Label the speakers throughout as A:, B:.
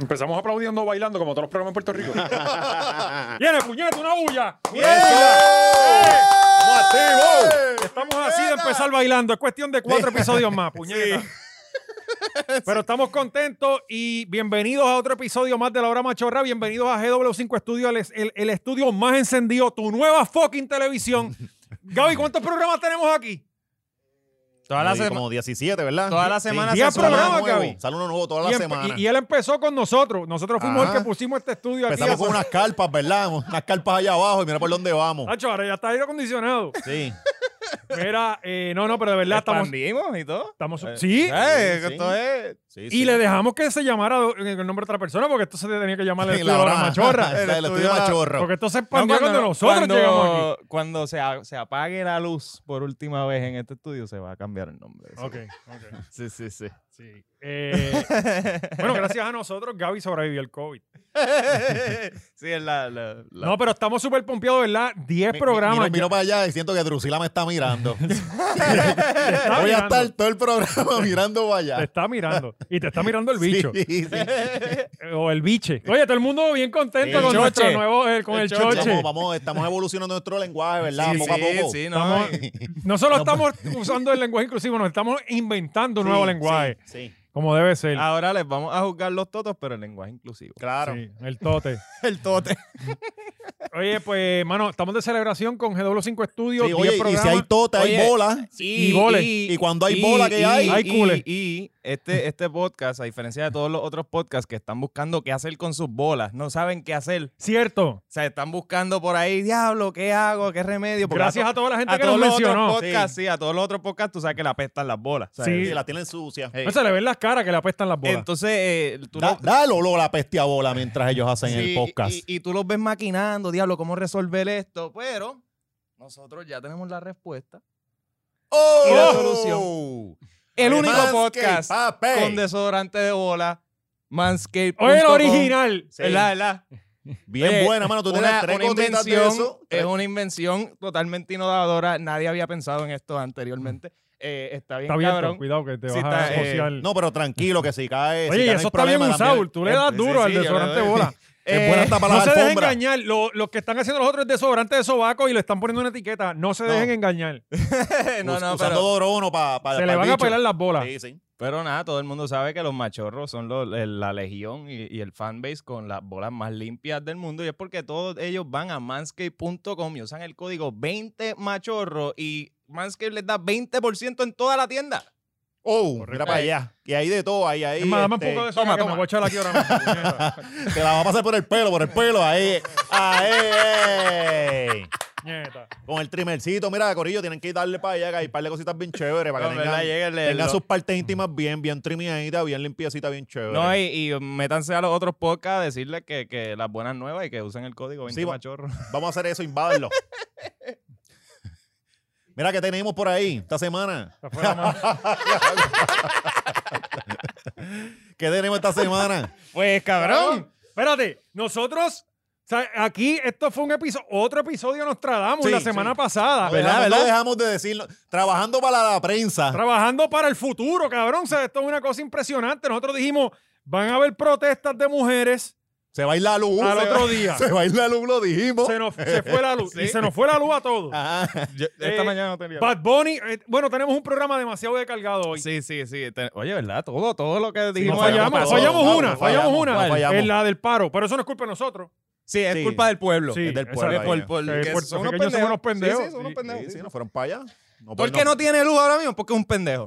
A: Empezamos aplaudiendo, bailando, como todos los programas en Puerto Rico. ¡Viene, puñete, una bulla! ¡Vamos activos! Estamos así de empezar bailando. Es cuestión de cuatro episodios más, puñeta. Pero estamos contentos y bienvenidos a otro episodio más de La Hora Machorra. Bienvenidos a GW5 Studio, el, el- el estudio más encendido, tu nueva fucking televisión. Gaby, ¿cuántos programas tenemos aquí?
B: Toda la,
C: Como di-
B: sema-
C: como 17, ¿verdad?
B: toda la semana
A: Día
B: sale una
A: programa,
C: nuevo,
A: Gaby.
C: Sale uno nuevo toda la
A: y, empe-
C: semana.
A: y- y él empezó con nosotros. Nosotros fuimos
C: Ajá.
A: el que pusimos este estudio aquí.
C: Empezamos
A: hace-
C: con unas carpas, ¿verdad? Unas carpas allá abajo y mira por dónde vamos.
A: Nacho, ahora ya está aire acondicionado.
C: Sí.
A: Mira, eh, no, no, pero de verdad estamos.
B: Expandimos y todo.
A: estamos
B: Eh,
A: sí.
B: eh,
C: Sí, sí.
B: esto es-
C: sí,
A: Y
C: sí.
A: le dejamos que se llamara do- el nombre de otra persona porque esto se tenía que llamar el
C: Sí,
A: estudio de la
C: hora-
A: machorra.
C: el
B: El
C: estudio
B: estudio de la-
C: machorra.
A: Porque esto se
B: No,
A: expandió cuando, nosotros
B: cuando-
A: llegamos
B: Cuando se, a- se apague la luz por última vez en este estudio, se va a cambiar el nombre.
A: aquí. Ok, ok.
C: Sí, sí, sí.
A: Sí. Eh, bueno, gracias a nosotros, Gaby sobrevivió el COVID.
B: sí, es la. la- la-
A: No, pero estamos súper pompeados, ¿verdad? 10
C: Mi-
A: programas.
C: Miro, miro para allá y siento que Drusila me está mirando.
A: ya. Te está
C: Voy a
A: mirando,
C: estar todo el programa mirando para allá.
A: Te está mirando. Y te está mirando el bicho.
C: Sí, sí.
A: Eh, O el biche. Oye, todo el mundo bien contento
B: El
A: con nuestro
B: choche.
A: nuevo, eh, con el,
B: El
A: choche.
B: choche.
C: Vamos, vamos, estamos evolucionando nuestro lenguaje, ¿verdad?
B: Sí,
C: poco a
B: sí,
C: poco.
B: sí, no,
A: Estamos-
B: y-
A: No solo estamos usando el lenguaje inclusivo, nos estamos inventando un
C: Sí,
A: nuevo lenguaje,
C: Sí, sí.
A: como debe ser.
B: ahora les vamos a juzgar los totos, pero el lenguaje inclusivo.
C: Ah, claro.
A: Sí, el tote.
B: El tote.
A: Oye, pues, mano, estamos de celebración con GW5 Studios,
C: Sí,
A: 10
C: oye, y
A: programas.
C: si hay tota, hay
B: Oye.
C: bola.
A: Y goles.
C: Y cuando hay bola que hay-
A: Hay cules.
B: Y, este, este podcast, a diferencia de todos los otros podcasts que están buscando qué hacer con sus bolas, no saben qué hacer. O
A: Cierto.
B: sea, están buscando por ahí, diablo, ¿qué hago? ¿Qué remedio? Porque
A: Gracias
B: to-
A: a toda la gente
B: a
A: que nos
B: todos los
A: mencionó.
B: otros podcasts, sí. a todos los otros podcasts, tú sabes que le apestan las bolas. ¿sabes?
A: Sí.
C: Sí, la tienen sucia.
A: No se le ven las caras que le apestan las bolas.
B: Entonces, eh, tú
C: Da,
B: los-
C: da el olor a la peste a bola mientras ellos hacen
B: sí,
C: el podcast.
B: Y, y tú los ves maquinando, diablo, ¿cómo resolver esto? Pero nosotros ya tenemos la respuesta.
C: ¡Oh!
B: y la solución. El único
C: Manscaped,
B: podcast
C: papi.
B: con desodorante de bola, Manscaped.
A: Oye, el original.
B: Es la verdad.
C: Bien
A: eh,
B: Oye,
C: buena, mano. Tú
B: una,
C: tenías tres
B: una
C: gotitas de
B: invención,
C: eso. Eh,
B: es una invención totalmente innovadora. Nadie había pensado en esto anteriormente. Eh, está bien,
A: Está abierto,
B: cabrón.
A: pues, cuidado que te
B: Sí,
A: vas a
B: está, eh,
A: asociar.
C: No, pero tranquilo que si cae. si
A: Oye, y
C: cae, no hay
A: eso está bien
C: problema
A: usado.
C: también.
A: Tú le das
B: Sí,
A: duro
B: sí,
A: al
B: sí, yo le
A: desodorante
B: doy.
A: bola.
C: Es
B: Eh,
C: buena hasta para
A: No
C: las
A: se dejen
C: alfombras.
A: engañar. Lo, lo que están haciendo los otros es desodorante de sobaco y le están poniendo una etiqueta. No se
C: No.
A: dejen engañar.
B: no, no,
C: usando
B: pero,
C: Dorono para
A: se le van a pelar las bolas.
C: Sí, sí.
B: pero nada, todo el mundo sabe que los machorros son los- el- la legión y, y el fanbase con las bolas más limpias del mundo. Y es porque todos ellos van a manscape.com y usan el código 20machorro y Manscape les da 20% en toda la tienda.
C: Oh,
A: Correcto.
C: mira para allá. Y hay de todo. Ahí, ahí.
A: Es más, dame un
C: este,
A: poco de eso
B: toma,
A: que me
B: toma.
A: voy a echar aquí ahora mismo. puñeta.
C: Te la va a pasar por el pelo, por el pelo. Ahí. eh. Ahí. ey.
A: Puñeta.
C: Con el trimercito. Mira, Corillo, tienen que darle para allá. Que hay un par de cositas bien chéveres. Para que
B: No, en verdad,
C: tengan,
B: lléguenle
C: tengan
B: lo-
C: sus partes íntimas bien, bien trimiaditas, bien limpiecitas, bien chéveres.
B: No, y, y métanse a los otros podcasts a decirles que, que las buenas nuevas y que usen el código 20
C: Sí, va-
B: machorro.
C: Vamos a hacer eso, invádanlo. Mira que tenemos por ahí esta semana.
A: Se fue la mano.
C: ¿Qué tenemos esta semana?
B: Pues
A: Cabrón, espérate, nosotros, o sea, aquí esto fue un episodio, otro episodio nos tradamos
C: Sí,
A: la
C: sí.
A: semana pasada.
C: Pues No dejamos, no dejamos de decirlo. Trabajando para la prensa.
A: Trabajando para el futuro, cabrón. O sea, esto es una cosa impresionante. Nosotros dijimos, van a haber protestas de mujeres
C: se va a ir la luz.
A: al
C: se va-
A: otro día.
C: Se va a ir la luz, lo dijimos.
A: Se, nos, se fue la luz.
B: Sí.
A: Y se nos fue la luz a todos.
C: Ah, Ajá.
B: esta
A: Eh,
B: mañana no tenía.
A: Bad Bunny, eh, bueno, tenemos un programa demasiado descargado hoy.
B: Sí, sí, sí. te- Oye, ¿verdad? Todo, todo lo que
A: No
B: dijimos. allá
A: fallamos,
B: pasó.
A: fallamos
C: Vamos,
A: una,
C: no
A: fallamos,
C: fallamos,
A: una,
C: no fallamos.
A: en la del paro, pero eso no es culpa de nosotros.
B: Sí, es
C: Sí.
B: culpa del pueblo.
A: Sí,
C: es del
A: exacto.
C: pueblo,
B: Por- por-
C: Eh,
B: por-
A: Eh,
B: que son unos
A: puertorriqueños son
B: pendejos.
A: unos pendejos.
B: Sí, sí, son unos
A: Sí,
B: pendejos.
C: Sí, sí, nos fueron para allá. No,
B: ¿Por
C: pues,
B: qué no tiene luz ahora mismo? Porque es un pendejo.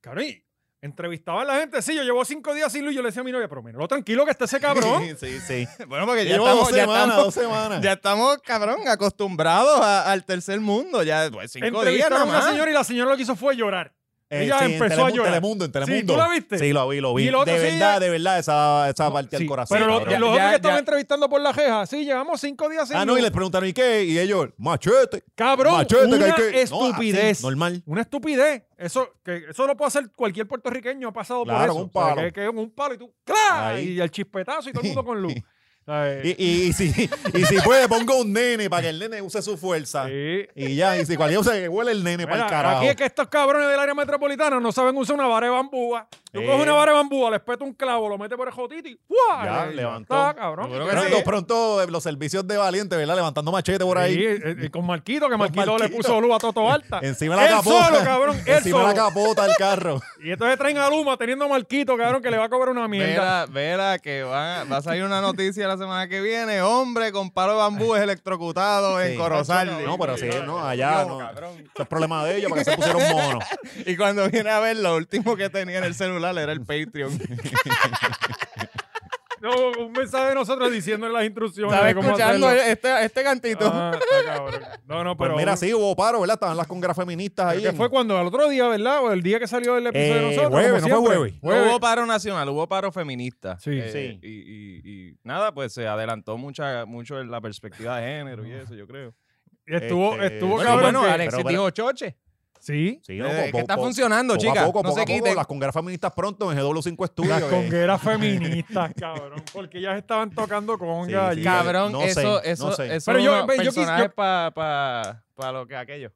A: Cabrón, y entrevistaban a la gente, sí, yo llevo cinco días sin luz, yo le decía a mi novia, pero mira, lo tranquilo que esté ese cabrón.
C: Sí, sí.
B: Bueno, porque ya
C: Llevo
B: estamos,
C: dos
B: ya
C: semanas,
B: estamos-
C: dos semanas.
B: ya estamos, cabrón, acostumbrados a- al tercer mundo. Ya, pues, cinco días
A: Entrevistaron
B: nada
A: a una
B: más.
A: señora y la señora lo que hizo fue llorar.
C: Eh,
A: Ella
C: sí,
A: empezó
C: en
A: a llorar.
C: Telemundo, en Telemundo.
A: Sí, ¿tú la viste?
C: Sí, lo vi, lo vi.
A: Y el otro
C: de
A: sí,
C: verdad,
A: ya-
C: de verdad, esa, esa parte
A: Sí,
C: del corazón.
A: pero lo-
C: cabrón.
B: Ya-
A: los otros
B: ya-
A: que estaban
B: ya.
A: entrevistando por la jeja, sí, llevamos cinco días sin
C: Ah, no,
A: luz.
C: y les preguntaron, ¿y qué? Y ellos, machete.
A: Cabrón,
C: machete, que
A: una
C: hay que- No, así,
A: estupidez.
C: normal.
A: Una estupidez. Eso, que eso lo puede hacer cualquier puertorriqueño ha pasado por
C: Claro,
A: eso.
C: un palo.
A: O sea, que, que un palo y tú, ¡clar!
C: Ahí.
A: Y el chispetazo y todo el mundo con luz. ¿sabes?
C: Y, y- y si, y si puede, pongo un nene para que el nene use su fuerza.
A: Sí.
C: ah, Y ya, y si cualquier cosa que huele el nene para
A: Mira,
C: el carajo.
A: aquí es que estos cabrones del área metropolitana no saben usar una vara de bambúa. Tú
C: Sí.
A: coges una vara de bambúa, le espeta un clavo, lo mete por el jotito y ¡guau!
C: Eh. Ya,
A: Eh,
C: levantó.
A: está, cabrón.
B: Yo creo que
C: Pronto,
B: sí.
C: pronto, eh, los servicios de Valiente, ¿verdad? Levantando machete por ahí.
A: Sí, eh, eh, con Marquito, que
C: Con
A: Marquito, le
C: Marquito.
A: puso luz a Toto Alta.
C: Encima de la
A: él
C: capota.
A: solo, cabrón. él
C: Encima de la
A: solo.
C: capota del carro.
A: Y entonces traen a Luma teniendo a Marquito, cabrón, que le va a cobrar una mierda.
B: Vera, vera, que va, va a salir una noticia la semana que viene. Hombre con palo de bambú es electrocutado en
C: Sí.
B: Corozal.
C: No, pero sí, no, allá
B: Dios,
C: no.
B: cabrón.
C: Eso es problema de ellos porque se pusieron monos. Pues
B: Y cuando viene a ver, lo último que tenía en el celular era el Patreon.
A: No, un mensaje de nosotros diciéndole las instrucciones.
B: Estaba
A: de cómo
B: escuchando
A: hacerlo.
B: este, este cantito.
A: Ah, está cabrón. No, no,
C: Pues
A: pero.
C: mira, sí, hubo paro, ¿verdad? Estaban las congras feministas ahí.
A: Que
C: en-
A: fue cuando, al otro día, ¿verdad? O el día que salió el episodio de
C: Eh,
A: nosotros. como
C: jueves, ¿no fue
A: siempre.
C: jueves?
B: No hubo paro nacional, hubo paro feminista.
A: Sí.
B: Eh,
C: Sí.
B: Y, y- y nada, pues se adelantó mucha, mucho en la perspectiva de género y eso, yo creo.
A: Estuvo,
C: Este,
A: estuvo
B: Bueno,
A: cabrón.
B: bueno,
A: que-
B: Alexis
C: pero-
B: dijo choche.
A: Sí.
C: Sí, no,
B: Eh,
C: po-
B: que está
C: po-
B: funcionando,
C: poco a
B: chicas.
C: poco,
B: no
C: poco
B: se
C: a poco,
B: quiten.
C: las congras feministas pronto en GW5
A: Las
C: Studio. eh.
A: congueras feministas, cabrón. Porque ellas estaban tocando conga
C: Sí, sí.
A: allí.
B: Cabrón,
C: No sé,
B: eso,
C: no
B: eso,
C: sé.
B: eso
A: Pero
B: es
A: yo-
B: unos
A: ve, yo quis-
B: personajes
A: yo-
B: para lo que aquello.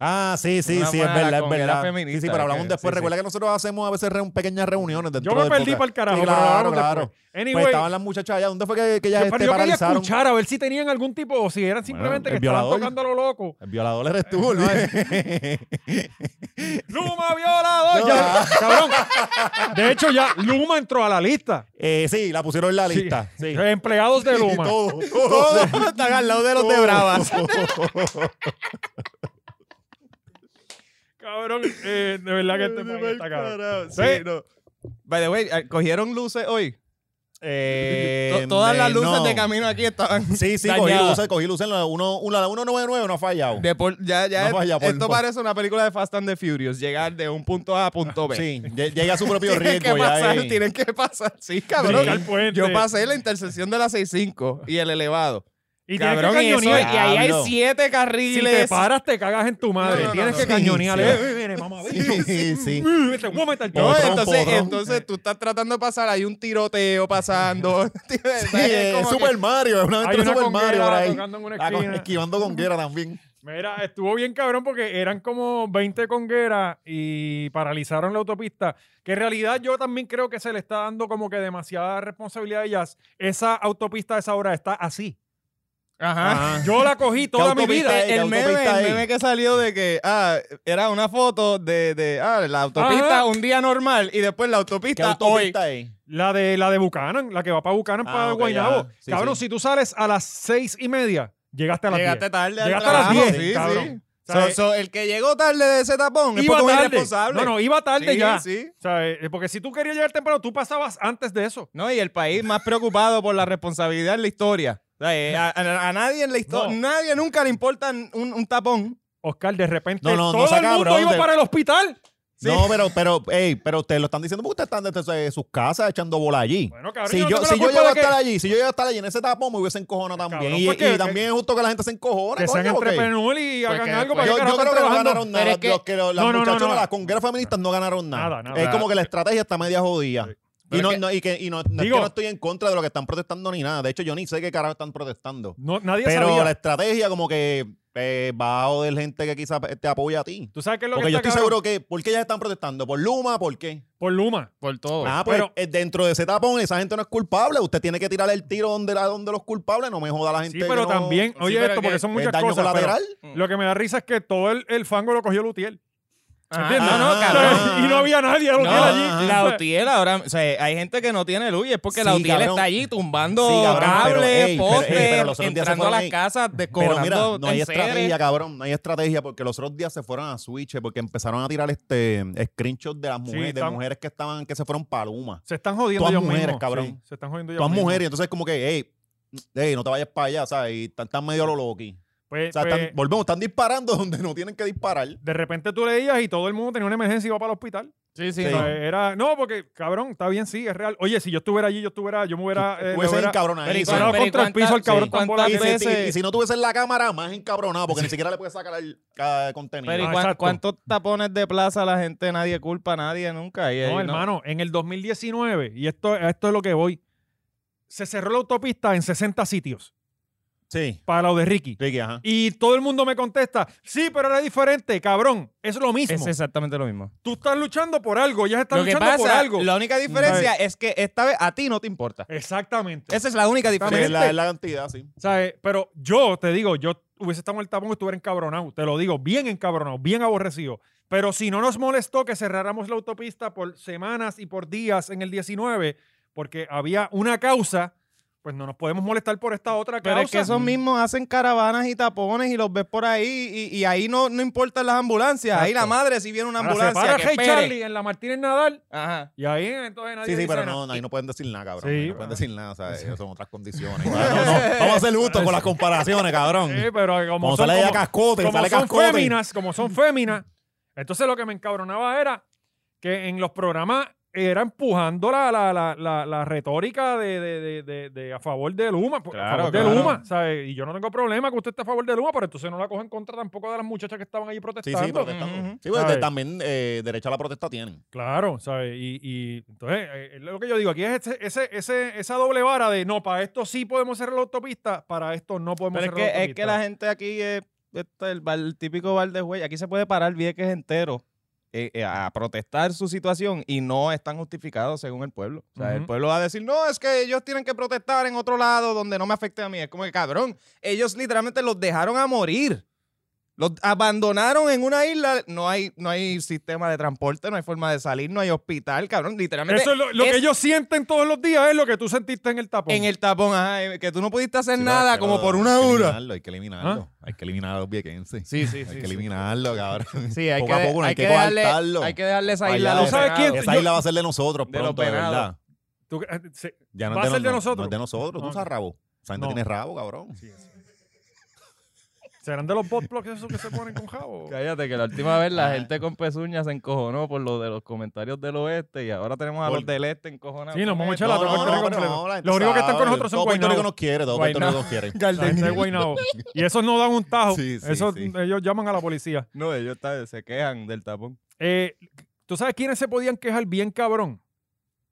C: Ah, sí, sí,
B: Una
C: sí, es
B: buena
C: verdad, es
B: conguera
C: verdad. sí,
B: feminista,
C: sí, pero hablamos
B: que-
C: después.
B: sí,
C: Recuerda que nosotros hacemos a veces reun- pequeñas reuniones dentro
A: Yo me
C: del
A: perdí
C: podcast.
A: para el carajo.
C: Sí,
A: pero
C: claro,
A: hablamos
C: claro.
A: después.
C: Pues
A: Anyway,
C: estaban las muchachas allá. ¿Dónde fue que, que
A: yo,
C: ellas
A: pero
C: este,
A: yo quería
C: paralizaron?
A: escuchar a ver si tenían algún tipo, o si eran simplemente
C: el
A: que estaban
C: violador.
A: tocando a lo loco.
C: El violador eres tú, Luis.
A: ¡Luma violador!
C: No,
A: Ya, cabrón. De hecho, ya Luma entró a la lista.
C: Eh, sí, la pusieron en la lista. Sí.
A: Empleados de
C: Y
A: Luma.
C: todo, todo.
B: Todos están al lado de los de Bravas.
A: Cabrón, eh, de verdad que este país está cabrón.
B: Sí,
A: Sí.
B: no. By the way, eh, ¿cogieron luces hoy?
C: Eh,
B: To- Todas las
C: eh,
B: luces
C: no.
B: de camino aquí estaban.
C: Sí, sí,
B: dañadas.
C: cogí luces, cogí luces. en La, uno, una- la 199 no ha fallado.
B: De por- ya, ya,
C: No vaya, por
B: esto
C: favor.
B: parece una película de Fast and the Furious. Llegar de un punto A a punto B.
C: Sí, lle- llega a su propio
B: Tienen
C: riesgo.
B: que
C: ya,
B: pasar,
C: eh.
B: tienen que pasar. Sí, cabrón.
A: Brincar puente.
B: Yo pasé la intersección de la 65 y el elevado.
A: Y tienes
B: cabrón,
A: que
B: y, eso- y
A: cañonear.
B: ahí hay
C: Diablo.
B: siete
A: Si
B: carriles.
A: te paras, te cagas en tu madre.
B: No, no,
A: tienes
B: no,
A: que
C: no.
A: cañonearle.
C: Sí,
A: Eh, eh, viene, mamá,
C: Sí, sí, sí.
A: Mm, te voy a meter
B: No,
A: todo.
C: Potrón,
B: entonces,
C: potrón.
B: entonces tú estás tratando de pasar, hay un tiroteo pasando. ¿Entiendes?
C: Sí,
B: Es
C: eh,
B: como que-
C: Super Mario, es una
A: Hay
C: aventura
A: una
C: Super Mario por
A: conguera
C: ahí.
A: tocando en una
C: Ah, con-
A: esquina.
C: esquivando conguera también.
A: Mira, estuvo bien cabrón porque eran como 20 congueras y paralizaron la autopista. Que en realidad yo también creo que se le está dando como que demasiada responsabilidad a ellas. Esa autopista a esa hora está así. Ah,
B: Ajá.
A: Yo la cogí toda mi
C: Ah. autopista
A: vida.
C: es?
B: el,
C: la
B: meme,
C: autopista
B: el
C: ahí.
B: meme que salió de que ah, era una foto de, de ah, la autopista
A: Ajá.
B: un día normal y después la autopista,
C: ¿Qué
B: hoy.
C: autopista es?
A: La de, la de Buchanan, la que va para Buchanan,
C: Ah,
A: para
C: ok,
A: Guaynabo.
C: ajá. Sí,
A: cabrón,
C: sí.
A: si tú sales a las seis y media, llegaste a las
B: Llegaste
A: diez.
B: tarde. al
A: Llegaste a las 10,
B: trabajo, Ah, sí, sí.
A: cabrón.
B: So-
A: ¿Sabes?
B: so, el que llegó tarde de ese tapón es
A: Iba
B: porque es un
A: tarde.
B: irresponsable.
A: No, no, iba tarde
B: Sí,
A: ya.
B: sí.
A: ¿Sabes? Eh, Porque si tú querías llegar temprano, tú pasabas antes de eso.
B: No, y el país más preocupado por la responsabilidad en la historia. O sea, eh, a, a- a nadie en la historia,
A: No.
B: nadie nunca le importa un, un tapón.
A: Oscar, de repente
C: No, no, no
A: todo
C: sea
A: el mundo
C: cabrón,
A: iba
C: de-
A: para el hospital.
B: Sí.
C: No, pero, pero, ey, pero ustedes lo están diciendo porque ustedes están desde su- eh, sus casas echando bola allí.
A: Bueno, cabrón,
C: si
A: yo no
C: yo,
A: tengo la
C: si yo
A: culpa
C: llego a
A: de que-
C: estar allí, si yo llego a estar allí en ese tapón, me hubiese encojonado
A: Cabrón,
C: también. Y-
A: pues
C: y,
A: que-
C: también es justo que la gente se encojone.
A: Que sean
C: coño, porque-
A: entrepreneurs y hagan
B: que
A: algo
B: después-
A: para que carajo
C: Yo, yo creo
A: están
C: que no
A: trabajando.
C: ganaron nada.
B: Pero es que-
C: los que lo- las
A: No, no, no,
C: muchachonas,
A: no.
C: las congueras feministas no ganaron nada.
A: Nada, nada.
C: Es como que la estrategia está media jodida. Y
B: Pero
C: no,
B: es que-
C: no- y que, y no, no es que
A: Digo-
C: no estoy en contra de lo que están protestando ni nada. De hecho, yo ni sé qué carajo están protestando.
A: No, nadie
C: Pero
A: sabía.
C: la estrategia como que eh, va a joder gente que quizás te apoya a ti.
A: ¿Tú sabes qué es lo
C: Porque
A: que
C: yo
A: está
C: estoy
A: cabrón?
C: seguro que... ¿Por qué ellas están protestando? ¿Por Luma? ¿Por qué?
A: Por Luma.
B: Por todo.
C: ah, pues
A: pero-
C: eh, dentro de ese tapón esa gente no es culpable. Usted tiene que tirar el tiro donde, la- donde los culpables. No me joda la
A: Sí,
C: gente.
A: pero
C: que no-
A: también,
B: sí,
A: oye
B: pero
A: esto,
B: que
A: porque son
C: es
A: muchas
C: daño
A: cosas. pero
C: colateral.
A: lo que me da risa es que todo el, el fango lo cogió Lutiel.
B: Ah,
A: ¿Entiendes?
C: ah,
B: no, no,
A: O sea,
C: cabrón.
A: Y no había nadie
C: ah,
A: Lutiel
B: No,
A: allí. O
B: la
A: sea,
B: Utiel ahora, o sea, hay gente que no tiene luz y es porque la
C: Sí,
B: Utiel
C: cabrón.
B: está allí tumbando
C: Sí, cabrón, pero,
B: cables,
C: ey, pero, ey, pero
B: postes,
C: los otros días se
B: entrando a
C: fueron
B: las
C: ahí.
B: casas,
C: Pero mira,
B: descobrando
C: no hay
B: enseres.
C: estrategia, cabrón. No hay estrategia porque los otros días se fueron a Switch eh, porque empezaron a tirar este screenshots de las mujeres, de
A: están-
C: mujeres que estaban, que se fueron para Luma.
A: se están jodiendo
C: Todas
A: ellos
C: mujeres,
A: mismos,
C: cabrón.
A: sí, se están jodiendo ellos
C: Todas
A: mismos.
C: mujeres, entonces como que, hey, no te vayas para allá, ¿sabes? Y están, están medio a lo loqui.
A: Pues-
C: O sea,
A: pues, eh,
C: están- volvemos, están disparando donde no tienen que disparar.
A: de repente tú leías y todo el mundo tenía una emergencia y iba para el hospital.
B: Sí, sí,
C: Sí.
B: no.
A: O sea, Era, no, porque, cabrón, está bien, sí, es real. Oye, si yo estuviera allí, yo estuviera, yo me hubiera... eh, me
C: Hubiesen
A: hubiera-
C: encabronadísimo.
B: Pero y
A: Parado
B: Pero ¿y
A: contra el
B: cuántas-
A: piso el cabrón
B: sí,
A: con bola
B: cuántas
C: Y
A: de-
C: si,
B: veces-
C: y si no tuviesen la cámara, más encabronado, porque ni siquiera le puedes sacar el eh, contenido.
B: Pero ¿y
A: Ah,
B: cuán-
A: exacto.
B: cuántos tapones de plaza la gente, nadie culpa a nadie nunca? Y ahí
A: No, hermano, en el 2019, y esto, a esto es lo que voy, se cerró la autopista en 60 sitios
C: Ah, Sí.
A: para lo de Ricky.
C: Ricky, ajá.
A: Y todo el mundo me contesta, sí, pero era diferente, cabrón. Es lo mismo.
B: Es exactamente lo mismo.
A: Tú estás luchando por algo, ya estás
B: Lo que
A: luchando
B: pasa,
A: por algo.
B: la única diferencia es que esta vez a ti no te importa.
A: Exactamente.
B: Esa es la única
C: Sí,
B: diferencia.
A: Exactamente.
C: la, la cantidad, sí.
A: ¿Sabes? Pero yo te digo, yo hubiese estado en el tapón y estuviera encabronado, te lo digo, bien encabronado, bien aborrecido. Pero si no nos molestó que cerráramos la autopista por semanas y por días en el 19, porque había una causa, pues no nos podemos molestar por esta otra causa.
B: Pero es que esos mismos hacen caravanas y tapones y los ves por ahí y, y ahí no, no importan las ambulancias. Ahí
A: Exacto.
B: la madre si viene una
A: Ahora se
B: ambulancia
A: para
B: que
A: Hey
B: espere.
A: Charlie en la Martínez Nadal
B: Ajá.
A: y ahí entonces nadie
C: Sí, sí,
A: dice
C: pero
A: nada.
C: no, ahí no pueden decir nada,
A: Sí,
C: cabrón. ahí no
A: bueno.
C: pueden decir nada, o sea, ellos son otras condiciones. No, no, no, Vamos a ser justos con las comparaciones, cabrón.
A: Sí, pero Eh, como
C: Como
A: son,
C: sale ella
A: como-
C: cascote,
A: como
C: sale
A: son
C: cascote.
A: féminas, como son féminas. Entonces lo que me encabronaba era que en los programas era empujando la, la, la, la, la retórica de, de, de, de, de a favor de Luma. por- a
B: Claro,
A: favor de
B: claro.
A: Luma. ¿sabes? Y yo no tengo problema que usted esté a favor de Luma, pero entonces no la cogen contra tampoco de las muchachas que estaban ahí
C: Sí,
A: protestando.
C: sí, protestando.
B: Ujú.
C: Sí, porque
A: Ay.
C: también eh, derecho a la protesta tienen.
A: Claro, ¿sabes? Y, y entonces eh, es lo que yo digo aquí es ese, ese- ese- esa doble vara de no, para esto sí podemos cerrar la autopista, para esto no podemos
B: Pero es
A: cerrar la
B: que, es
A: autopista.
B: que la gente aquí es este, el, bar- el típico bar de juez. Aquí se puede parar Vieques entero eh, eh, a protestar su situación y no están justificados según el pueblo. O sea, el
A: Ujú.
B: pueblo va a decir, no, es que ellos tienen que protestar en otro lado donde no me afecte a mí. Es como que, cabrón, ellos literalmente los dejaron a morir. Los abandonaron en una isla, no hay, no hay sistema de transporte, no hay forma de salir, no hay hospital, cabrón. Literalmente
A: Eso es lo, lo
B: es-
A: que ellos sienten todos los días, es lo que tú sentiste en el tapón.
B: en el tapón, ajá, eh, que tú no pudiste hacer
C: Sí, pero es
B: nada
C: que
B: como
C: lo-
B: por
C: hay
B: una
C: que
B: hora.
C: eliminarlo, Hay que eliminarlo. Hay que eliminar a los viequenses.
B: Sí, sí, sí.
C: Hay que
B: sí.
C: eliminarlo, cabrón.
B: Sí, hay
C: Poco
B: que,
C: a poco no hay
B: hay
C: que
B: que darle-
C: coartarlo.
B: Hay que dejarle esa
C: Allá
B: isla. a
C: de-
B: los
A: ¿Sabes quién?
B: penados.
C: Esa
A: yo-
C: isla va a ser de nosotros
B: de
C: pronto,
B: los
C: de verdad.
B: penados.
A: Tú- eh, se-
C: Ya no
A: Va
C: es
A: a ser de
C: no-
A: nosotros.
C: No es de nosotros. Tú
A: Ok.
C: usas rabo. Esa gente
A: No.
C: tiene rabo, cabrón.
A: ¿Serán de los bot blocks esos que se ponen con jabo?
B: Cállate, que la última vez la
C: Ah.
B: gente con pezuñas se encojonó por lo de los comentarios del oeste y ahora tenemos a
C: Por-
B: los del este encojonados.
A: Sí, nos
B: con
A: vamos a
B: esto.
A: echar la
B: No,
A: tropa
B: no,
A: Puerto Rico
B: no,
A: entera.
C: pero
A: completa.
C: no, la
A: Los únicos que están con
C: sabe,
A: nosotros son
C: Todo Puerto
A: guainaos.
C: Rico nos quiere, todo Puerto
B: Guainaos.
C: Rico nos quiere.
A: La gente de Guaynabo. Y esos no dan un tajo.
C: Sí, sí,
A: esos,
C: sí.
A: Ellos llaman a la policía.
B: no, ellos está- se quejan del tapón.
A: Eh, ¿Tú sabes quiénes se podían quejar bien cabrón?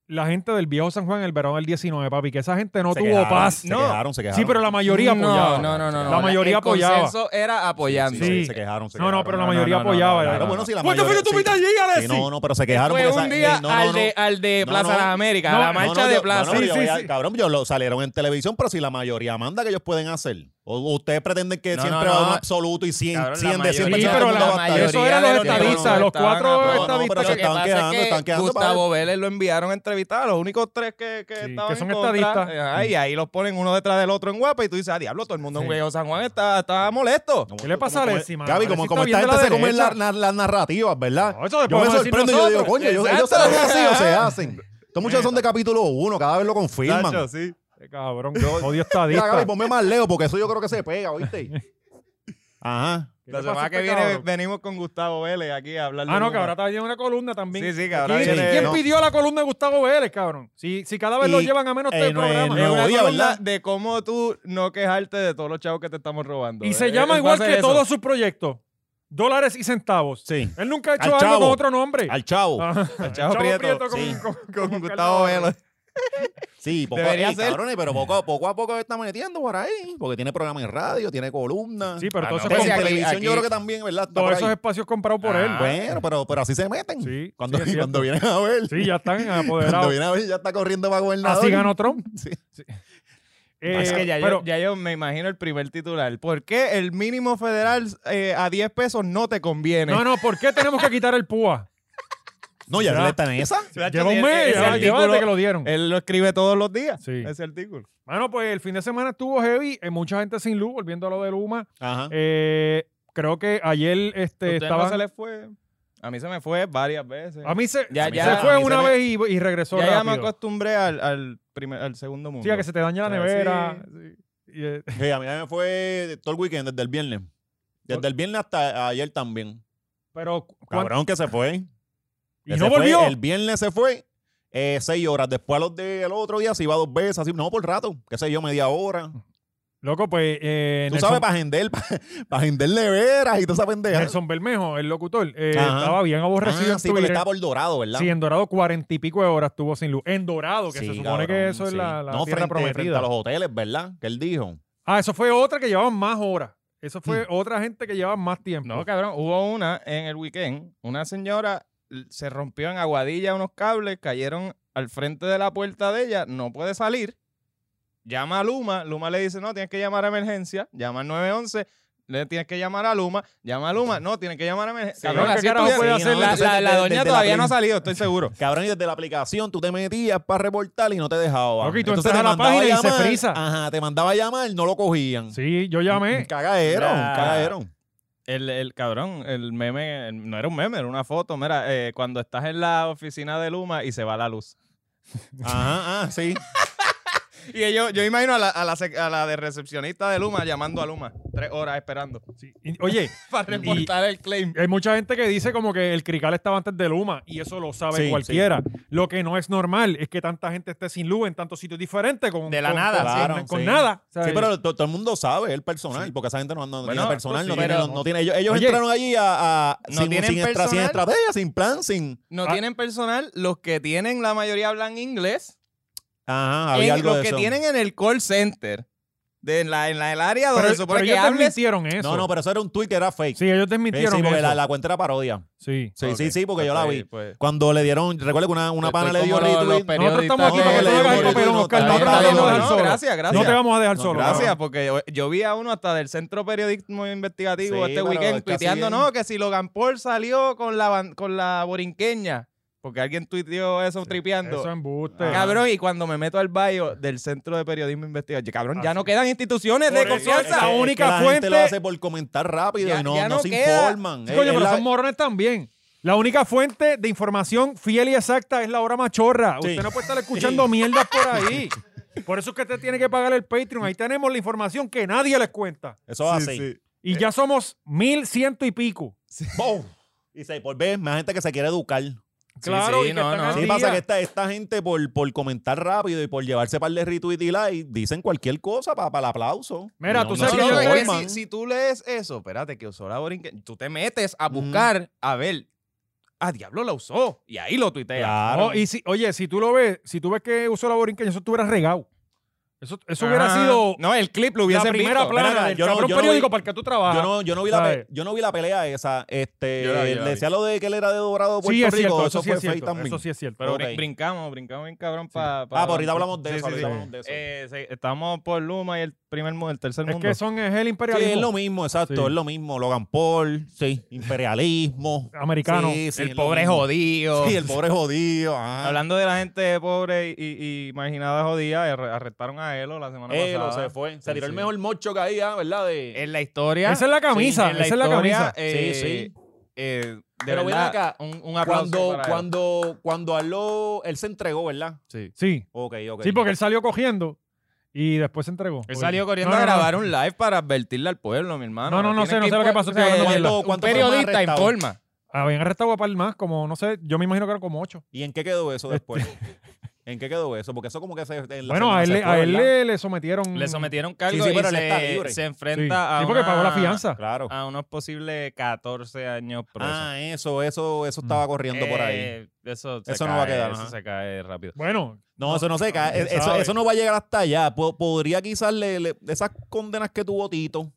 A: La gente del viejo San Juan en el verano del 19, papi. Que esa gente no
C: Se
A: tuvo
C: quejaron,
A: paz.
C: Se
B: No.
C: quejaron, se quejaron.
A: Sí, pero la mayoría apoyaba.
B: No, no, no, no.
A: La mayoría
B: el
A: apoyaba.
B: consenso era apoyando.
C: Sí,
A: Sí.
C: se quejaron, se
A: no, no,
C: quejaron.
A: pero
B: No,
A: la
B: no,
A: mayoría
B: no, no,
A: apoyaba.
B: no,
A: ya.
B: no,
C: Claro, bueno, sí, la
A: ¿Cuánto
C: mayoría.
A: fue que tú viste allí,
C: sí,
A: Alexis?
C: no, no, pero se quejaron
B: Fue
C: porque
B: un
C: esa-
B: día
C: eh, no, no,
B: al,
C: no.
B: De, al de
C: No,
B: Plaza
C: no.
B: de las Américas, a
A: No,
B: la
A: no,
C: No, no,
B: marcha de
C: yo-
B: Plaza.
C: no, no,
A: Sí,
C: yo
A: sí,
C: voy a-
A: sí.
C: Cabrón, yo lo salieron en televisión, pero si la mayoría manda que ellos pueden hacer. O o ustedes pretenden que
B: No,
C: siempre
B: no,
C: va
B: no.
C: un absoluto y 100,
B: Cabrón, la
C: 100 de 100
B: mayoría-
A: Sí,
C: personas
A: pero
C: todo el
A: la
C: mundo va a estar.
A: mayoría- eso era los estadistas, los cuatro
C: No, no, pero
A: estadistas
C: se
A: que
C: estaban quedando, estaban quedando para-
B: Gustavo Vélez lo enviaron a entrevistar, los únicos tres que, que
A: Sí,
B: estaban
A: que son
B: en contra,
A: estadistas.
B: eh, ajá, Y ahí los ponen uno detrás del otro en guapa y tú dices, ah, diablo, todo el mundo en
A: Sí.
B: Viejo San Juan está, está molesto.
C: No,
A: ¿Qué le pasa a
C: como-
A: Alexis, mano?
C: Gaby,
A: Alexis
C: como,
A: está
C: como
A: bien
C: esta
A: de la
C: gente se come
A: derecha.
C: la- la- las narrativas, ¿verdad?
A: No, eso después
B: Pues
C: Yo me
A: vamos a decir
C: sorprendo y yo digo,
A: nosotros.
C: coño, ellos, ellos se
B: Exacto.
C: las hacen o se hacen. Estos muchachos son de capítulo 1, cada vez lo confirman.
B: Nacho, sí.
A: Qué Cabrón, odio estadista.
C: Mira, Gaby, ponme más leo, porque eso yo creo que se pega, ¿oíste? Ajá.
A: ¿Qué le pasa
B: La
A: a
B: semana
A: este
B: que viene
A: cabrón?
B: venimos con Gustavo Vélez aquí a hablar de
A: Ah, no,
B: Luma.
A: que ahora está en una columna también.
B: Sí, sí, que ahora
A: ¿Quién,
B: viene-
A: quién
C: no.
A: pidió la columna de Gustavo Vélez, cabrón? Si, si cada vez lo
C: Y-
A: llevan a menos
C: eh,
A: tres
C: no, eh,
A: programas.
B: Es
C: Nuevo
B: una
C: día,
B: columna
C: ¿verdad?
B: de cómo tú no quejarte de todos los chavos que te estamos robando.
A: y se
B: Eh,
A: llama
B: va a
A: igual
B: ser
A: que
B: eso.
A: todos sus proyectos. Dólares y centavos.
C: Sí.
A: Él nunca ha
C: Al
A: hecho algo
C: chavo.
A: con otro nombre.
C: Al chavo.
A: Ajá.
B: Al Chavo Prieto,
A: con,
B: sí.
A: con-
B: con
A: con
B: Gustavo
A: Carlos.
B: Vélez.
C: Sí, poco
B: Debería
C: a, y
B: ser.
C: cabrones, pero poco a poco a poco está metiendo por ahí, porque tiene programa en radio, tiene columna.
A: Sí, pero
C: Ah,
A: todo
C: no,
A: eso es
C: en
A: con-
C: televisión
B: aquí-
C: yo creo que también, ¿verdad? Está
A: Todos
C: por
A: esos
C: ahí. Ah,
A: espacios comprados por él.
C: Bueno, pero, pero así se meten.
A: Sí,
C: Cuando,
A: sí, es cierto.
C: cuando vienen a ver.
A: Sí, ya están
C: Cuando
A: apoderados.
C: viene a ver ya está corriendo para gobernador.
A: Así ganó Trump.
C: Sí.
A: Eh,
B: es que ya,
A: pero-
B: yo, ya yo me imagino el primer titular. ¿Por qué el mínimo federal eh, a 10 pesos no te conviene?
A: No, no, ¿por qué tenemos que quitar el PUA?
C: No, ya
A: Ya.
C: le está en esa.
A: Lleva un mes,
B: Ese
A: ya, lleva
B: artículo-
A: desde que lo dieron.
B: Él lo escribe todos los días.
A: Sí.
B: Ese artículo.
A: Bueno, pues el fin de semana estuvo heavy, eh, mucha gente sin luz, volviendo a lo de Luma.
C: Ajá.
A: Eh, creo que ayer este,
B: ¿Usted no
A: estaba...
B: se le fue? A mí se me fue varias veces.
A: A mí se,
B: Ya,
A: se
B: ya,
A: fue
B: a mí se
A: una
B: me-
A: vez y, y regresó
B: ya, ya me
A: rápido.
B: acostumbré al, al, primer, al segundo mundo.
A: Sí, a que se te daña la
B: O sea,
A: nevera.
B: sí, sí.
A: y, eh,
C: Sí, a mí me fue de todo el weekend, desde el viernes. Desde el viernes hasta ayer también.
A: pero cu- cuan-
C: Cabrón que se fue.
A: y
C: Se
A: no
C: fue,
A: volvió.
C: el viernes se fue. eh, seis horas. Después a los del otro día se iba dos veces, así, no por rato, qué sé yo, media hora.
A: Loco, pues. Eh,
C: Tú
A: Nelson-
C: sabes, para agender, para agender neveras y toda esa pendeja.
A: Nelson Bermejo, el locutor, eh,
C: Ajá.
A: estaba bien aborrecido
C: Ah,
A: en
C: sí, porque
A: Twitter.
C: estaba por dorado, ¿verdad?
A: Sí, en Dorado cuarenta y pico de horas estuvo sin luz. En Dorado, que se
C: Sí,
A: supone
C: cabrón,
A: que eso es
C: sí.
A: la, la
C: no,
A: tierra
C: frente, frente
A: prometida.
C: a los hoteles, ¿verdad? Que él dijo.
A: Ah, eso fue otra que llevaban más horas. Eso fue
C: Mm.
A: otra gente que llevaba más tiempo.
B: No, cabrón, hubo una en el weekend, una señora l- se rompió en aguadilla unos cables, cayeron al frente de la puerta de ella, no puede salir, llama a Luma, Luma le dice, no, tienes que llamar a emergencia, llama al 911, le tienes que llamar a Luma, llama a Luma, no, tienes que llamar a emergencia.
A: ¿qué carajo puede hacer?
B: la,
C: Entonces,
B: la- la
C: desde-
B: doña
C: desde la
B: todavía no ha
C: prim-
B: salido, estoy seguro.
C: Cabrón, y desde la aplicación tú te metías para reportar y no te dejaban.
A: Ok, tú
C: Entonces
A: entras
C: te
A: a la
C: mandaba
A: página y se
C: llamar,
A: frisa.
C: Ajá, te mandaba a llamar, no lo cogían.
A: Sí, yo
C: Mm,
A: llamé.
C: Cagadero,
B: Ya.
C: cagadero.
B: El, el cabrón, el meme, el- no era un meme, era una foto, mira, eh, cuando estás en la oficina de Luma y se va la luz.
C: Ajá, ah, sí.
B: Y ellos, yo imagino a la, a, la, sec- a la de recepcionista de Luma llamando a Luma, tres horas esperando
A: Sí. Y- Oye,
B: para
A: Y-
B: reportar el claim.
A: hay mucha gente que dice como que el crical estaba antes de Luma y eso lo sabe
C: Sí,
A: cualquiera. Lo que no es normal es que tanta gente esté sin luz en tantos sitios diferentes. Con,
B: De la
A: con-
B: nada,
A: con-
C: claro,
A: con, con
C: sí.
A: nada.
C: Sí,
A: ¿sabes?
C: pero to- todo el mundo sabe, el personal,
B: Sí.
C: porque esa gente no, no
B: Bueno,
C: tiene personal,
B: pues
C: no
B: sí,
C: tiene,
B: pero-
C: no, tiene- ellos, ellos
A: Oye.
C: entraron allí a, a-
B: No
C: sin,
B: tienen
C: sin estra-
B: personal.
C: sin estrategia, sin plan, sin
B: No
A: Ah.
B: tienen personal, los que tienen, la mayoría hablan inglés.
C: Ajá, había
B: En-
C: algo
B: los
C: de
B: que
C: eso.
B: tienen en el call center, de en la, en la- el área donde
A: Pero-
B: se supone
A: pero
B: que
A: ellos
B: hables.
A: desmintieron eso.
C: No, no, pero eso era un tweet que era fake.
A: Sí, ellos
C: Sí,
A: desmintieron
C: sí, porque
A: eso.
C: la, la cuenta era parodia.
A: Sí.
C: Sí,
B: Ok,
C: sí, sí, porque yo la vi.
B: pues.
C: Cuando le dieron, recuerdo que una, una pana le
B: Estoy
C: dio
B: como los- los
C: retweet.
A: Nosotros estamos aquí
B: periodistas
A: para que tú
B: que le
A: hagas el
B: dieron
A: papelón,
B: retweet.
A: Oscar.
B: Está
A: No
B: bien,
A: te
B: está
A: vamos a
B: bien,
C: no,
A: dejar
B: no,
A: solo.
B: Gracias,
A: No
B: gracias.
A: te vamos a dejar
C: No,
A: solo.
C: gracias.
A: cabrón.
B: Gracias, porque yo, yo vi a uno hasta del Centro Periodismo Investigativo
C: Sí,
B: este
C: pero
B: weekend
C: es que así
B: tuiteando,
C: es.
B: no, que si Logan Paul salió con la, ban- con la borinqueña, porque alguien tuiteó eso tripeando.
A: Eso es embuste.
B: Cabrón, y cuando me meto al bio del Centro de Periodismo Investigativo, cabrón, ya
A: Así.
B: no quedan instituciones
A: Por
B: de
A: eso
C: Es que- es
B: confianza.
A: La
C: que
A: única
C: la gente lo
A: fuente-
C: hace por comentar rápido
B: Ya-
C: y no,
B: ya
C: no
B: no
C: se
B: queda.
C: informan. Es-
A: Coño,
C: es
A: pero
C: la-
A: son morones también. La única fuente de información fiel y exacta es la hora machorra.
C: Sí.
A: Usted no puede estar escuchando mierdas por ahí. Por eso es que usted tiene que pagar el Patreon. Ahí tenemos la información que nadie les cuenta.
C: Eso es así. Eh.
A: Y ya somos mil ciento y pico.
C: ¡Boom! Y se por ver más gente que se quiere educar.
A: Claro,
B: sí,
A: y que
B: no,
A: están
B: no.
A: al
C: Sí,
A: día. Oh,
C: pasa que esta, esta gente por, por comentar rápido y por llevarse par de retweet y like, dicen cualquier cosa para el aplauso.
A: Mira,
C: No,
A: tú
C: no
A: sabes
C: se
B: No,
A: que
B: no,
A: yo
B: es que
A: creo-
C: informan.
B: si, si tú lees eso, espérate, que usó la borinqueña, tú te metes a buscar, a ver, ah, diablo la usó, y ahí lo tuitea.
C: Claro.
A: No, y si, oye, si tú lo ves, si tú ves que usó la borinqueña, eso tú hubieras regado. Eso, eso hubiera
C: Ah,
B: Ajá.
A: sido
B: No, el clip lo
A: la
B: hubiese
A: primera
B: visto.
A: plana
C: Ven acá,
A: del
C: yo no-
A: cabrón
C: yo no vi-
A: periódico para el que tú trabajas.
C: Yo no, yo no vi la
A: ¿sabes?
C: pe- yo no vi la pelea esa. Este,
B: Yo la vi, yo la vi.
C: le decía lo de que él era de Dorado de Puerto
A: sí, es
C: Rico.
A: cierto,
C: eso,
A: eso, sí
C: fue
A: es
C: fake
A: cierto.
C: también.
A: Eso sí es cierto.
B: Pero
C: Ok.
B: brin- brincamos, brincamos bien cabrón para...
C: Ah, pues ahorita hablamos de eso, ahorita hablamos de
B: Eh,
C: eso.
B: estamos por Luma y el primer mundo, el tercer
A: es
B: mundo.
A: que son es el
C: Sí,
A: imperialismo
C: es lo mismo, exacto,
A: Sí.
C: es lo mismo. Logan Paul, sí, imperialismo.
A: americano.
C: Sí, sí,
B: el
C: es lo
B: pobre
C: mismo.
B: jodido.
C: Sí, el pobre jodido. ah. ajá.
B: Hablendo de la gente pobre y, y, y marginada jodida, arre- arrestaron a Elo la semana
C: Él o
B: pasada.
C: se fue. Se
B: Sí,
C: tiró el
B: sí.
C: mejor mocho que había, ¿verdad? De...
B: En la historia.
A: Esa es la camisa,
B: Sí, en la
A: esa es la
B: historia,
A: camisa.
B: eh,
C: Sí,
B: eh, de
C: Pero ven
B: verdad,
C: acá,
B: un, un aplauso
C: cuando,
B: para él.
C: cuando, cuando habló, él se entregó, ¿verdad?
B: Sí.
A: Sí.
C: Ok, ok.
A: Sí, porque él salió cogiendo y después se entregó.
B: Él salió corriendo
A: No,
B: a
A: no, no.
B: grabar un live para advertirle al pueblo, mi hermano.
A: No, no, no
B: Tienen
A: sé, no sé lo que
B: info-
A: pasó,
B: o
A: estoy
B: sea,
A: hablando mierda.
B: ¿cuánto-
C: ¿Cuánto
B: un periodista
C: arrestado?
B: informa.
A: Habían arrestado a par más, como, no sé, yo me imagino que eran como ocho.
C: ¿Y en qué quedó eso después? ¿En qué quedó eso? Porque eso como que se... en la
A: Bueno,
C: semana
A: a él,
C: se
A: le-
C: fue,
A: a él
C: ¿verdad?
A: le, le sometieron...
B: Le sometieron cargo
C: Sí, sí,
B: y
C: pero él está
B: se,
C: libre.
B: se
A: Sí,
B: enfrenta
A: sí
B: a
A: porque
B: una-
A: pagó la fianza.
C: Claro.
B: A unos posibles 14 años presos.
C: Ah, eso, eso, eso estaba corriendo por ahí.
B: Eh, Eso, se
C: Eso no
B: cae,
C: va a quedar,
B: Eso
C: ajá.
B: se cae rápido.
A: Bueno,
C: No, eso no se cae.
A: no se
C: eso,
A: sabe.
C: eso no va a llegar hasta allá. Po- podría quizás le- le- esas condenas que tuvo Tito.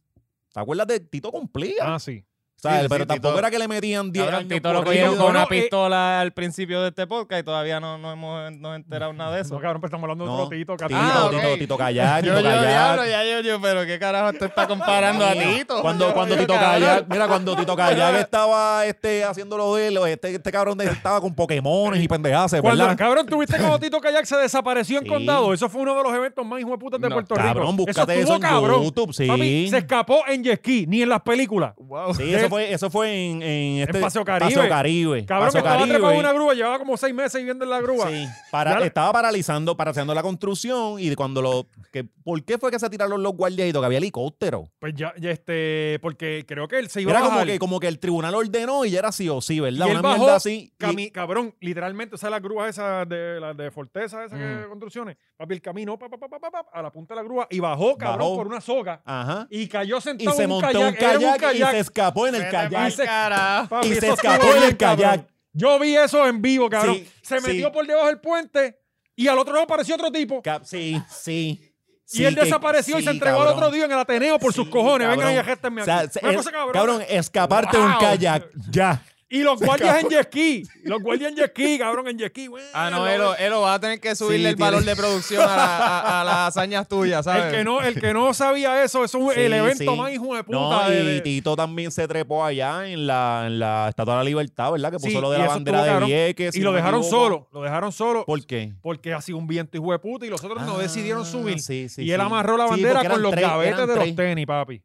C: ¿Te acuerdas de Tito cumplía?
A: ah, sí.
C: O sea,
B: sí,
C: pero
B: sí,
C: tampoco
B: Tito-
C: era que le metían 10
B: Cabrón,
C: años.
B: Tito lo
C: corridos.
B: cogieron con
A: Bueno,
B: una
A: eh,
B: pistola al principio de este podcast y todavía no, no hemos, no hemos enterado nada de eso.
A: No, cabrón, pero estamos hablando de
C: No,
A: otro Tito.
C: Tito,
A: Catito.
B: Ah, ok.
C: Tito, Tito Callar, Tito
B: diablo,
C: Callar.
B: ya yo, yo, pero qué carajo te está comparando a Tito.
C: Cuando,
B: Yo,
C: cuando
B: yo,
C: Tito
B: cabrón.
C: Callar, mira, cuando Tito Callar estaba este, haciendo lo de él, este, este cabrón de- estaba con Pokémones y pendejadas,
A: Cuando,
C: ¿verdad?
A: cabrón, tuviste como Tito Kayak se desapareció en
C: Sí.
A: condado. Eso fue uno de los eventos más hijo de putas de
B: No,
A: Puerto Rico.
C: Cabrón, búscate
A: estuvo
C: eso en
A: cabrón.
C: YouTube, sí.
A: Papi, se escapó en jet ski, ni en las películas.
B: Wow.
C: Sí,
A: de
C: eso eso fue, eso fue en, en este
A: Paseo Caribe.
C: Paseo Caribe.
A: Cabrón, que
C: Paseo
A: estaba trepado en
C: Caribe.
A: una grúa, llevaba como seis meses viviendo en la grúa.
C: Sí,
A: Ya
C: para,
A: lo-
C: estaba paralizando, paralizando la construcción y cuando lo... Que, ¿Por qué fue que se tiraron los guardias y todo? Que había helicóptero.
A: Pues ya, ya, este, porque creo que él se iba
C: Era
A: a bajar.
C: como que, como que el tribunal ordenó y ya era sí o sí, ¿verdad?
A: Y él
C: Una
A: bajó,
C: mierda así. y-
A: Cami- cabrón, literalmente, o sea, las grúas esas de, las de Forteza, esas que
B: Mm.
A: construcciones. Papi, el camino, pa, pa, pa, pa, pa, pa, a la punta de la grúa y bajó, cabrón,
C: Bajó.
A: por una soga
C: Ajá.
A: y cayó
C: Y
A: sentado
C: se
A: en un
C: montó un
A: kayak. Era
C: kayak,
A: un kayak.
C: y se escapó en el
B: Vete pa'l
C: kayak.
A: se-
B: carajo.
A: Papi,
C: y
A: eso
C: se
A: estuvo
C: escapó en
A: bien,
C: el
A: cabrón.
C: kayak.
A: Yo vi eso en vivo, cabrón.
C: Sí,
A: se metió
C: sí.
A: por debajo del puente y al otro lado apareció otro tipo.
C: Cap- Sí, sí.
A: y él desapareció y se entregó al otro día en el Ateneo por sus cojones. Vengan y
C: agéstenme
A: agéstenme
C: o
A: aquí.
C: sea,
A: Una
C: el-
A: cosa
C: cabrón.
A: cabrona.
C: escaparte de un
A: Wow.
C: kayak. Ya.
A: Y los guardias en jet ski. Los guardias en jet ski, cabrón, en jet ski. güey.
B: Ah, no,
A: Lo-
B: Elo, Elo va a tener que subirle el
C: tiene-
B: valor de producción a, la- a- a las hazañas tuyas, ¿sabes?
A: El que, no, el que no sabía eso, eso es
C: eh. Sí,
A: el evento
C: sí.
A: más hijo de puta.
C: No,
A: de-
C: y
A: de-
C: Tito también se trepó allá en la, en la Estatua de la Libertad, ¿verdad? Que puso
A: Sí,
C: lo de
A: y
C: la
A: eso
C: bandera
A: estuvo
C: de
A: cabrón.
C: Vieques.
A: y
C: si
A: lo
C: no me
A: dejaron
C: equivoco.
A: solo, lo dejaron solo
C: ¿Por qué?
A: porque ha sido un viento hijo de puta y los otros no
C: Ah,
A: decidieron subir.
C: sí, sí,
A: y él
C: sí.
A: amarró la
C: Sí,
A: bandera
C: porque
A: con
C: eran
A: los
C: tres,
A: gavetes
C: eran
A: de
C: tres.
A: los tenis, papi.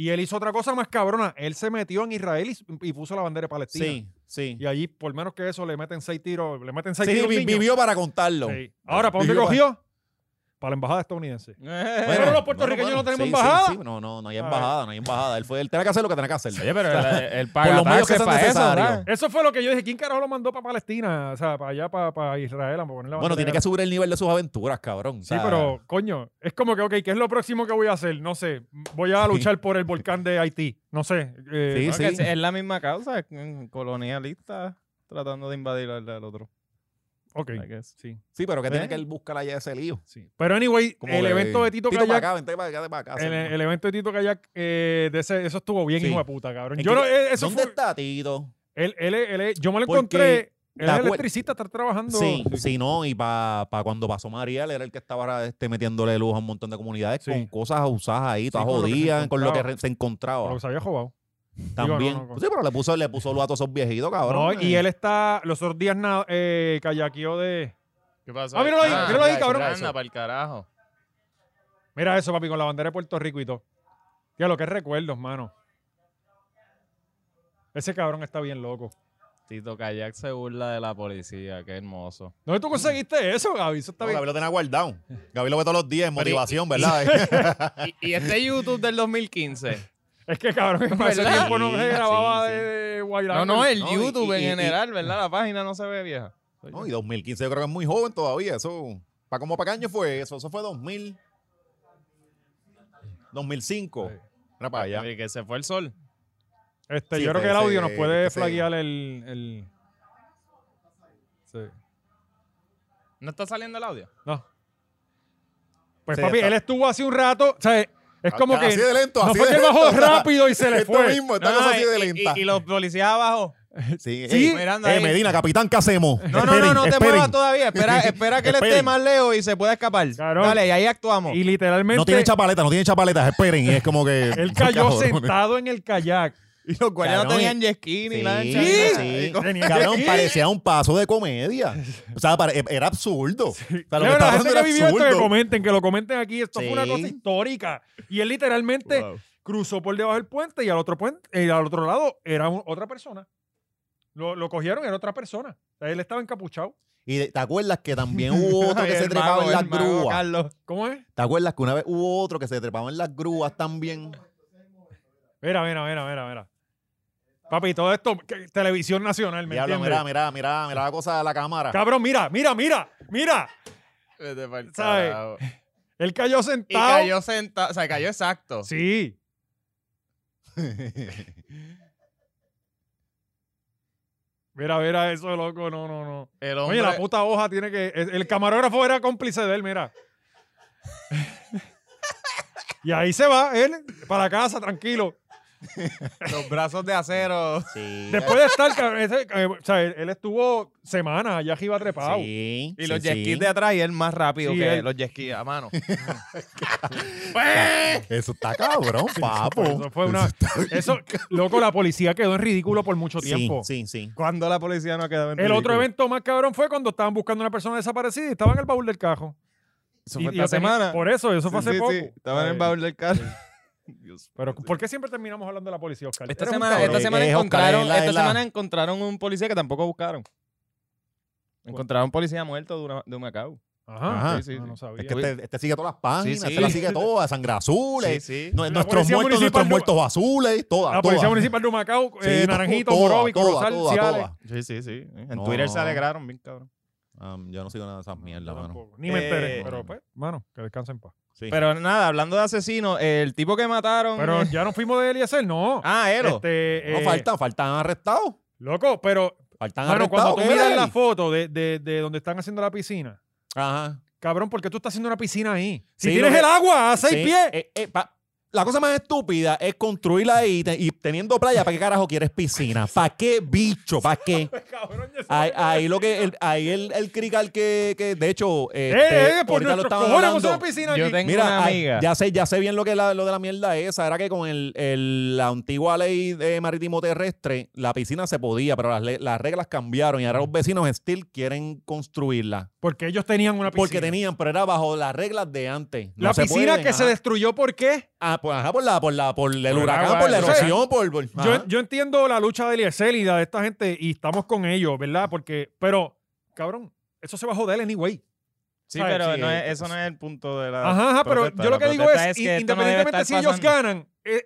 A: Y él hizo otra cosa más cabrona. Él se metió en Israel y, y puso la bandera de Palestina.
C: Sí, sí.
A: Y allí, por menos que eso, le meten seis tiros. Le meten seis
C: Sí,
A: tiros.
C: vi-
A: al niño.
C: vivió para contarlo.
A: Sí. Ahora, ¿para dónde
C: Vivió
A: cogió? Para la embajada estadounidense.
B: Oye,
A: Bueno,
B: eh,
A: los puertorriqueños no tenemos embajada.
C: sí, sí. No, no, no hay embajada, no hay embajada. Él fue, él tenía que hacer lo que tenía que hacer.
B: pero el, el
C: Por los medios que
B: pagataxes
C: sean
B: para eso,
C: necesarios.
B: ¿verdad?
A: Eso fue lo que yo dije. ¿Quién carajo lo mandó para Palestina? O sea, para allá, para, para Israel. a poner la
C: Bueno,
A: bandera?
C: tiene que subir el nivel de sus aventuras, cabrón. O
A: Sí,
C: sea,
A: pero, coño, es como que, ok, ¿qué es lo próximo que voy a hacer? No sé, voy a luchar por el volcán de Haití. No sé. eh,
C: Sí,
B: No, que
C: sí.
B: Es la misma causa, mm, colonialista tratando de invadir al, al otro.
A: Ok,
B: I guess.
A: sí,
C: Sí, pero que tiene
B: ¿Eh?
C: que él buscar allá ese lío.
A: sí. Pero, anyway,
C: Como
A: el
C: que,
A: evento de Tito,
C: Tito para
A: Kayak,
C: acá, vente para acá, vente para acá.
A: el,
C: señor.
A: el evento de Tito Kayak, eh, de ese- eso estuvo bien,
C: Sí.
A: hijo de puta, cabrón.
C: ¿En
A: Yo,
C: qué-
A: no- eh, eso
C: ¿Dónde
A: fue,
C: está Tito?
A: él- él- él- yo me lo
C: Porque,
A: encontré,
C: ¿te
A: él es
C: acuer-
A: electricista, está trabajando.
C: Sí, sí, no, y para cuando pasó María, él era el que estaba este, metiéndole luz a un montón de comunidades
A: Sí.
C: con cosas usadas ahí, todas
A: con lo que se
C: jodidas, con lo que
A: encontraba.
C: re- se encontraba.
A: Lo que se había jugado.
C: también.
A: no, no, con-
C: Sí, pero le puso, le puso luz a todos esos viejitos, cabrón. eh.
A: No, y él está los otros días na- eh, kayaqueó de.
B: ¿Qué pasó?
A: Ah, míralo ahí, míralo ahí, cabrón.
B: Anda, para el carajo.
A: Mira eso, papi, con la bandera de Puerto Rico y todo. Ya lo que recuerdos, mano. Ese cabrón está bien loco.
B: Tito Kayak se burla de la policía, qué hermoso.
A: ¿Dónde tú conseguiste eso, Gaby? Eso está
C: No,
A: bien.
C: Gaby lo tenía guardado. Gaby lo ve todos los días en
B: Pero y-
C: motivación, ¿verdad?
B: Y, y este YouTube del 2015.
A: Es que, cabrón, para ese
B: ¿Verdad?
A: tiempo no se
C: Sí,
A: grababa
C: sí, sí.
A: de Wild
B: No, no,
A: Angle.
B: el
C: No, y-
B: YouTube
C: y-
B: en
C: y-
B: general, ¿verdad? La página no se ve vieja.
C: No, y 2015 yo creo que es muy joven todavía. Eso, ¿para cómo para qué año fue eso? Eso fue 2000. 2005. Era para allá.
B: Y que se fue el sol.
A: Este,
C: Sí,
A: yo creo
C: ese-
A: que el audio
C: ese-
A: nos puede
C: ese-
A: flaguear el. el... Sí.
B: ¿No está saliendo el audio?
A: No. Pues,
C: Sí,
A: papi,
C: está. Ah,
A: él estuvo hace un rato. O sea, es como
C: Así de
A: que.
C: lento,
A: No
C: así
A: fue
C: de
A: que él
C: lento,
A: bajó
C: o sea,
A: rápido y se le
C: esto
A: fue.
C: mismo, esta
B: No,
C: cosa
B: no,
C: así de
B: Ah, y- y-
C: lenta.
B: Y, los policías abajo.
C: Sí, eh,
A: Sí.
B: Mirando
C: eh,
B: ahí.
C: Medina, capitán, ¿qué hacemos?
B: No, no, no, no te muevas todavía. Espera, espera que él esté
C: Esperen.
B: más lejos y se pueda escapar.
A: Claro.
B: Dale, y ahí actuamos.
A: Y literalmente.
C: No tiene chapaleta, no tiene chapaletas, esperen. Y es como que.
A: él cayó
C: Cabrón.
A: sentado en el kayak.
B: Y los guardias no
C: Cabrón,
B: tenían jet ski ni
C: Sí,
B: lancha.
A: sí.
B: ni nada.
C: sí.
B: Y como-
A: Tenía
C: Cabrón,
A: jet ski.
C: parecía un paso de comedia. O sea, pare- era absurdo. O sea, lo que
A: Claro, la
C: estaba
A: gente
C: haciendo
A: que vivió esto que
C: absurdo.
A: comenten, que lo comenten aquí. Esto fue una
C: Sí.
A: cosa histórica. Y él literalmente
C: Wow.
A: cruzó por debajo del puente y al otro puente, eh, al otro lado era un- otra persona. Lo, lo cogieron, era otra persona. O sea, Él estaba encapuchado.
C: Y de- te acuerdas que también hubo otro que se
B: El
C: trepaba
B: mago,
C: en las
B: el mago
C: grúas.
B: Carlos.
A: ¿Cómo es?
C: ¿Te acuerdas que una vez hubo otro que se trepaba en las grúas también?
A: Mira, mira, mira, mira, mira. Papi, todo esto, que- televisión nacional, ¿me
C: Diablo,
A: entiendes?
C: mira, mira, mira, mira la cosa de la cámara.
A: Cabrón, mira, mira, mira, mira.
B: Vete pa'l
A: ¿Sabe?
B: carajo.
A: Él cayó
B: Y
A: sentado.
B: cayó sentado, o sea, cayó exacto.
A: Sí. Mira, mira, eso, loco, no, no, no.
B: El
A: Oye,
B: hombre,
A: la puta hoja tiene que. El el camarógrafo era cómplice de él, mira. y ahí se va él para casa, tranquilo.
B: los brazos de acero.
C: sí.
A: Después de estar. cabrón, ese- eh, o sea, él, él estuvo semanas allá arriba trepado.
C: Sí,
B: Y los
C: sí,
B: jet
C: sí.
B: skis de atrás y él más rápido
A: Sí,
B: que
A: él-
B: los jet skis a mano.
C: Eso está cabrón, papo.
A: Pues, Eso fue una. Eso, loco, la policía quedó en ridículo por mucho
C: Sí,
A: tiempo.
C: sí, sí.
B: Cuando la policía no ha quedado en
A: El otro
B: ridículo?
A: evento más cabrón fue cuando estaban buscando una persona desaparecida y estaba en el baúl del cajo.
B: Eso
A: Y-
B: fue
A: y
B: esta
A: yo tenía-
B: semana.
A: Por eso, eso fue
B: Sí,
A: hace
B: sí,
A: poco.
B: sí. Estaba en el baúl del carro. Dios
A: Pero,
B: mío.
A: ¿por qué siempre terminamos hablando de la policía, Oscar?
B: Esta
A: Eres un
B: semana,
A: cabrón.
B: esta
C: Eh,
B: semana
C: eh, Oscar,
B: encontraron,
C: es la-
B: esta
C: es la-
B: semana encontraron un policía que tampoco buscaron. Encontraron un policía muerto de, una, de un Macao.
A: Ajá,
B: Sí, sí,
A: Ah,
B: sí.
A: no sabía.
C: Es que este, este sigue todas las páginas,
B: Sí, sí.
C: se las sigue todas, sangre azul, eh,
B: sí.
C: no-
A: La
C: nuestros
A: Policía Municipal
C: muertos, nuestros
A: de-
C: muertos azules, todas.
A: la Policía
C: todas.
A: Municipal de Humacao,
C: Sí,
A: eh,
C: to-
A: Naranjito,
C: todas,
A: Morovi,
C: todas,
A: Corozal,
C: todas,
A: Ciales.
C: todas.
B: Sí, sí, sí. En
C: No,
B: Twitter se
C: no.
B: alegraron, bien cabrón.
C: Ah, yo no sigo nada de esas mierdas,
A: Yo
C: mano.
A: tampoco. Ni me
B: Eh,
A: enteré, pero pues, mano, que descansen en paz.
C: Sí.
B: Pero nada, hablando de asesinos, el tipo que mataron.
A: Pero
B: eh,
A: ya no fuimos de Eliezer, no.
B: ah, Ero.
A: Este,
C: no
A: eh,
C: faltan, faltan arrestados.
A: Loco, pero
C: Faltan
A: mano,
C: arrestados.
A: cuando tú
C: ¿qué
A: miras
C: hay?
A: la foto de, de, de donde están haciendo la piscina,
C: Ajá.
A: cabrón, ¿por qué tú estás haciendo una piscina ahí? Si
C: Sí,
A: tienes
C: lo que-
A: el agua a seis
C: Sí,
A: pies.
C: eh, eh, pa- la cosa más estúpida es construirla ahí y, te- y teniendo playa, ¿para qué carajo quieres piscina? ¿Para qué bicho? ¿Para qué?
A: Cabrón, ya
C: Ahí,
A: sabes.
C: ahí lo que el, ahí el, el crical que, que de hecho
A: Eh,
C: este,
A: eh, por
C: ahorita lo
A: nuestros
C: estaban
A: cojones, vamos a hacer una
C: hablando.
A: piscina
B: Yo
A: aquí.
B: tengo- una
C: ay,
B: amiga.
C: ya sé, ya sé bien lo que la- lo de la mierda esa. Era que con el, el- la antigua ley de marítimo terrestre, la piscina se podía, pero las, le- las reglas cambiaron y ahora los vecinos still quieren construirla.
A: Porque ellos tenían una piscina.
C: Porque tenían, pero era bajo las reglas de antes. No
A: la
C: se
A: piscina
C: pueden,
A: que se
C: ajá.
A: destruyó, ¿por qué?
C: Ah, pues, ajá, por la, por la, por el
B: el
C: huracán,
B: agua,
C: por la
B: el huracán.
C: erosión, por, por- ajá.
A: Yo, yo entiendo la lucha de Eliezer y la de esta gente y estamos con ellos, ¿verdad? Porque, pero, cabrón, eso se va a joder anyway.
B: Sí,
A: ¿sabes?
B: pero
C: Sí,
B: no es-
C: eh,
B: eso no es el punto de
C: Ah,
B: la.
A: Ajá, ajá, pero
B: protesta.
A: yo lo
B: La
A: que digo es,
B: protesta
A: in-
B: que esto no debe
A: independientemente
B: estar
A: si ellos
B: pasando.
A: ganan, eh,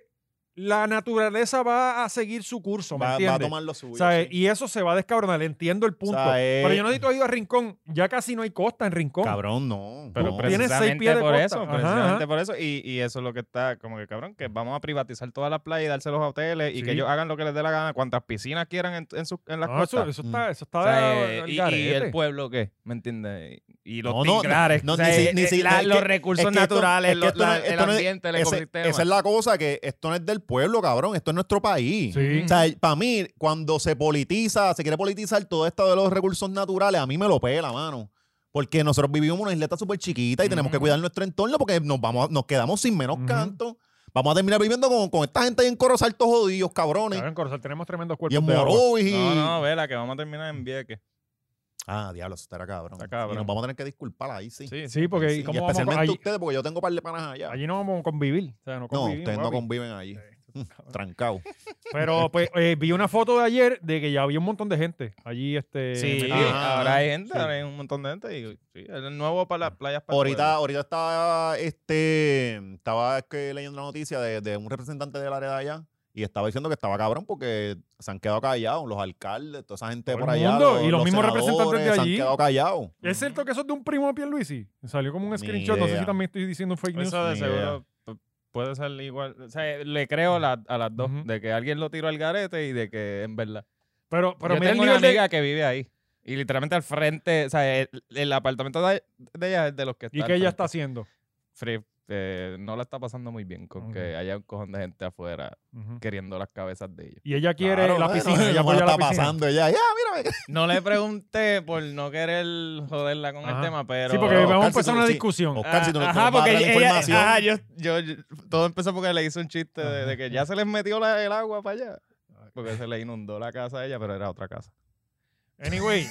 A: la naturaleza va a seguir su curso, ¿me
C: va, va a
A: entiendes?
C: tomar lo suyo.
A: ¿Sabes?
C: sí.
A: Y eso se va a descabronar, entiendo el punto.
C: sea, eh,
A: Pero yo no necesito ir a Rincón, ya casi no hay costa en Rincón.
C: Cabrón, no.
B: Pero
C: no.
A: presi- Tienes seis
B: precisamente
A: pies de
B: por
A: costa.
B: eso,
A: Ajá,
B: precisamente
A: ajá.
B: por eso. Y, y eso es lo que está, como que cabrón, que vamos a privatizar todas las playas y dárselos a hoteles y
A: Sí.
B: que ellos hagan lo que les dé la gana, cuantas piscinas quieran en, en, sus- en las
A: No, eso,
B: costas.
A: eso
C: Mm.
A: está, eso está
B: O sea, eh,
A: al
B: y, y
A: garete.
B: el pueblo, ¿qué? ¿Me entiendes? Y los
C: No, no,
B: tiglares.
C: no,
B: o sea,
C: ni si-
B: eh,
C: ni si-
B: la-
C: no, es
B: los
C: que-
B: recursos
C: es que esto-
B: naturales,
C: es que
B: lo-
C: esto no
B: la-
C: es-
B: el
C: esto no es-
B: ambiente, el
C: ese-
B: ecosistema.
C: esa es la cosa, que esto no es del pueblo, cabrón. Esto es nuestro país.
A: Sí.
C: O sea, para mí, cuando se politiza, se quiere politizar todo esto de los recursos naturales, a mí me lo pela, mano. Porque nosotros vivimos en una isleta súper chiquita y tenemos que
B: Ujú.
C: cuidar nuestro entorno porque nos, vamos, a- nos quedamos sin menos
A: Ujú.
C: canto. Vamos a terminar viviendo con, con esta gente ahí en Corozal, todos jodidos, cabrones.
A: Cabrón, en Corozal tenemos tremendos
C: y
A: cuerpos.
C: en
A: de agua.
C: Morovis y...
B: No, no, vela, que vamos a terminar en Vieques.
C: Ah, diablo, eso estará cabrón.
B: Está cabrón.
C: Y nos vamos a tener que disculpar ahí, sí.
B: Sí,
A: Sí, porque
C: Sí,
A: ¿y
C: y
A: ¿cómo vamos a-
C: especialmente
A: allí,
C: ustedes, porque yo tengo un par de panas allá.
A: allí no vamos a convivir. O sea, no
C: no,
A: convivimos,
C: ustedes no
A: papi.
C: conviven allí.
A: Sí, cabrón.
C: Trancado.
A: Pero pues eh, vi una foto de ayer de que ya había un montón de gente allí este
B: Sí,
C: eh,
B: Ah.
A: metida.
C: ajá,
B: ahora
C: ajá.
B: hay gente,
A: Sí.
B: ahora hay un montón de gente. Y, sí, es el nuevo para las playas. Para el
C: Ah. Ahorita,
B: pueblo.
C: ahorita estaba, este, estaba es que leyendo la noticia de, de un representante del área de allá y estaba diciendo que estaba cabrón porque se han quedado callados los alcaldes, toda esa gente
A: Todo el
C: por allá.
A: mundo, y los mismos
C: senadores
A: representantes de
C: se
A: allí.
C: han quedado callados.
A: ¿Es cierto que eso es de un primo de Pierluisi? Salió como un
C: Ni
A: screenshot, no sé si
C: idea.
A: también estoy diciendo un fake news.
B: Eso de
C: Ni
B: seguro p- puede ser igual. O sea, le creo a, la- a las dos.
A: Ujú.
B: De que alguien lo tiró al garete y de que en verdad.
A: Pero, pero
B: Yo
A: mira el
B: tengo una
A: nivel de...
B: amiga que vive ahí. Y literalmente al frente, o sea, el, el apartamento de, de ella es de los que está.
A: ¿Y
B: al
A: qué ella
B: frente.
A: está haciendo?
B: Free, eh, no la está pasando muy bien con
A: Ok.
B: que haya un cojón de gente afuera
A: Ujú.
B: queriendo las cabezas de ella.
A: Y ella quiere
C: Claro,
A: la
C: mano,
A: piscina, ella
C: ¿cómo
A: apoya la
C: está
A: piscina.
C: pasando ella? Ya, mira.
B: No le pregunté por no querer joderla con
A: Ajá.
B: el tema, pero.
A: Sí, porque
C: Pero,
A: vamos a
C: Oscar, si
A: empezar
C: tú-
A: una
C: sí.
A: discusión.
C: Oscar, si tú no-
B: Ah,
C: tú nos
B: ajá,
C: vas a
B: porque
C: traer la
B: ella,
C: información.
B: ajá, yo, yo- yo- todo empezó porque le hice un chiste de,
A: Ajá.
B: de que ya se les metió la- el agua para allá. Porque se le inundó la casa a ella, pero era otra casa.
A: Anyway,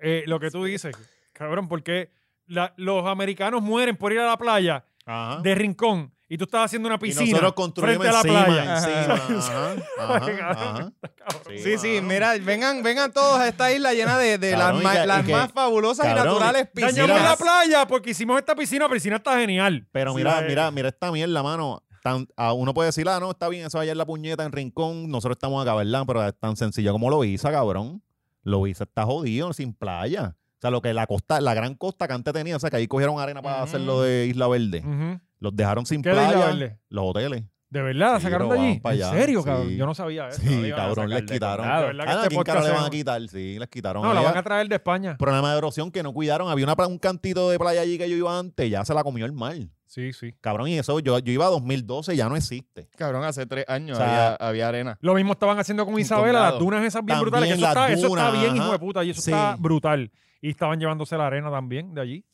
A: eh, lo que tú dices, cabrón, porque la- los americanos mueren por ir a la playa
C: Ajá.
A: de Rincón y tú estás haciendo una
C: Y
A: piscina
C: nosotros
A: frente
C: construimos
A: a la
C: encima,
A: playa.
C: encima.
A: Ajá.
C: Ajá, ajá, ajá.
A: Cabrón.
C: Sí,
B: Sí, sí,
C: mano.
B: mira, vengan, vengan todos a esta isla llena de, de las,
C: Cabrón, y
B: ma-
C: que- y
B: las
C: que-
B: más fabulosas
C: cabrón,
B: y naturales
A: Dañamos
B: piscinas.
A: la playa porque hicimos esta piscina, la piscina está genial.
C: Pero
A: Sí,
C: mira,
A: eh,
C: mira, mira esta mierda, mano. Tan- a uno puede decir, ah, no, está bien, eso allá en la puñeta, en Rincón, nosotros estamos acá, ¿verdad? Pero es tan sencillo como lo hizo, cabrón. Lo hizo está jodido, sin playa. O sea, lo que la costa, la gran costa que antes tenía, o sea, que ahí cogieron arena para
B: Ujú.
C: hacer lo de Isla Verde.
A: ujú.
C: Los dejaron sin
A: Mm. ¿Qué de Isla
C: playa.
A: Verde?
C: Los hoteles.
A: De verdad, la
C: Sí,
A: sacaron
C: lo
A: de allí.
C: vamos pa'
A: ¿En
C: allá,
A: serio,
C: sí.
A: cabrón? Yo no sabía eso.
C: Sí,
B: le iban a
C: cabrón,
B: sacar
C: les
B: de
C: quitaron.
B: condado.
A: De verdad que
C: Ah,
A: este
C: ¿a quién caro
A: podcast
C: le van
A: es-
C: a quitar? Sí, les quitaron.
A: No, la
C: allá.
A: van a traer de España.
C: Problema de erosión que no cuidaron. Había una, pla- un cantito de playa allí que yo iba antes, ya se la comió el mar.
A: Sí, sí.
C: Cabrón, y eso, yo, yo iba a 2012, ya no existe.
B: Cabrón, hace tres años
C: O sea,
B: había, había arena.
A: Lo mismo estaban haciendo con
B: Un
A: Isabela, las
B: condado.
A: dunas esas bien
C: También
A: brutales. Que eso,
C: las
A: está, eso está
C: dunas,
A: bien, hijo
C: ajá.
A: de puta, y eso
C: Sí.
A: está brutal. Y estaban llevándose la arena también de allí.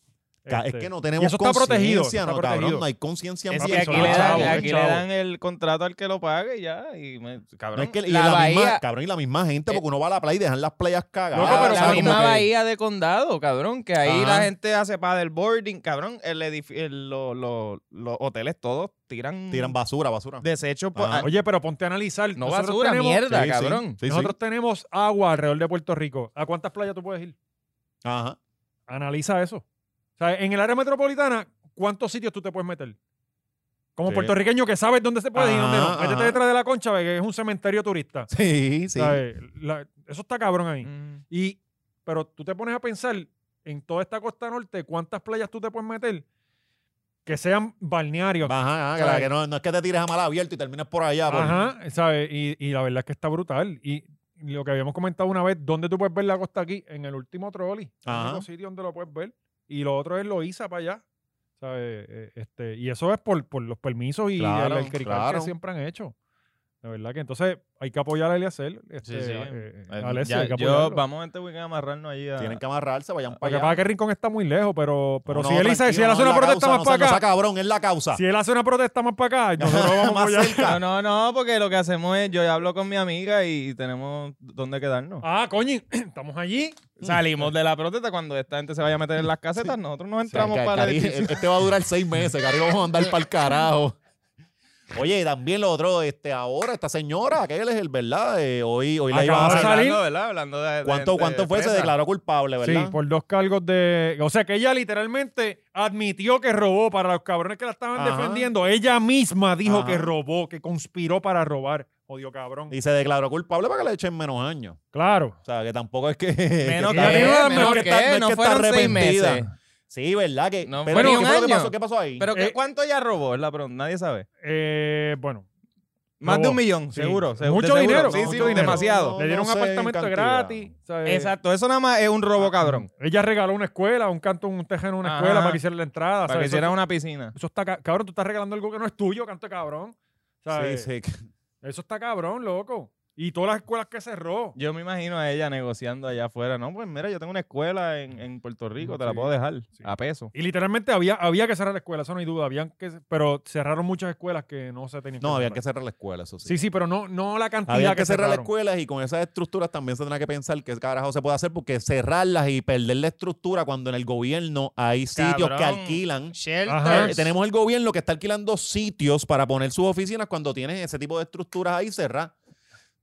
C: Ca-
A: Este,
C: Es que no tenemos
A: y eso está protegido,
C: conciencia,
A: está
C: no, cabrón,
A: protegido.
C: no hay conciencia
B: Es
A: Papi,
B: que
A: son
C: ambiental.
B: aquí, le
A: los
B: dan,
A: chavos,
B: aquí
A: chavos.
B: le dan el contrato al que lo pague y ya. Y me- cabrón,
C: No, es que- y,
B: la
C: la misma,
B: bahía-
C: cabrón, y la misma gente,
B: Eh.
C: porque uno va a la playa y dejan las playas cagadas.
A: Loco, pero
C: o
B: la
C: sea, como
B: misma
C: que-
B: bahía de condado, cabrón, que ahí
C: Ah, Ajá.
B: la gente hace paddleboarding, cabrón. El edifi- el- lo- lo- los hoteles todos tiran,
C: Tiran basura, basura.
B: desechos. por-
C: Ajá.
B: ah,
A: pues, Oye, pero ponte a analizar.
B: no
A: Nosotros
B: basura,
A: tenemos-
C: Sí,
B: mierda,
C: sí,
B: cabrón.
C: sí, sí.
A: Nosotros tenemos agua alrededor de Puerto Rico. ¿A cuántas playas tú puedes ir?
C: Ajá.
A: Analiza eso. O sea, en el área metropolitana, ¿cuántos sitios tú te puedes meter? Como
C: Sí.
A: puertorriqueño que sabes dónde se puede ir y dónde no.
C: Ajá,
A: Métete
C: ajá.
A: detrás de la concha, ve, que es un cementerio turista.
C: Sí, sí.
A: ¿Sabes? La- eso está cabrón ahí.
B: Mm.
A: Y, pero tú te pones a pensar en toda esta costa norte, cuántas playas tú te puedes meter que sean balnearios.
C: Ajá, ajá, que la- que no, no es que te tires a mal abierto y termines por allá. por-
A: Ajá, ¿sabes? Y, y la verdad es que está brutal. Y lo que habíamos comentado una vez, ¿dónde tú puedes ver la costa aquí? En el último trolley.
C: Ajá.
A: El único sitio donde lo puedes ver. Y lo otro es Loiza para allá. ¿Sabes? Eh, Este, y eso es por, por los permisos y
C: Claro,
A: el alquerical
C: claro.
A: que siempre han hecho. La verdad que entonces hay que apoyar a Eliezer. Este,
B: sí.
A: a- eh,
B: Eh,
A: a Eliezer,
B: ya-
A: hay que
B: yo,
A: apoyarlo.
B: vamos a este weekend a amarrarnos ahí a...
C: Tienen que amarrarse, vayan
A: Lo que
C: para
A: pasa
C: allá.
A: es que Rincón está muy lejos, pero, pero
C: No,
A: si,
C: no,
A: él hizo- si
C: tranquilo,
A: él hace
C: no,
A: una
C: es la
A: protesta
C: causa,
A: más
C: no sea-
A: para
C: no sea
A: acá,
C: cabrón, es la causa.
A: si él hace una protesta más para acá, nosotros vamos
C: Más
A: para allá.
C: cerca.
B: No, no, no, porque lo que hacemos es, yo hablo con mi amiga y tenemos dónde quedarnos.
A: Ah, coño, estamos allí.
B: Salimos de la protesta cuando esta gente se vaya a meter en las casetas, nosotros nos entramos
C: Ca-
B: para el
C: Cari-
B: edificio.
C: este va a durar seis meses, Cari, lo vamos a mandar para el carajo. Oye, y también lo otro, este, ahora, esta señora, que él es el verdad, Eh, hoy, hoy la iban
A: Acaba
C: a
A: de
C: sacar.
A: salir.
B: Hablando, ¿verdad? Hablando de- de
C: ¿Cuánto,
B: gente
C: cuánto fue? Se
B: presa.
C: declaró culpable, ¿verdad?
A: Sí, por dos cargos de. O sea que ella literalmente admitió que robó para los cabrones que la estaban
C: Ajá.
A: defendiendo. Ella misma dijo
C: Ajá.
A: que robó, que conspiró para robar. Odio cabrón.
C: Y se declaró culpable para que le echen menos años.
A: Claro.
C: O sea, que tampoco es que...
B: Menos
A: que
B: que,
A: está bien,
B: menos
A: no es
B: que, no fueron seis meses.
C: Sí, ¿verdad? Que,
B: No,
C: pero,
B: bueno,
C: ¿qué
B: un
C: fue lo que
B: año.
C: pasó? ¿Qué pasó ahí?
B: Pero que,
A: Eh,
B: ¿cuánto ya robó? Es la pregunta, nadie sabe.
A: Eh, bueno,
B: Más
A: robó.
B: de un millón,
A: Sí.
B: seguro. se-
A: Mucho
B: de seguro.
A: dinero,
B: Sí, sí,
A: mucho dinero.
B: demasiado.
C: No,
A: le dieron
C: no
A: un
C: sé en
A: apartamento
C: cantidad.
A: gratis. ¿sabes?
B: Exacto, eso nada más es un
A: Ah,
B: robo cabrón.
A: Ella regaló una escuela, un canto, un tejeno, una
B: Ajá.
A: escuela para que hicieran la entrada.
B: Para
A: ¿sabes?
B: que
A: Eso-
B: hicieran una piscina.
A: Eso está ca- cabrón, tú estás regalando algo que no es tuyo, canto de cabrón.
C: Sí,
A: ¿Sabes?
C: sí.
A: Eso está cabrón, loco. Y todas las escuelas que cerró.
B: Yo me imagino a ella negociando allá afuera. No, pues mira, yo tengo una escuela en, en Puerto Rico, te la
A: Sí,
B: puedo dejar
A: sí.
B: a peso.
A: Y literalmente había, había que cerrar la escuela, eso no hay duda. Habían que, pero cerraron muchas escuelas que no se tenían
C: No, había que
A: cerrar.
C: cerrar la escuela, eso sí.
A: Sí, sí, pero no, no la cantidad
C: Había que,
A: que
C: cerrar las
A: cerraron.
C: escuelas y con esas estructuras también se tendrá que pensar qué carajo se puede hacer porque cerrarlas y perder la estructura cuando en el gobierno hay sitios que
B: Cabrón.
C: alquilan.
A: Ajá.
C: Eh, Tenemos el gobierno que está alquilando sitios para poner sus oficinas cuando tienes ese tipo de estructuras ahí cerradas.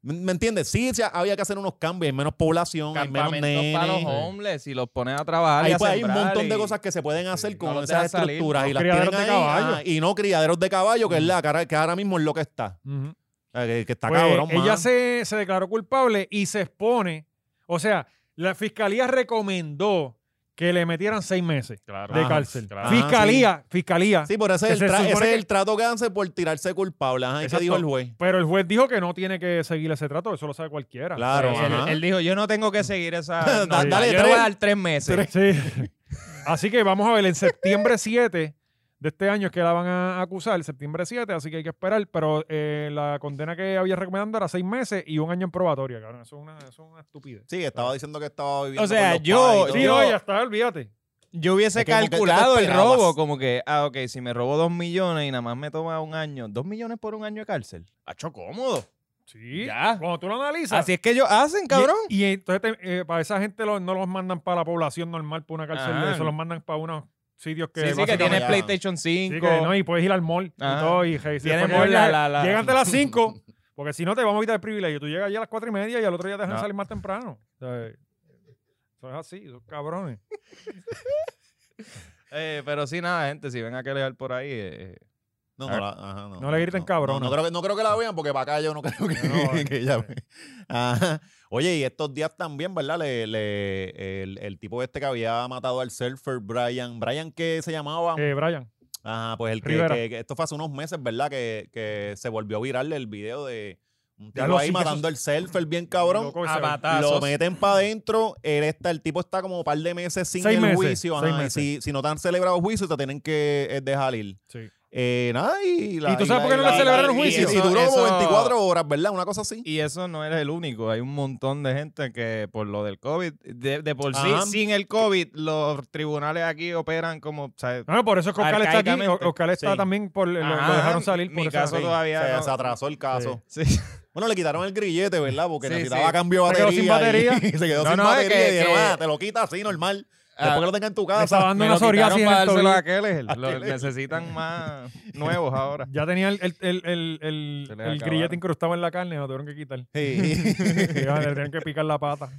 C: ¿Me- ¿Me entiendes? Sí, sí, había que hacer unos cambios, hay menos población, hay menos
B: Campamentos para los
C: nenes.
B: homeless y los pones a trabajar.
C: Ahí,
B: y a
C: pues, hay un
B: sembrar
C: montón de
B: y-
C: cosas que se pueden hacer
B: sí,
C: con
B: no los
C: esas
B: dejas salir,
C: estructuras y
A: no
C: las tienen
A: criaderos de
C: ahí,
A: caballo.
C: ah, y no criaderos de caballo, que es
B: Mm.
C: la cara que ahora mismo es lo que está.
A: Ujú.
C: Eh, Que, que está
A: Pues,
C: cabrón,
A: ella
C: man.
A: se, se declaró culpable y se expone. O sea, la fiscalía recomendó que le metieran seis meses
B: Claro.
A: de
C: Ajá.
A: cárcel.
B: claro.
A: Fiscalía, fiscalía.
C: Ah, Sí, por ese es
A: Que
C: el,
A: se
C: tra-
A: supone
C: ese es
A: que-
C: el trato que hacen por tirarse culpable. Ajá, ¿y qué
A: Exacto.
C: dijo el juez?
A: Pero el juez dijo que no tiene que seguir ese trato, eso lo sabe cualquiera.
C: Claro,
A: Sí,
B: Él,
C: ajá.
B: él dijo, yo no tengo que seguir esa...
C: Da-
B: norma.
A: dale
B: yo le voy
C: tres-
B: a dar tres meses.
A: Sí. Así que vamos a ver, en septiembre 7 de este año es que la van a acusar, septiembre 7, así que hay que esperar, pero eh, la condena que había recomendado era seis meses y un año en probatoria, cabrón, eso es una, eso es una estupidez.
C: Sí, estaba diciendo que estaba viviendo.
B: O sea,
C: con los
B: yo-
C: padres y
A: Sí,
C: todo.
A: no, ya está, olvídate.
B: Yo hubiese
C: Es que como que tú te
B: calculado el
C: esperabas.
B: robo como que, ah, ok, si me robo dos millones y nada más me toma un año, dos millones por un año de cárcel. Hacho cómodo.
A: Sí,
B: Ya.
A: cuando tú lo analizas.
B: Así es que ellos hacen,
A: Y-
B: cabrón.
A: Y, entonces te- eh, para esa gente lo- no los mandan para la población normal, para una cárcel,
B: Ajá.
A: de eso los mandan para unos sitios que...
B: sí, sí, que
A: básicamente-
B: tienes
C: ya.
B: PlayStation 5.
A: Sí, que no, y puedes ir al mall
B: Ajá.
A: y todo. Y, hey, si
B: Tiene
A: después que
B: Ah. mall, la-
A: llegues-
B: la- la-
A: llegan hasta las 5, porque si no te vamos a quitar el privilegio. Tú llegas allí a las 4 y media y al otro día te dejan
B: No.
A: salir más temprano. O sea, eso es así, esos cabrones.
B: Eh, pero sí, nada, gente, si ven a que legal por ahí... eh,
C: No, no, la- ajá, no,
A: No le griten
C: No,
A: cabrona.
C: creo que, no creo que la vean porque para acá yo no creo que,
A: No,
C: que ella
A: eh.
C: vea. Ajá. Oye, y estos días también, ¿verdad? Le- le- el, el tipo este que había matado al surfer, Brian. Brian, ¿qué se llamaba?
A: Eh, Brian,
C: Ajá, pues el que,
A: Rivera.
C: que- que esto fue hace unos meses, ¿verdad? Que, que se volvió viral el video de un
A: Ya
C: tipo
A: lo
C: ahí
A: sí, que eso-
C: matando al surfer bien cabrón.
A: loco ese-
B: a
C: Lo
B: batazos.
C: meten para adentro, él está, el tipo está como un par de meses sin
A: Seis
C: el
A: meses,
C: juicio. ajá,
A: seis
C: y
A: meses.
C: Si, si no te han celebrado juicio, te tienen que eh, dejar ir.
A: sí.
C: Eh, nada, y la-
A: ¿Y tú
C: y
A: sabes
C: la-
A: por qué no
C: la-
A: le celebraron
C: y-
A: juicio?
C: Y, duró como
B: Eso-
C: 24 horas, ¿verdad? Una cosa así.
B: Y eso no eres el único. Hay un montón de gente que por lo del COVID, de, de por sí,
C: Ajá.
B: sin el COVID, los tribunales aquí operan como... o sea,
A: No, no, por eso es que Oscar está aquí.
B: Arcaicamente.
A: Oscar está
C: Sí.
A: también por. Lo, lo
B: Ajá,
A: dejaron salir por
B: mi
A: esa
B: caso
A: razón.
B: todavía
C: se,
B: no-
C: se atrasó el caso.
B: Sí.
C: Bueno, le quitaron el grillete, ¿verdad? Porque
B: Sí,
C: necesitaba
B: sí.
C: cambio de
A: Se quedó
C: batería.
A: sin
C: Y,
A: batería.
C: y se quedó
B: No,
C: sin
B: no, es
C: batería.
B: que-
C: y dijeron,
B: que-
C: ah, te lo quita así, normal.
B: Ah,
C: Después que lo tenga en tu
A: Le
C: casa.
A: estaba dando
B: Me
A: una
B: lo quitaron
A: psoriasis en
B: para
A: el
B: dárselo a
A: tobillo.
B: Keller. Lo- necesitan más nuevos ahora.
A: Ya tenía el, el, el, el, el-
B: Se les
A: el
B: acabaron.
A: grillete incrustado en la carne, lo tuvieron que quitar.
C: Sí.
A: Sí, vale, le tenían que picar la pata.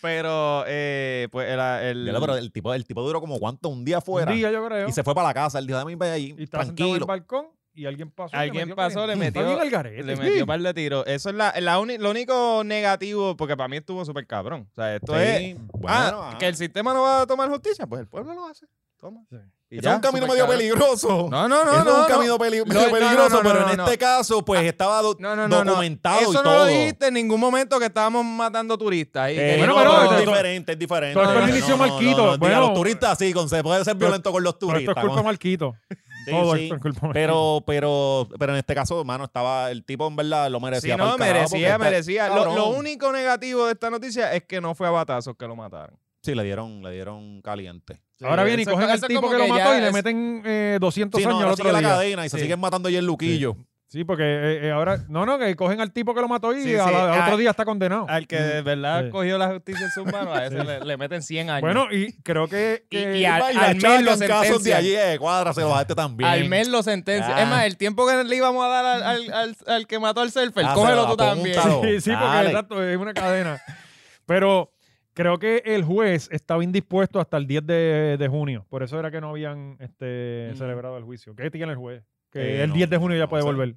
B: Pero, eh, pues, el... el-
C: Ya lo- pero el tipo, el tipo duró como cuánto, un día fuera.
A: Un día, yo creo.
C: Y se fue para la casa. Él dijo, dame ir para allí.
A: Y estaba sentado en el
C: tranquilo.
A: balcón y alguien pasó. y
B: Alguien
A: metió
B: pasó, le
A: caliente.
B: metió-
A: Está bien al garete.
B: Le metió
A: Sí.
B: un par de tiros. Eso es la, la uni- lo único negativo, porque para mí estuvo súper cabrón. O sea, esto
C: Sí,
B: es.
C: bueno,
B: Ah,
C: ajá.
B: que el sistema no va a tomar justicia, pues el pueblo lo hace. Toma.
A: Sí.
B: Y
C: Ese
B: ya,
C: es un camino
B: súper
C: medio
B: cabrón.
C: peligroso.
B: No, no, no.
C: Ese
B: no,
C: es un
B: no.
C: camino peli-
B: No,
C: medio
B: no, no,
C: peligroso,
B: no,
C: pero
B: no,
C: en
B: no.
C: este caso, pues estaba do-
B: No, no, no, no.
C: documentado
B: Eso
C: y
B: no
C: todo.
B: lo dijiste en ningún momento que estábamos matando turistas. ahí.
C: Eh,
B: Que
A: Bueno,
B: no,
A: pero-
B: pero-
C: es
A: esto-
C: diferente, es diferente.
A: pero esto
B: lo
A: inició Marquito,
C: diga,
A: bueno.
C: los turistas sí, con, se puede ser
A: Pero-
C: violento con los
A: Pero esto
C: turistas.
A: es culpa de
C: con-
A: Marquito.
C: Sí,
A: Todo
C: sí.
A: esto es culpa de Marquito.
C: Pero, pero, pero en este caso, hermano, estaba el tipo en verdad lo
B: Sí,
C: merecía. pa'l
B: no,
C: carajo, porque
B: merecía,
C: está-
B: merecía. Lo,
C: cabrón.
B: lo único negativo de esta noticia es que no fue a batazos que lo mataron.
C: Sí, le dieron, le dieron caliente.
A: Ahora viene y
B: Eso-
A: cogen
B: eso
A: al
B: es
A: tipo
B: como
A: que lo
B: que
A: mató
B: ya
A: y le
B: es-
A: meten eh, 200
C: Sí, no,
A: años al
C: ahora
A: otro
C: sigue la
A: día.
C: cadena y se
B: Sí.
C: siguen matando ya el Luquillo.
A: Sí, porque eh, eh, ahora. No, no, que cogen al tipo que lo mató y
B: Sí,
A: a
B: sí.
A: la- al otro
B: Ah.
A: día está condenado. Mm.
B: Al que de verdad
A: Sí.
B: cogió la justicia en sus manos, a ese
A: Sí.
B: le, le meten 100 años.
A: Bueno, y creo que.
B: Y-
A: que-
B: y a-
C: Y
B: al
C: la
B: mes
C: charla
B: lo
C: en casos de
B: sentencian.
C: allí eh, de cuadra se los dejaste este también.
B: Al mes lo sentencia.
C: Ah.
B: Es más, el tiempo que le íbamos a dar al, al- al- al que mató al surfer,
C: Ah,
B: cógelo
C: se lo
B: tú
C: da,
B: también.
C: apúntalo.
A: Sí, sí, porque
C: Dale.
A: exacto, es una cadena. Pero creo que el juez estaba indispuesto hasta el 10 de, de junio. Por eso era que no habían este,
B: Mm.
A: celebrado el juicio. ¿Qué tiene el juez? Que
C: Eh,
A: el
C: no,
A: 10 de junio ya
C: no
A: puede
C: sé.
A: volver.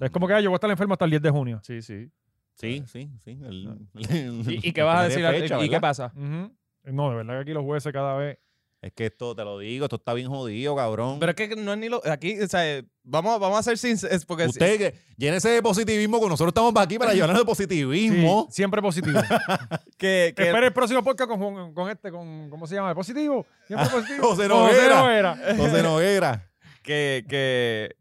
A: Es como que ah, yo voy a estar enfermo hasta el 10 de junio.
B: Sí, sí.
C: Sí, sí, sí. el-
B: ¿Y, y qué vas a
C: Nadie
B: decir? al-
C: fecha,
B: ¿Y qué
C: ¿verdad?
B: pasa?
A: Ujú. No, de verdad que aquí los jueces cada vez.
C: Es que esto, te lo digo, esto está bien jodido, cabrón.
B: Pero es que no es ni lo. Aquí, o sea, eh, vamos, vamos a ser sinceros. Porque si-
C: Usted, que, llénese de positivismo, que nosotros estamos aquí para llevarnos de
A: Sí,
C: positivismo.
A: siempre positivo.
B: que, que-
A: Espera el próximo podcast con, Juan- con este, con. ¿Cómo se llama? ¿El positivo? Siempre positivo.
C: Ah, José
A: No, José
C: Noguera.
A: Noguera.
C: Entonces no era.
B: que, que,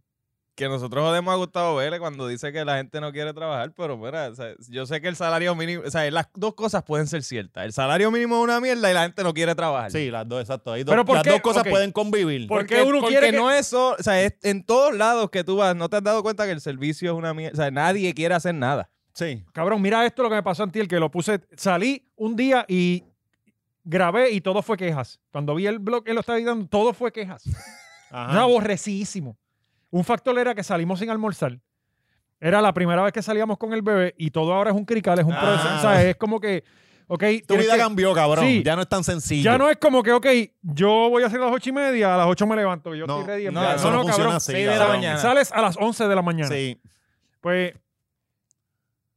B: que nosotros jodemos a Gustavo Vélez cuando dice que la gente no quiere trabajar, pero mira, o sea, yo sé que el salario mínimo, o sea, las dos cosas pueden ser ciertas. El salario mínimo es una mierda y la gente no quiere trabajar.
C: Sí, las dos, exacto. Hay dos-
A: Pero ¿por
C: las
A: qué?
C: dos cosas
A: Ok.
C: pueden convivir.
A: ¿Por qué uno
B: porque
A: quiere que-
B: no es so- o sea, es en todos lados que tú vas, no te has dado cuenta que el servicio es una mierda, o sea, nadie quiere hacer nada.
C: Sí.
A: Cabrón, mira esto lo que me pasó en ti, el que lo puse. Salí un día y grabé y todo fue quejas. Cuando vi el blog, él lo estaba editando, todo fue quejas.
C: Ajá.
A: Era aborrecidísimo. Un factor era que salimos sin almorzar. Era la primera vez que salíamos con el bebé y todo ahora es un crical, es un
C: Ah.
A: proceso. O sea, es como que, ok,
C: tu
A: tienes
C: vida
A: que-
C: cambió, cabrón.
A: Sí.
C: Ya no es tan sencillo.
A: ya no es como que, ok, yo voy a hacer a las ocho y media, a las ocho me levanto, yo
C: No,
A: estoy ready. en
B: no,
A: verdad.
B: eso no
C: funciona así,
A: seis de la
B: cabrón.
A: mañana. Sales a las once de la mañana.
C: Sí.
A: Pues,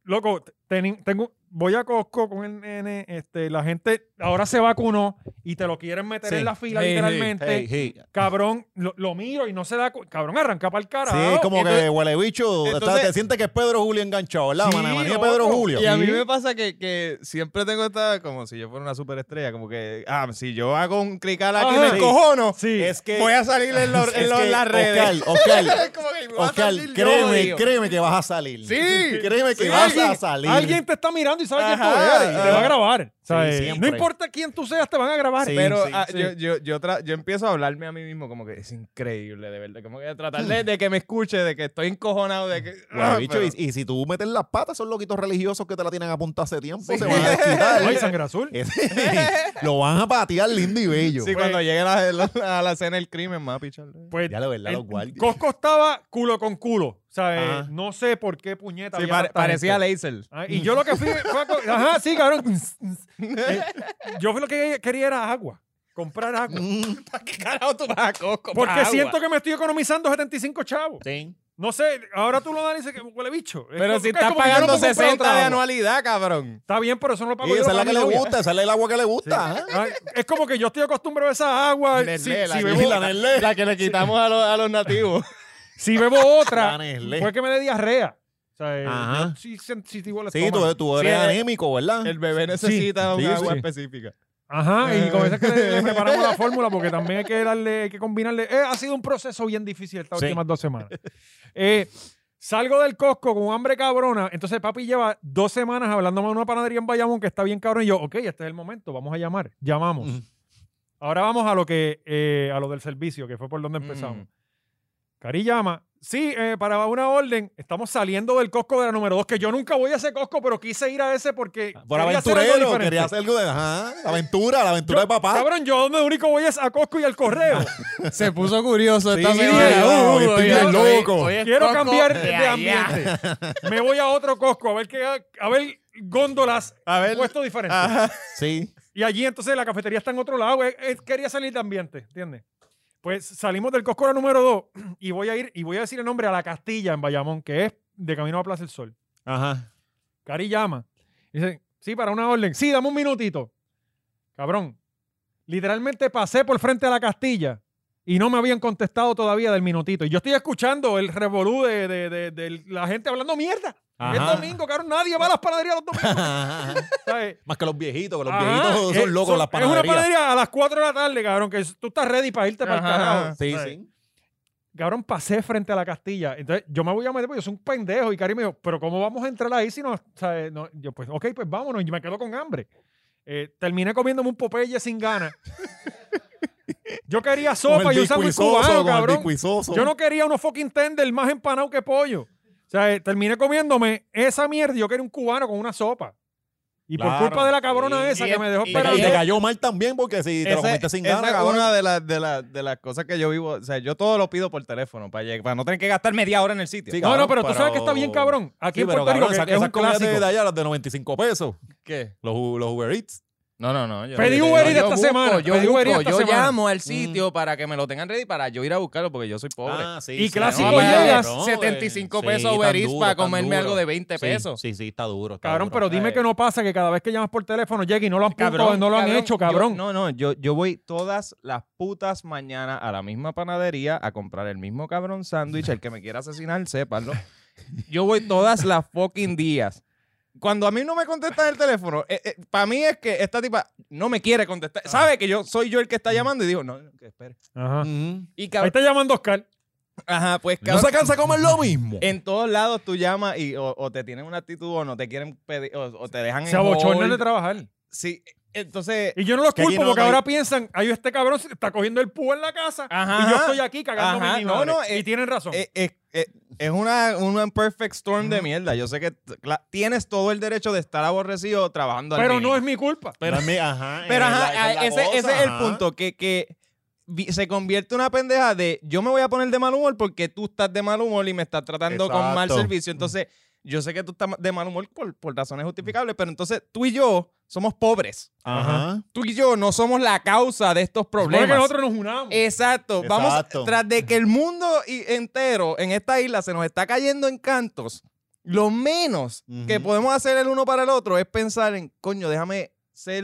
A: loco, teni- tengo, voy a Costco con el nene, este, la gente ahora se vacunó y te lo quieren meter
C: Sí.
A: en la fila
B: Sí, sí.
A: literalmente.
C: Hey, hey.
A: Cabrón, lo, lo miro y no se da cu- Cabrón, arranca para el
C: Sí,
A: carajo.
C: es como que
B: entonces-
C: huele bicho. está-
B: entonces-
C: te sientes que es Pedro Julio enganchado, ¿verdad?
A: Sí,
C: Manamanía
A: loco.
C: Pedro Julio.
B: Y a mí
A: Sí.
B: me pasa que, que siempre tengo esta, como si yo fuera una superestrella, como que, ah, si yo hago un crical aquí
A: Ajá.
B: me
A: Sí.
B: encojono,
A: Sí.
C: Es que.
B: voy a salir en, los-
C: es
B: en los-
C: que,
B: en las redes.
C: Oscar, Oscar,
B: Es como que me voy a
C: Oscar,
B: salir yo,
C: créeme,
B: digo.
C: créeme que vas a salir.
B: Sí.
C: Créeme que
B: Sí,
C: vas
A: alguien,
C: a salir.
A: alguien te está mirando y sabe quién tú
B: Ajá,
A: eres y te
B: ajá.
A: va a grabar. ¿sabes? no
C: siempre.
A: importa quién tú seas, te van a grabar.
C: Sí,
B: Pero
C: sí,
B: ah,
A: sí.
B: Yo, yo, yo, tra- yo empiezo a hablarme a mí mismo como que es increíble, de verdad. Como que tratar de, de que me escuche, de que estoy encojonado, de que...
C: Bueno,
B: ah,
C: bicho,
B: pero-
C: y, y si tú metes las patas, son loquitos religiosos que te la tienen apuntada hace tiempo,
B: Sí.
C: se van a desquitar.
A: Ay, sangre azul.
C: Ese- lo van a patear lindo y bello.
B: Sí, cuando llegue la, la- a la escena del crimen, más picharle.
A: Pues,
C: Ya lo verdad, los
A: en-
C: guardias.
A: Costco estaba culo con culo. ¿sabes?
C: Ajá.
A: no sé por qué puñeta.
B: Sí,
A: había
B: pare-
A: tanta
B: parecía
A: gente.
B: Laser.
A: Ah, y yo lo que fui fue a co- Ajá, sí, cabrón. Eh, yo fui lo que quería era agua. Comprar agua.
C: Mm,
B: ¿Para qué carajo tú vas a Costco?
A: Porque siento que me estoy economizando 75 chavos.
C: sí.
A: No sé, ahora tú lo das y dices que huele bicho. Es
B: Pero
A: que-
B: si
A: es
B: estás
A: como que yo no
B: pagando
A: puedo comprar
B: 60
A: otra
B: de
A: agua.
B: anualidad, cabrón.
A: Está bien, pero eso no lo pago
C: Y
A: yo.
C: esa
A: lo
C: es la
A: paga
C: que
A: mi
C: le
A: novia.
C: gusta, esa es el agua que le gusta. ¿eh?
A: Ay, Ah, es como que yo estoy acostumbrado a esa agua. Si,
B: Nestlé,
A: si
B: que-
A: bebo,
C: la Nestlé.
B: la que le quitamos a, los, a los nativos.
A: si bebo otra,
C: La Nestlé.
A: fue que me dé diarrea. O sea, eh,
C: Ajá.
A: yo sí sensitivo al
C: Sí,
A: estómago.
C: tú, tú eres
B: Sí, eh,
C: anémico, ¿verdad?
B: El bebé necesita
C: Sí,
B: un
C: sí,
B: agua
C: sí.
B: específica.
A: Ajá, y con eso es que le, le preparamos la fórmula porque también hay que darle, hay que combinarle. Eh, ha sido un proceso bien difícil estas
B: Sí.
A: últimas dos semanas. Eh, salgo del Costco con hambre cabrona, entonces papi lleva dos semanas hablándome de una panadería en Bayamón que está bien cabrón y yo, ok, este es el momento, vamos a llamar, llamamos.
C: Mm.
A: Ahora vamos a lo que, eh, a lo del servicio, que fue por donde empezamos.
B: Mm.
A: Cari llama. Sí, eh, para una orden, estamos saliendo del Costco de la número 2, que yo nunca voy a ese Costco, pero quise ir a ese porque.
C: Ah, Por
A: quería hacer algo
C: aventurero,
A: diferente.
C: quería hacer algo de. Ajá, la aventura, la aventura de papá.
A: Cabrón, yo donde único voy es a Costco y al correo.
D: Se puso curioso esta
C: Sí,
D: señora.
C: ya,
D: Uh,
C: estoy
D: oye,
C: bien
D: oye,
C: loco.
D: oye,
A: Quiero
D: Coco,
A: cambiar
D: ya,
A: de
D: ya.
A: ambiente. Me voy a otro Costco a ver qué a ver góndolas
B: A ver.
A: puesto diferente.
C: Sí.
A: Y allí entonces la cafetería está en otro lado. eh, eh, quería salir de ambiente, ¿entiendes? Pues salimos del Costco la número 2 y voy a ir y voy a decir el nombre a la Castilla en Bayamón, que es de camino a Plaza del Sol.
C: Ajá.
A: Cari llama. Dice, sí, para una orden. Sí, dame un minutito. Cabrón. Literalmente pasé por frente a la Castilla y no me habían contestado todavía del minutito. Y yo estoy escuchando el revolú de, de- de- de la gente hablando mierda.
C: Ajá.
A: Es domingo, cabrón. Nadie va a las panaderías los domingos. ¿sabes?
C: Más que los viejitos, que los
A: Ajá,
C: viejitos
A: eh,
C: son locos, las
A: Es una
C: panaderías.
A: panadería a las 4 de la tarde, cabrón, que tú estás ready para irte para el
B: Ajá,
A: carajo.
C: Sí,
A: ¿sabes?
C: sí.
A: Cabrón, pasé frente a la Castilla. Entonces, yo me voy a meter porque yo soy un pendejo. Y Cari me dijo, pero ¿cómo vamos a entrar ahí si no, sabes? no? Yo, pues, ok, pues vámonos. Y me quedo con hambre. Eh, terminé comiéndome un Popeye sin ganas. yo quería
C: Con
A: sopa
C: el
A: y un sándwich
C: discuisoso,
A: cubano,
C: con el
A: cabrón.
C: discuisoso.
A: Yo no quería unos fucking tender más empanado que pollo. O sea, eh, terminé comiéndome esa mierda. y Yo quería un cubano con una sopa. Y
C: Claro,
A: por culpa de la cabrona
B: sí.
A: esa
B: Y
A: que
B: es-
A: me dejó
B: y-
C: Y
A: esperando.
C: te cayó mal también porque si te lo
B: Esa-
C: comiste sin
B: esa
C: ganas,
B: es
C: cabrón.
B: una de, las- de, las- de las cosas que yo vivo. O sea, yo todo lo pido por teléfono para, llegar- para no tener que gastar media hora en el sitio.
C: Sí,
A: No, no,
C: cabrón,
A: pero, tú sabes
C: pero-
A: que está bien cabrón. Aquí
C: Sí,
A: en
C: pero
A: Puerto Rico
C: cabrón,
A: que
C: esa,
A: es
C: esas
A: un
C: comidas
A: clásico.
C: de, de allá, las de 95 pesos,
B: ¿Qué?
C: los, U- los Uber Eats.
B: No, no, no. yo-
A: Pedí
B: yo-
A: Uber
B: yo-
A: Eats esta
B: yo
A: semana,
B: Yo,
A: pedí Uber Eats
B: busco,
A: esta
B: yo
A: semana.
B: llamo al sitio para que me lo tengan ready para yo ir a buscarlo porque yo soy pobre.
C: Ah,
B: Ah,
C: sí,
A: Y
C: sí,
A: clásico
C: no,
A: llegas,
C: cabrón, eh.
B: 75
C: Sí,
B: pesos
C: tan
B: Uber Eats
C: duro,
B: para
C: tan
B: comerme
C: duro.
B: algo de 20
C: Sí,
B: pesos.
C: Sí, sí, está duro. está
A: Cabrón,
C: duro.
A: pero dime
B: Eh.
A: que no pasa que cada vez que llamas por teléfono llega y no lo han puntado, no lo han
B: cabrón,
A: hecho,
B: yo-
A: cabrón.
B: no, no, yo, yo voy todas las putas mañanas a la misma panadería a comprar el mismo cabrón sándwich, el que me quiera asesinar, sépanlo. Yo voy todas las fucking días. Cuando a mí no me contestan el teléfono, para mí es que esta tipa no me quiere
A: Ah.
B: contestar. Sabe que yo soy yo el que está llamando y digo, no, no, que espere.
A: Ajá.
C: Ujú.
B: Y
A: Mm. Ahí
B: cabrón,
A: está llamando Oscar.
B: ajá, pues
C: ¿No
B: cabrón.
C: se cansa de comer lo mismo?
B: En todos lados tú llamas y o, o te tienen una actitud o no te quieren pedir o, o te dejan
A: Se
B: en
A: abochornan
B: hold.
A: de trabajar.
B: Sí, entonces
A: Y yo no los
C: Que aquí
A: culpo
C: no-
A: porque
C: no hay-
A: ahora piensan, ay, este cabrón se está cogiendo el púa en la casa
B: Ajá.
A: y yo estoy aquí cagándome
B: Ajá,
A: en mi
B: no,
A: madre".
B: no,
A: Y
B: eh,
A: tienen razón.
B: eh, eh, eh, es una, una perfect storm de mierda. Yo sé que t- cla- tienes todo el derecho de estar aborrecido trabajando al
A: pero no
B: mínimo.
A: es mi culpa.
C: Pero, ajá,
B: Pero
C: eh,
B: ajá,
C: la- esa es la
B: ese,
C: cosa,
B: ese es el
C: ajá.
B: punto, que, que vi- se convierte en una pendeja de yo me voy a poner de mal humor porque tú estás de mal humor y me estás tratando con mal
C: Exacto.
B: servicio. Entonces, yo sé que tú estás de mal humor por, por razones justificables, pero entonces tú y yo somos pobres.
C: Ajá.
B: Tú y yo no somos la causa de estos problemas. Eh,
A: Porque nosotros nos unamos.
B: Exacto. Vamos
C: Exacto.
B: tras de que el mundo i- entero en esta isla se nos está cayendo en cantos. Lo menos que
C: Ujú.
B: podemos hacer el uno para el otro es pensar en, coño, déjame ser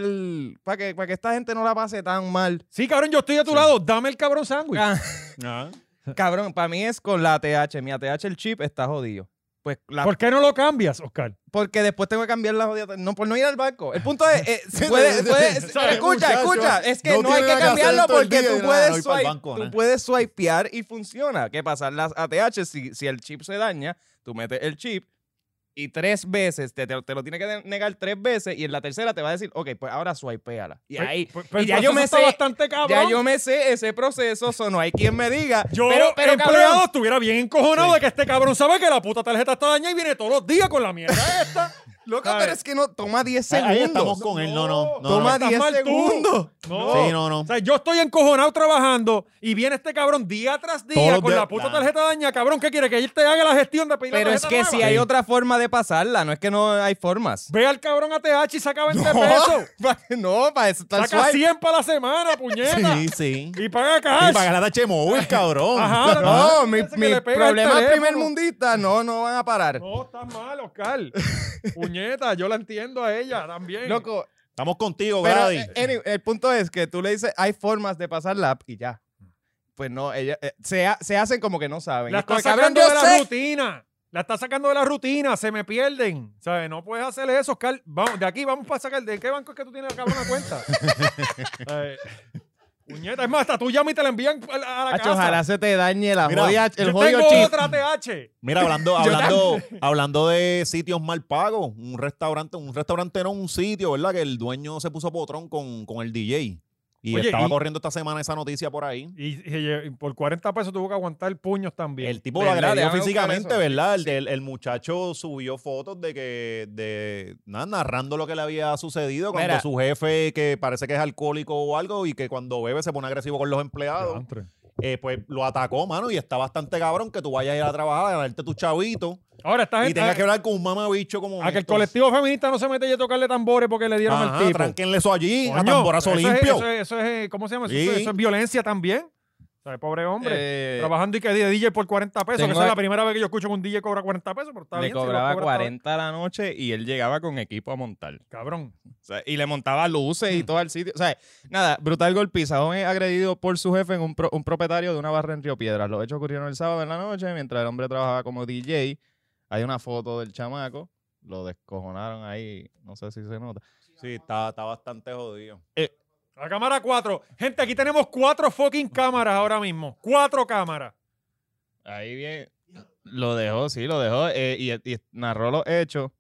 B: para que para que esta gente no la pase tan mal.
A: sí, cabrón, yo estoy a tu lado. Dame el cabrón sándwich.
B: Ah,
C: Ajá.
B: Cabrón, para mí es con la ATH, mi ATH el chip está jodido. Pues la-
A: ¿Por qué no lo cambias, Oscar?
B: porque después tengo que cambiar la jodida, no por no ir al barco. El punto es, eh, puede- puede-
C: Sabe,
B: escucha,
C: muchacho,
B: escucha, es que
C: no
B: no, hay
C: tiene
B: que
C: nada que hacer
B: cambiarlo
C: todo el
B: porque
C: día y
B: tú
C: nada,
B: puedes,
C: no ir pa'l
B: swipe-
C: banco,
B: tú
C: nada.
B: puedes swipear y funciona. ¿Qué pasa? Las ATH, si, si el chip se daña, tú metes el chip y tres veces, te, te- te lo tiene que de- negar tres veces y en la tercera te va a decir, ok, pues ahora swipeala. Y ahí,
A: Pues- pues
B: y ya
A: el
B: yo me
A: proceso
B: sé-
A: está bastante cabrón.
B: ya yo me sé ese proceso, so no hay quien me diga.
A: Yo,
B: pero, pero
A: empleado,
B: cabrón,
A: estuviera bien encojonado de que este cabrón sabe que la puta tarjeta está dañada y viene todos los días con la mierda esta.
B: loco,
A: ¿sabes?
B: pero es que no, toma 10
C: Ahí- Ahí
B: segundos.
C: estamos con él, no, no. no,
B: toma
C: no.
A: estás
B: 10
A: mal tú.
B: segundos.
A: No.
C: Sí, no, no.
A: O sea, yo estoy encojonado trabajando y viene este cabrón día tras día
C: Todos Ah. los
A: con
C: días-
A: la puta
C: Nah.
A: tarjeta dañada. Cabrón, ¿qué quiere? Que él te haga la gestión de pedir la
B: Pero es
A: tarjeta
B: que si
A: nueva?
B: hay
A: Sí.
B: otra forma de pasarla, no es que no hay formas.
A: Ve al cabrón ATH y saca 20 pesos.
B: pa- no, para eso está el
A: Saca
B: swipe.
A: 100 para la semana, puñeta.
C: Sí, sí.
A: Y paga cash.
C: Y pagar la tache móvil, cabrón.
A: Ajá,
B: No, mi,
A: Ah, Ese que
B: mi
A: le pega el
B: problema
A: teléfono.
B: primer mundista, no, no van a parar.
A: No, está mal, Oscar. puñeta, yo la entiendo a ella también.
B: Loco,
C: Estamos contigo,
B: pero
C: Grady.
B: eh, anyway, el punto es que tú le dices, hay formas de pasar la app y ya. Pues no, ella, eh, se, ha- se hacen como que no saben.
A: la
B: Es como,
A: está
B: "Cabrón,
A: sacando
B: yo
A: de la
B: sé".
A: rutina. La está sacando de la rutina, se me pierden. ¿Sabes? No puedes hacer eso, Oscar. Vamos, de aquí vamos para sacar. ¿De qué banco es que tú tienes la cabrona cuenta? Eh, Puñeta, es más, hasta tú llamas y te la envían a la, a la
B: Hacho,
A: casa.
B: ojalá se te dañe la
C: Mira,
B: jodida- el
A: Yo
B: jodido
A: tengo
B: chip.
A: otra TH.
C: Mira, hablando, hablando, hablando de sitios mal pagos, un restaurante, un restaurante no, un sitio, ¿verdad? Que el dueño se puso potrón con, con el DJ. Y
A: Oye,
C: estaba
A: y-
C: corriendo esta semana esa noticia por ahí.
A: Y, y- y por 40 pesos tuvo que aguantar puños también.
C: El tipo
B: ¿Verdad?
C: lo agredió
B: Déjame buscar
C: físicamente,
B: eso.
C: ¿verdad? El, el- el muchacho subió fotos de que, de, nada, narrando lo que le había sucedido cuando
B: Mira.
C: su jefe, que parece que es alcohólico o algo, y que cuando bebe se pone agresivo con los empleados, eh, pues lo atacó, mano, y está bastante cabrón que tú vayas a ir a trabajar, a ganarte tu chavito,
A: Ahora,
B: Ah,
A: esta
C: y
A: gente.
C: tengas que hablar con un mamabicho como
A: A que el
C: estos.
A: colectivo feminista no se mete y a tocarle tambores porque le dieron
C: Ajá,
A: al tipo.
C: tránquenle eso allí, a
A: Coño,
C: tamborazo
A: eso es-
C: limpio.
A: eso es- eso es, ¿cómo se llama? Eso,
C: Sí.
A: eso es- eso es violencia también. O sea, pobre hombre.
B: Eh,
A: Trabajando y que de DJ por 40 pesos.
B: tengo
A: que esa es
B: a-
A: la primera vez que yo escucho que un DJ cobra 40 pesos, pero está
B: le
A: bien. si lo
B: cobraba
A: cobra, está bien.
B: 40 a la noche y él llegaba con equipo a montar.
A: Cabrón.
B: O sea, y le montaba luces y todo al sitio. O sea, nada, brutal golpiza. Joven agredido por su jefe en un, pro- un propietario de una barra en Río Piedras. Los hechos ocurrieron el sábado en la noche mientras el hombre trabajaba como DJ. Hay una foto del chamaco. Lo descojonaron ahí. No sé si se nota.
C: Sí, está, está bastante jodido.
A: La cámara 4. Gente, aquí tenemos cuatro fucking cámaras ahora mismo. Cuatro cámaras.
B: Ahí bien. Lo dejó, sí, lo dejó. eh, y, y narró los hechos.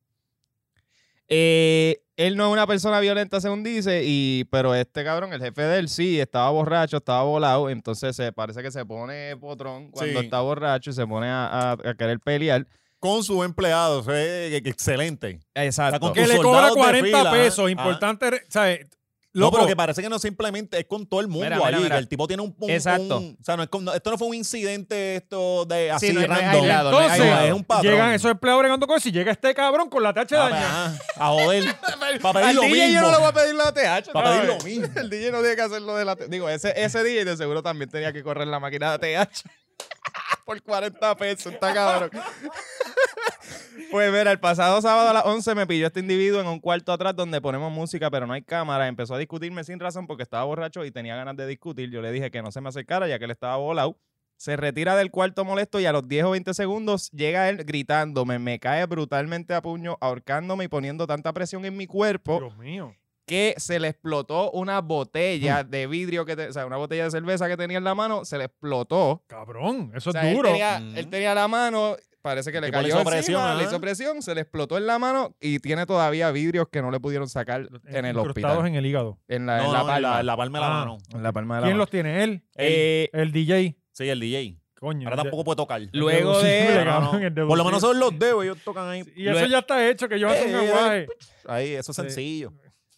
B: Eh, él no es una persona violenta, según dice, y, pero este cabrón, el jefe de él, sí, estaba borracho, estaba volado. Entonces se parece que se pone potrón cuando
C: Sí.
B: está borracho y se pone a, a- a querer pelear.
C: Con sus empleados, eh, excelente.
B: Exacto.
C: con
A: Que
C: Tus
A: le cobra
C: soldados de
A: 40
C: fila, ¿eh?
A: pesos.
C: Ah.
A: Importante. re- ¿sabes? eh,
C: No,
A: Loco,
C: pero que parece que no simplemente es con todo el mundo
B: Mira, mira,
C: allí,
B: mira.
C: que el tipo tiene un, un-
B: Exacto.
C: un- o sea, no es como- no, esto no fue un incidente esto de así
B: Sí, no es- no es
C: random.
B: aislado,
A: no es Entonces,
B: aislado.
C: es un patrón.
A: llegan esos empleados bregando con eso y llega este cabrón con la tacha
C: Ah,
A: dañada.
C: ajá, a joder. para pedir
B: Al
C: lo
B: DJ yo no le
C: mismo.
B: voy a pedir la TH.
C: Para pedir
B: ¿sabes?
C: lo mismo.
B: El DJ no tiene que hacer lo de la TH. Digo, ese, ese DJ de seguro también tenía que correr la máquina de TH. Por 40 pesos, está cabrón. Pues mira, el pasado sábado a las 11 me pilló este individuo en un cuarto atrás donde ponemos música, pero no hay cámara. Empezó a discutirme sin razón porque estaba borracho y tenía ganas de discutir. Yo le dije que no se me acercara ya que él estaba volado. Se retira del cuarto molesto y a los 10 o 20 segundos llega él gritándome, me cae brutalmente a puño, ahorcándome y poniendo tanta presión en mi cuerpo
A: Dios mío.
B: que se le explotó una botella de vidrio, que te- o sea, una botella de cerveza que tenía en la mano, se le explotó.
A: Cabrón. Eso
B: O sea,
A: es duro.
B: Él tenía,
C: Mm.
B: él tenía la mano, parece que le
C: tipo le
B: cayó
C: hizo
B: encima,
C: presión, ajá.
B: le hizo presión, se le explotó en la mano y tiene todavía vidrios que no le pudieron sacar en el
A: Eh, Incrustados
B: hospital.
A: en el hígado.
B: En la,
C: No,
B: en
C: no,
B: la palma.
C: en la, la palma de la
A: Ah.
C: mano.
B: En la palma de la
A: ¿Quién
B: mano.
A: los tiene? Él.
B: Eh,
A: El DJ.
C: Sí, el DJ.
A: Coño.
C: Ahora
A: el
C: tampoco puede tocar.
B: luego
A: deducible,
B: de...
C: Pero no,
A: cabrón, el
C: Por lo menos
A: deducible.
C: son los dedos, ellos tocan ahí.
A: Y eso ya está hecho, que yo hago un
C: Eh, eh,
A: aguaje.
C: Ahí, eso es
A: Sí.
C: sencillo.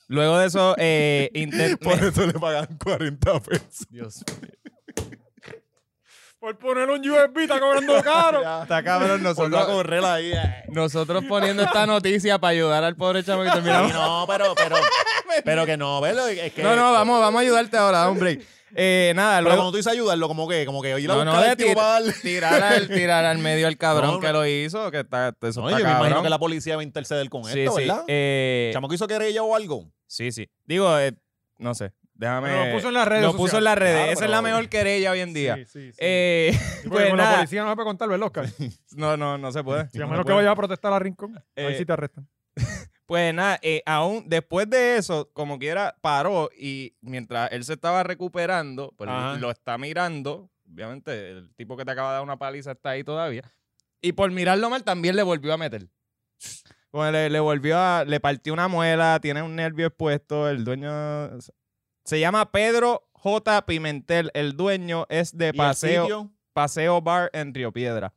B: Luego de eso, eh, intent-
C: eso le pagan 40 pesos.
B: Dios.
A: Por poner un USB está cobrando caro.
B: Está cabrón,
C: Ponlo a
B: nosotros,
C: correr ahí. eh.
B: nosotros poniendo esta noticia para ayudar al pobre chamo que terminamos.
C: Sí, no, pero, pero, pero que no, velo, es que-
B: No, no, vamos, vamos a ayudarte ahora, hombre. Eh, nada,
C: Pero
B: luego...
C: cuando tú dices ayudarlo, como que, como que ir a
B: No, no,
C: buscar
B: de
C: al tipo
B: tir-
C: para darle-
B: tirar, al, tirar al medio al cabrón
C: No,
B: que
C: no.
B: lo hizo, que está, eso
C: No,
B: está
C: yo me imagino
B: cabrón.
C: que la policía va a interceder con
B: Sí,
C: esto,
B: sí.
C: ¿verdad?
B: eh,
C: ¿Chamo que hizo querella o algo?
B: sí, sí. Digo, eh, no sé, déjame...
A: Pero lo puso en las redes.
B: Lo puso en las redes.
C: Claro,
B: Esa es
C: pero-
B: la mejor querella hoy en día.
A: Sí, sí, sí.
B: Eh,
A: Sí, porque
B: pues
A: con la
B: nada.
A: policía no se puede contar, ¿verdad, Oscar? Si
B: No, no, no se puede.
A: a
B: No
A: menos
B: se
A: que
B: puede.
A: vayas a protestar a Rincón, ahí
B: Eh,
A: sí te arrestan.
B: Pues nada, eh, aún después de eso, como quiera, paró y mientras él se estaba recuperando, pues
C: Ajá.
B: lo está mirando. Obviamente, el tipo que te acaba de dar una paliza está ahí todavía. Y por mirarlo mal, también le volvió a meter. Como le, le volvió a. Le partió una muela, tiene un nervio expuesto. El dueño. Se llama Pedro J. Pimentel. El dueño es de
C: ¿Y el
B: Paseo.
C: sitio?
B: Paseo Bar en Río Piedra.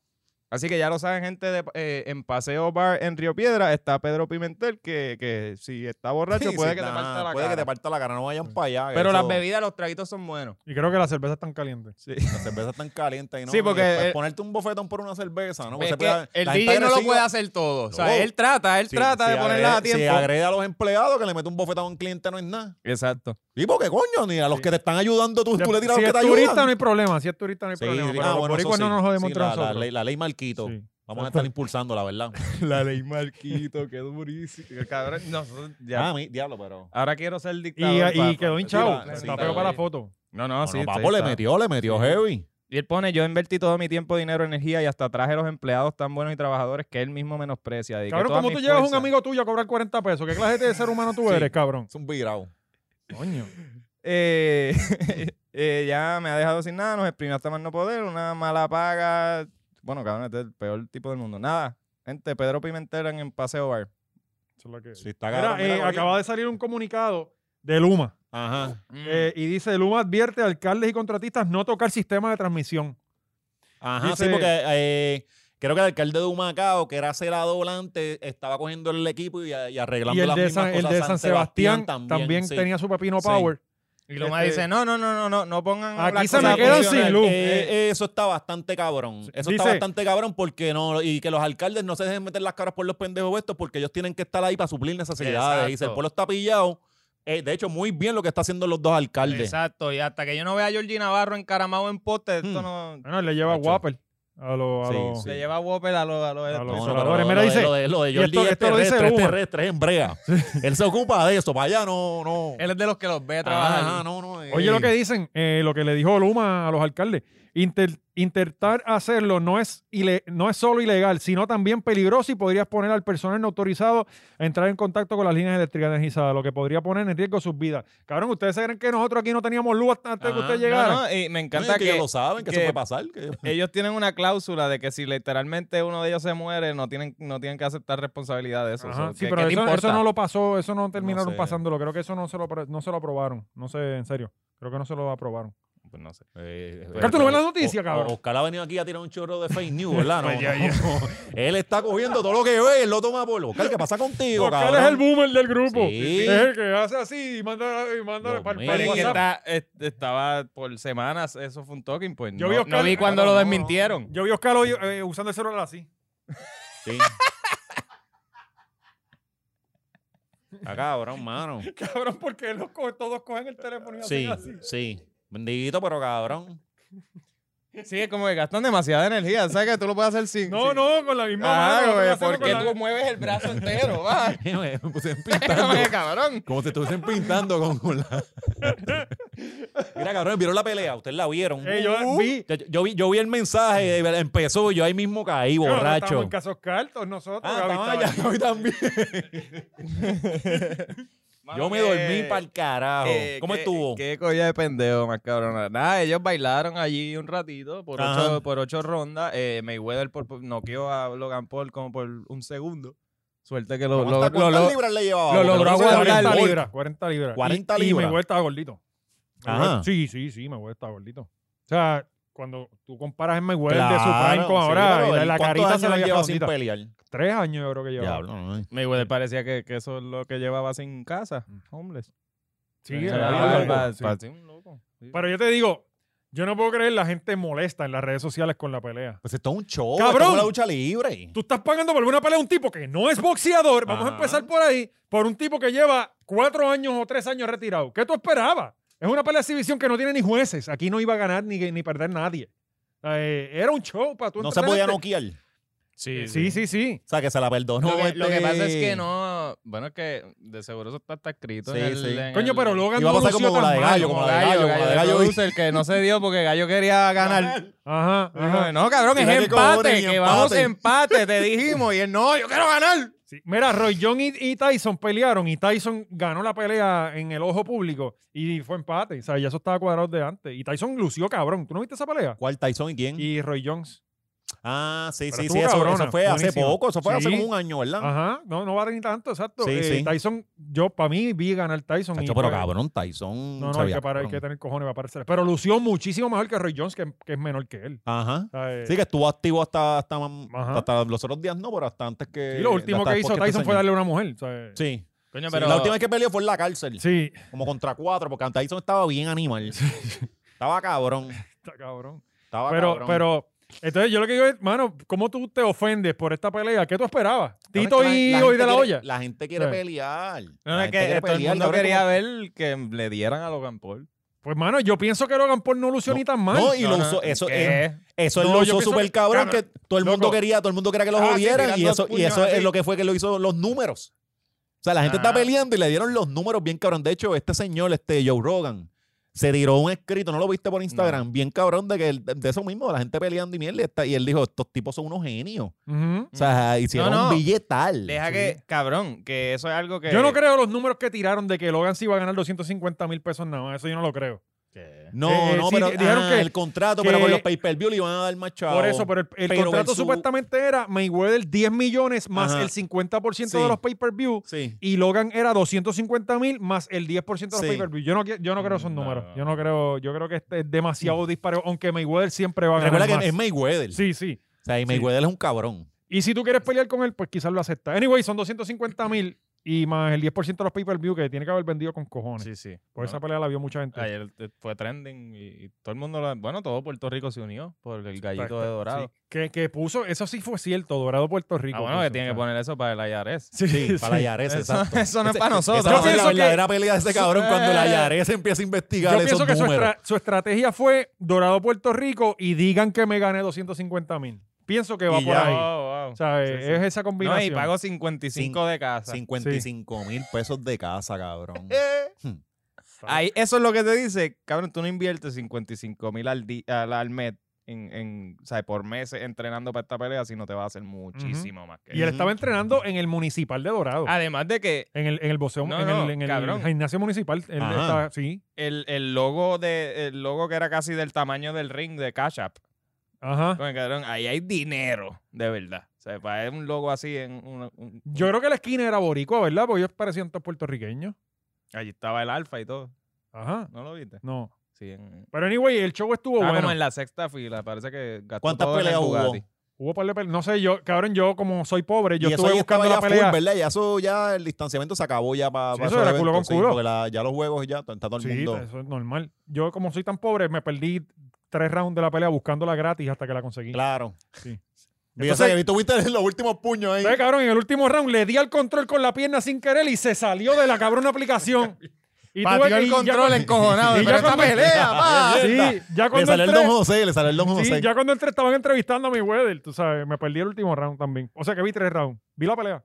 B: Así que ya lo saben, gente, de, eh, en Paseo Bar en Río Piedra está Pedro Pimentel, que, que si está borracho
C: Sí,
B: puede
C: sí,
B: que te
C: nah,
B: parta la
C: puede
B: cara.
C: que te parta la cara, no vayan para allá. que
B: Pero
C: eso-
B: las bebidas, los traguitos son buenos.
A: Y creo que las cervezas están calientes.
B: Sí.
C: Las cervezas están calientes y no.
B: Sí,
C: y
B: porque
C: después
B: el-
C: ponerte un bofetón por una cerveza, ¿no?
B: Es
C: Pues se
B: que
C: puede-
B: el
C: la gente
B: DJ no lo
C: agresiva-
B: puede hacer todo. O sea,
C: No.
B: él trata, él
C: Sí,
B: trata
C: si
B: de ponerla a
C: agrede-
B: tiempo.
C: Si agrede a los empleados que le mete un bofetón a un cliente no es nada.
B: Exacto.
C: ¿Y por qué coño? Ni a los que te están ayudando tú, tú le tiras
A: si
C: a los
A: es
C: que te
A: turista
C: ayudan.
A: no hay problema, si es turista no hay
C: Sí,
A: problema.
C: sí,
A: pero
C: ah,
A: los
C: bueno, eso
A: boricuas no
C: sí.
A: nos jodemos
C: Sí,
A: entre
C: la- la,
A: nosotros.
C: ley, la ley Marquito.
A: Sí.
C: Vamos a estar impulsando, la verdad.
B: La ley Marquito, quedó durísimo. Cabrón, nosotros ya.
C: Ah, mi diablo, pero.
B: Ahora quiero ser
A: Y,
B: dictador.
A: y
B: papá.
A: quedó
B: Sí,
A: hinchado.
B: la-
C: sí,
A: está
C: la
A: peor para la
B: ley.
A: foto.
B: No, no, Ah, sí.
C: Bueno,
B: sí,
C: papo, le
B: está.
C: metió, le metió heavy.
B: Y él pone, yo invertí todo mi tiempo, dinero, energía y hasta traje los empleados tan buenos y trabajadores que él mismo menosprecia. Dediqué
A: Cabrón,
B: todas
A: ¿cómo
B: mis
A: tú llevas a un
B: fuerzas".
A: amigo tuyo a cobrar 40 pesos? ¿Qué clase de ser humano tú
C: Sí.
A: eres, cabrón?
C: Es un virado.
A: Coño.
B: Eh, eh, ya me ha dejado sin nada, nos exprimió hasta más no poder, una mala paga. Bueno, cabrón, este es el peor tipo del mundo. Nada, gente, Pedro Pimentel en, en Paseo Bar.
A: Eso es lo que-
C: Sí, está
A: Mira,
C: cabrón.
A: eh,
C: mira, oye.
A: acaba de salir un comunicado de Luma.
C: Ajá.
B: Mm,
A: eh, y dice, Luma advierte a alcaldes y contratistas no tocar sistema de transmisión.
C: Ajá,
A: Dice-
C: sí, porque eh, creo que el alcalde de Humacao, que era celado volante, estaba cogiendo el equipo y, y arreglando
A: Y el
C: las
A: de
C: mismas
A: San, el
C: cosas.
A: de San Sebastián, también,
C: sí.
A: tenía su pepino
C: Sí.
A: power.
B: Y Luma
A: Este-
B: dice, no, no, no, no, no, no pongan
A: Aquí
B: las
A: se
B: cosas
A: me
B: a
A: quedan sin
B: funcionar".
A: luz.
C: Eh, eh, eso está bastante cabrón.
A: Dice-
C: Eso está bastante cabrón porque no y que los alcaldes no se dejen meter las caras por los pendejos estos porque ellos tienen que estar ahí para suplir necesidades.
B: Exacto.
C: Dice, el pueblo está pillado. Eh, de hecho, muy bien lo que está haciendo los dos alcaldes.
B: Exacto, y hasta que yo no vea a Georgie Navarro encaramado en poste, esto
C: Hmm.
B: no...
A: Bueno, él le lleva a
C: Macho.
A: Whopper. A los... a
C: Sí,
A: los-
C: sí.
B: Le lleva a Whopper a los... A los-
A: A los-
C: Eso,
B: estos.
C: pero
A: Moradores,
C: lo-
A: mira,
C: lo
A: dice-
C: De, lo de, lo de
A: y
C: Jordi
A: esto-
C: es
A: esto lo dice
C: terrestre, es
A: Luma.
C: terrestre, es en brea. Él se ocupa de eso, para allá no, no.
B: Él es de los que los ve trabajar.
C: Ajá, no, no. eh.
A: Oye lo que dicen, eh, lo que le dijo Luma a los alcaldes. Inter- intentar hacerlo no es, ile- no es solo ilegal, sino también peligroso y podrías poner al personal no autorizado a entrar en contacto con las líneas eléctricas energizadas, lo que podría poner en riesgo sus vidas. Cabrón, ¿ustedes se creen que nosotros aquí no teníamos luz hasta antes de que
C: Ah,
A: ustedes
B: No,
A: llegaran?
B: no, y me
C: No, es
B: encanta
C: que,
B: que...
C: ellos lo saben, que,
B: que-
C: eso puede pasar. que-
B: ellos tienen una cláusula de que si literalmente uno de ellos se muere, no tienen, no tienen que aceptar responsabilidad de eso.
A: Ajá,
B: So,
A: sí,
B: ¿qué-
A: pero
B: qué le
A: eso,
B: importa?
A: eso no lo pasó, eso no terminaron
C: sé.
A: pasándolo. Creo que eso no se lo, apro- no se lo aprobaron. No sé, en serio. Creo que no se lo aprobaron.
B: Pues no sé.
C: Eh,
A: Oscar, ¿tú no ves la noticia, cabrón?
C: Oscar ha venido aquí a tirar un chorro de fake news, ¿verdad? No,
B: Pues ya,
C: no. Él está cogiendo todo lo que ve, él lo toma por. Oscar, ¿qué pasa contigo,
A: Porque él
C: cabrón?
A: es el boomer del grupo.
C: Sí.
A: Es el que hace así y manda, y manda
C: Dios
A: para el
C: mío.
B: Pero es que
A: WhatsApp.
B: está- est- estaba por semanas, eso fue un talking point.
A: Yo
B: no,
A: vi a Oscar-
B: no vi cuando
C: Claro,
B: lo
C: no,
B: desmintieron.
A: Yo vi a Oscar hoy, eh, usando el celular así.
C: Sí. Está cabrón, mano.
A: Cabrón, porque los co- todos cogen el teléfono y
C: Sí,
A: hacen así.
C: sí. Bendito, pero cabrón.
B: Sí, es como que gastan demasiada energía. ¿Sabes que tú lo puedes hacer sin...
A: No,
B: sin-
A: no, con la misma
B: Ah,
A: mano.
B: güey,
A: lo estoy
B: porque
A: haciendo
B: tú
A: con
B: mueves el brazo entero, va.
C: Me puse
B: Come,
C: pintando.
B: cabrón.
C: Como si estuviesen pintando con, con la. Mira, cabrón, vieron la pelea. Ustedes la vieron.
A: la- Eh, yo vi.
C: Yo, yo vi, yo vi el mensaje, eh, empezó, yo ahí mismo caí,
A: Claro, Estamos
C: borracho.
A: en casos cartos nosotros.
C: Ah,
A: Gaby,
C: estaban
A: estaba-
C: allá, Gaby también. Yo me dormí para el carajo.
B: Eh,
C: ¿Cómo
B: qué-
C: estuvo?
B: Qué colla de pendejo, más cabrón. Nada, ellos bailaron allí un ratito por,
C: Ajá.
B: ocho, por ocho rondas. Eh, Mayweather por, por- noqueó a Logan Paul como por un segundo. Suerte que lo, lo,
C: ¿Cuántas-
B: lo-
C: cuántas
B: lo-
C: libras le llevaba?
B: lo
C: Porque
B: logró
C: no se
B: aguantar.
C: sabía el
A: 40
C: gol.
A: libras. 40 libras.
C: 40
A: Y- Y,
C: libras.
A: me vuelta gordito. Mayweather-
C: Ajá.
A: Sí, sí, sí, me vuelta gordito. O sea, cuando tú comparas en Mayweather de su
C: Claro,
A: prime con
C: sí,
A: ahora,
C: pero
A: la,
C: él,
A: la
C: ¿cuántos
A: carita
C: años
A: se la
C: él
A: lleva
C: lleva sin
A: redondita.
C: pelear.
A: Tres años yo creo que lleva.
C: Diablo, no, eh. no.
B: Mayweather parecía que, que eso es lo que llevaba sin casa.
C: Mm.
B: Homeless.
A: Sí,
B: Tenía
A: era
B: la
A: algo,
B: barba,
A: sí.
B: parecía un loco. Sí.
A: Pero yo te digo, yo no puedo creer la gente molesta en las redes sociales con la pelea.
C: Pues esto es un show.
A: ¡Cabrón!
C: esto es una lucha libre.
A: Tú estás pagando por una pelea a un tipo que no es boxeador, vamos a
C: Ajá.
A: empezar por ahí, por un tipo que lleva cuatro años o tres años retirado. ¿Qué tú esperabas? Es una pelea de exhibición que no tiene ni jueces. Aquí no iba a ganar ni, ni perder nadie. Eh, era un show para tú
C: no se podía
A: entretenerte.
C: noquear. O
A: Sí, sí, sí.
C: sea, que se la perdonó.
B: Lo que, lo que
C: este-
B: pasa es que no. Bueno, es que de seguro eso está, está escrito.
C: Sí,
B: en el-
C: sí.
B: en
A: Coño,
B: el-
A: pero Logan
C: Eh, Iba a
A: no
C: pasar
A: lució
C: como
A: tan
C: la de
A: mal.
C: Gallo, como la de Gallo, como la de Gallo.
B: producer, que no se dio porque Gallo quería ganar.
A: Ajá,
B: Dijo,
A: ajá.
B: no, cabrón, es
C: Mira que
B: empate,
C: cobren y
B: que vamos
C: empaten".
B: empate, te dijimos. Y él, no, yo quiero ganar.
A: Sí. Mira, Roy John y, y Tyson pelearon y Tyson ganó la pelea en el ojo público y fue empate. O sea, ya eso estaba cuadrado de antes. Y Tyson lució cabrón. ¿Tú no viste esa pelea?
C: ¿Cuál Tyson y quién?
A: Y Roy Jones.
C: Ah, sí,
A: Pero
C: sí,
A: estuvo
C: sí. Eso,
A: cabrona,
C: eso fue hace
A: buenísima.
C: poco. Eso fue hace
A: Sí.
C: como un año, ¿verdad?
A: Ajá, no, no vale ni tanto, exacto.
C: Sí,
A: Eh,
C: sí.
A: Tyson, yo para mí vi ganar Tyson. y
C: Chacho, pero
A: fue-
C: cabrón, Tyson.
A: No, no, hay
C: sabía,
A: que, parar, hay que
C: cabrón.
A: tener cojones para parecer. Pero lució muchísimo mejor que Roy Jones, que, que es menor que él.
C: Ajá.
A: O sea, eh,
C: Sí, que estuvo activo hasta, hasta,
A: Ajá.
C: hasta los otros días, no, pero hasta antes que.
A: y lo último
C: hasta
A: que hizo
C: después
A: Tyson
C: este
A: fue
C: señor-
A: darle a una mujer. o sea, eh,
C: Sí.
B: Coño,
C: sí,
B: pero.
C: La última vez que peleó fue en la cárcel.
A: sí,
C: Como contra cuatro, porque Tyson estaba bien animal. estaba cabrón.
A: está cabrón.
C: Estaba
A: Pero,
C: cabrón.
A: pero, entonces yo lo que digo es, mano, ¿cómo tú te ofendes por esta pelea? ¿Qué tú esperabas?
C: Cabrón,
A: Tito
C: es que la-
A: y
C: la
A: hoy
C: gente
A: de la
C: quiere-
A: olla.
C: La gente quiere
A: Sí.
C: pelear. La
B: No, no, es
C: gente
B: que
C: quiere
B: todo el
C: pelear,
B: mundo
C: cabrón,
B: quería
C: como-
B: ver que le dieran a Logan Paul.
A: Pues, mano, yo pienso que Logan Paul no lució
C: No,
A: ni tan mal.
C: No, y
B: No,
C: lo
B: no,
C: usó. Eso,
B: ¿qué?
C: eh, eso él
A: No,
C: lo
A: yo
C: usó
A: pienso
C: súper
A: que-
C: cabrón,
A: cabrón,
C: que todo el mundo
A: loco.
C: quería, todo el mundo quería que lo
A: Ah, sí,
C: jodieran. y
A: tirando
C: eso, y
A: puños
C: eso es
A: así.
C: lo que fue que lo hizo los números. O sea, la gente
B: Ah.
C: está peleando y le dieron los números bien cabrón. De hecho, este señor, este Joe Rogan, se tiró un escrito, ¿no lo viste por Instagram? Bien cabrón de que el- de eso mismo, de la gente peleando y mierda. y está- Y él dijo, estos tipos son unos genios.
A: Ujú.
C: O sea, ah, hicieron
B: No, no.
C: un billetal.
B: Deja que, cabrón, que eso es algo que.
A: Yo no creo los números que tiraron de que Logan se iba a ganar 250 mil pesos nada más. Eso yo no lo creo.
C: No,
A: Eh, eh,
C: no,
A: sí,
C: pero
A: di- dijeron
C: ah,
A: que-
C: el contrato,
A: que-
C: pero con los pay-per-view le iban a dar más chavo.
A: Por eso, pero el, el
C: Pero
A: contrato
C: versus-
A: supuestamente era Mayweather 10 millones más
C: Ajá.
A: el 50%
C: Sí.
A: de los pay-per-view
C: Sí.
A: y Logan era 250 mil más el 10% de los
C: Sí.
A: pay-per-view. Yo no, qui- yo no creo esos
B: Mm, No. Mm.
A: números. Yo no creo, yo creo que este es demasiado disparejo, aunque Mayweather siempre va a ganar
C: Recuerda
A: más.
C: que es Mayweather.
A: Sí, sí.
C: O sea, y Mayweather es un cabrón.
A: Y si tú quieres pelear con él, pues quizás lo acepta. Anyway, son 250 mil y más el 10% de los pay-per-view que tiene que haber vendido con cojones.
B: Sí, Ah. sí.
A: Por
B: No,
A: esa pelea la vio mucha gente.
B: Ayer eh, fue trending y, y todo el mundo, lo- bueno, todo Puerto Rico se unió por el gallito
A: Exacto,
B: de Dorado.
A: sí. Que, que puso, eso sí fue cierto, Dorado Puerto Rico.
B: Ah, bueno,
A: puso,
B: que tiene
A: o
B: que
A: sea.
B: poner eso para el IRS.
A: Sí, sí.
C: Para la Yarese,
B: Eso-
C: exacto.
B: eso no es para
C: Esa-
B: nosotros.
C: Esa va a ser
A: Yo
C: la
A: pienso que-
C: verdadera pelea de ese cabrón cuando la
B: Eh.
C: Yarese empieza a investigar
A: Yo
C: esos
A: pienso que su,
C: números.
A: estra- su estrategia fue Dorado Puerto Rico y digan que me gané 250 mil. Pienso que va
C: Y
A: por
C: ya.
A: ahí.
B: Wow, wow.
A: O sea,
B: Sí,
A: es-
B: sí.
A: es esa
B: No, y
A: combinación.
B: pago 55 de casa.
C: 55 mil pesos de casa, cabrón.
A: Eh,
B: Ahí, eso es lo que te dice, cabrón, tú no inviertes 55 mil al, di- al, al mes en, en, o sea, por meses entrenando para esta pelea, sino te va a hacer muchísimo más que
A: y él
C: Ujú.
A: estaba entrenando en el municipal de Dorado.
B: Además de que
A: en el, en el boxeo,
B: Ah. No,
A: en,
B: no,
A: el, en el
B: cabrón.
A: gimnasio municipal. Él
C: Ajá.
A: estaba- sí.
B: el, el logo de el logo que era casi del tamaño del ring de Cash App,
A: Ajá.
B: Coño, cabrón, ahí hay dinero, de verdad. O sea, para un logo así en una- un-
A: Yo creo que la esquina era boricua, ¿verdad? Porque ellos parecían todos puertorriqueños.
B: allí estaba el alfa y todo.
A: Ajá.
B: ¿No lo viste?
A: No.
B: Sí, en,
A: Pero anyway, el show estuvo
B: estaba
A: bueno.
B: como en la sexta fila, parece que gastó
C: ¿Cuántas
B: todo en el
C: peleas hubo?
B: Bugatti.
A: Hubo par de pele- No sé, yo, cabrón, yo como soy pobre, yo
C: y eso
A: estuve
C: ya estaba
A: buscando la
C: ya full,
A: pelea.
C: ¿verdad? Ya eso ya el distanciamiento se acabó ya para
A: Sí, eso era culo con culo.
C: porque la- ya los juegos ya está todo el
A: Sí,
C: mundo.
A: eso es normal. Yo, como soy tan pobre, me perdí tres rounds de la pelea buscándola gratis hasta que la conseguí.
C: Claro.
A: Sí.
C: Y eso
A: Entonces-
C: que tú viste los últimos puños ahí.
A: Entonces, cabrón, en el último round le di al control con la pierna sin querer y se salió de la cabrona aplicación. Y tuve
D: Pateó
A: que-
D: el
A: y ya
D: control
A: cuando-
D: encojonado.
A: y ya
D: Pero esta
A: cuando-
D: pelea, pa.
A: Sí, ya
C: Le
A: cuando
C: sale el
A: entré,
C: Don José, le sale el Don
A: sí,
C: José.
A: ya cuando entré estaban entrevistando a mi weather, tú sabes, me perdí el último round también. O sea que vi tres rounds. Vi la pelea.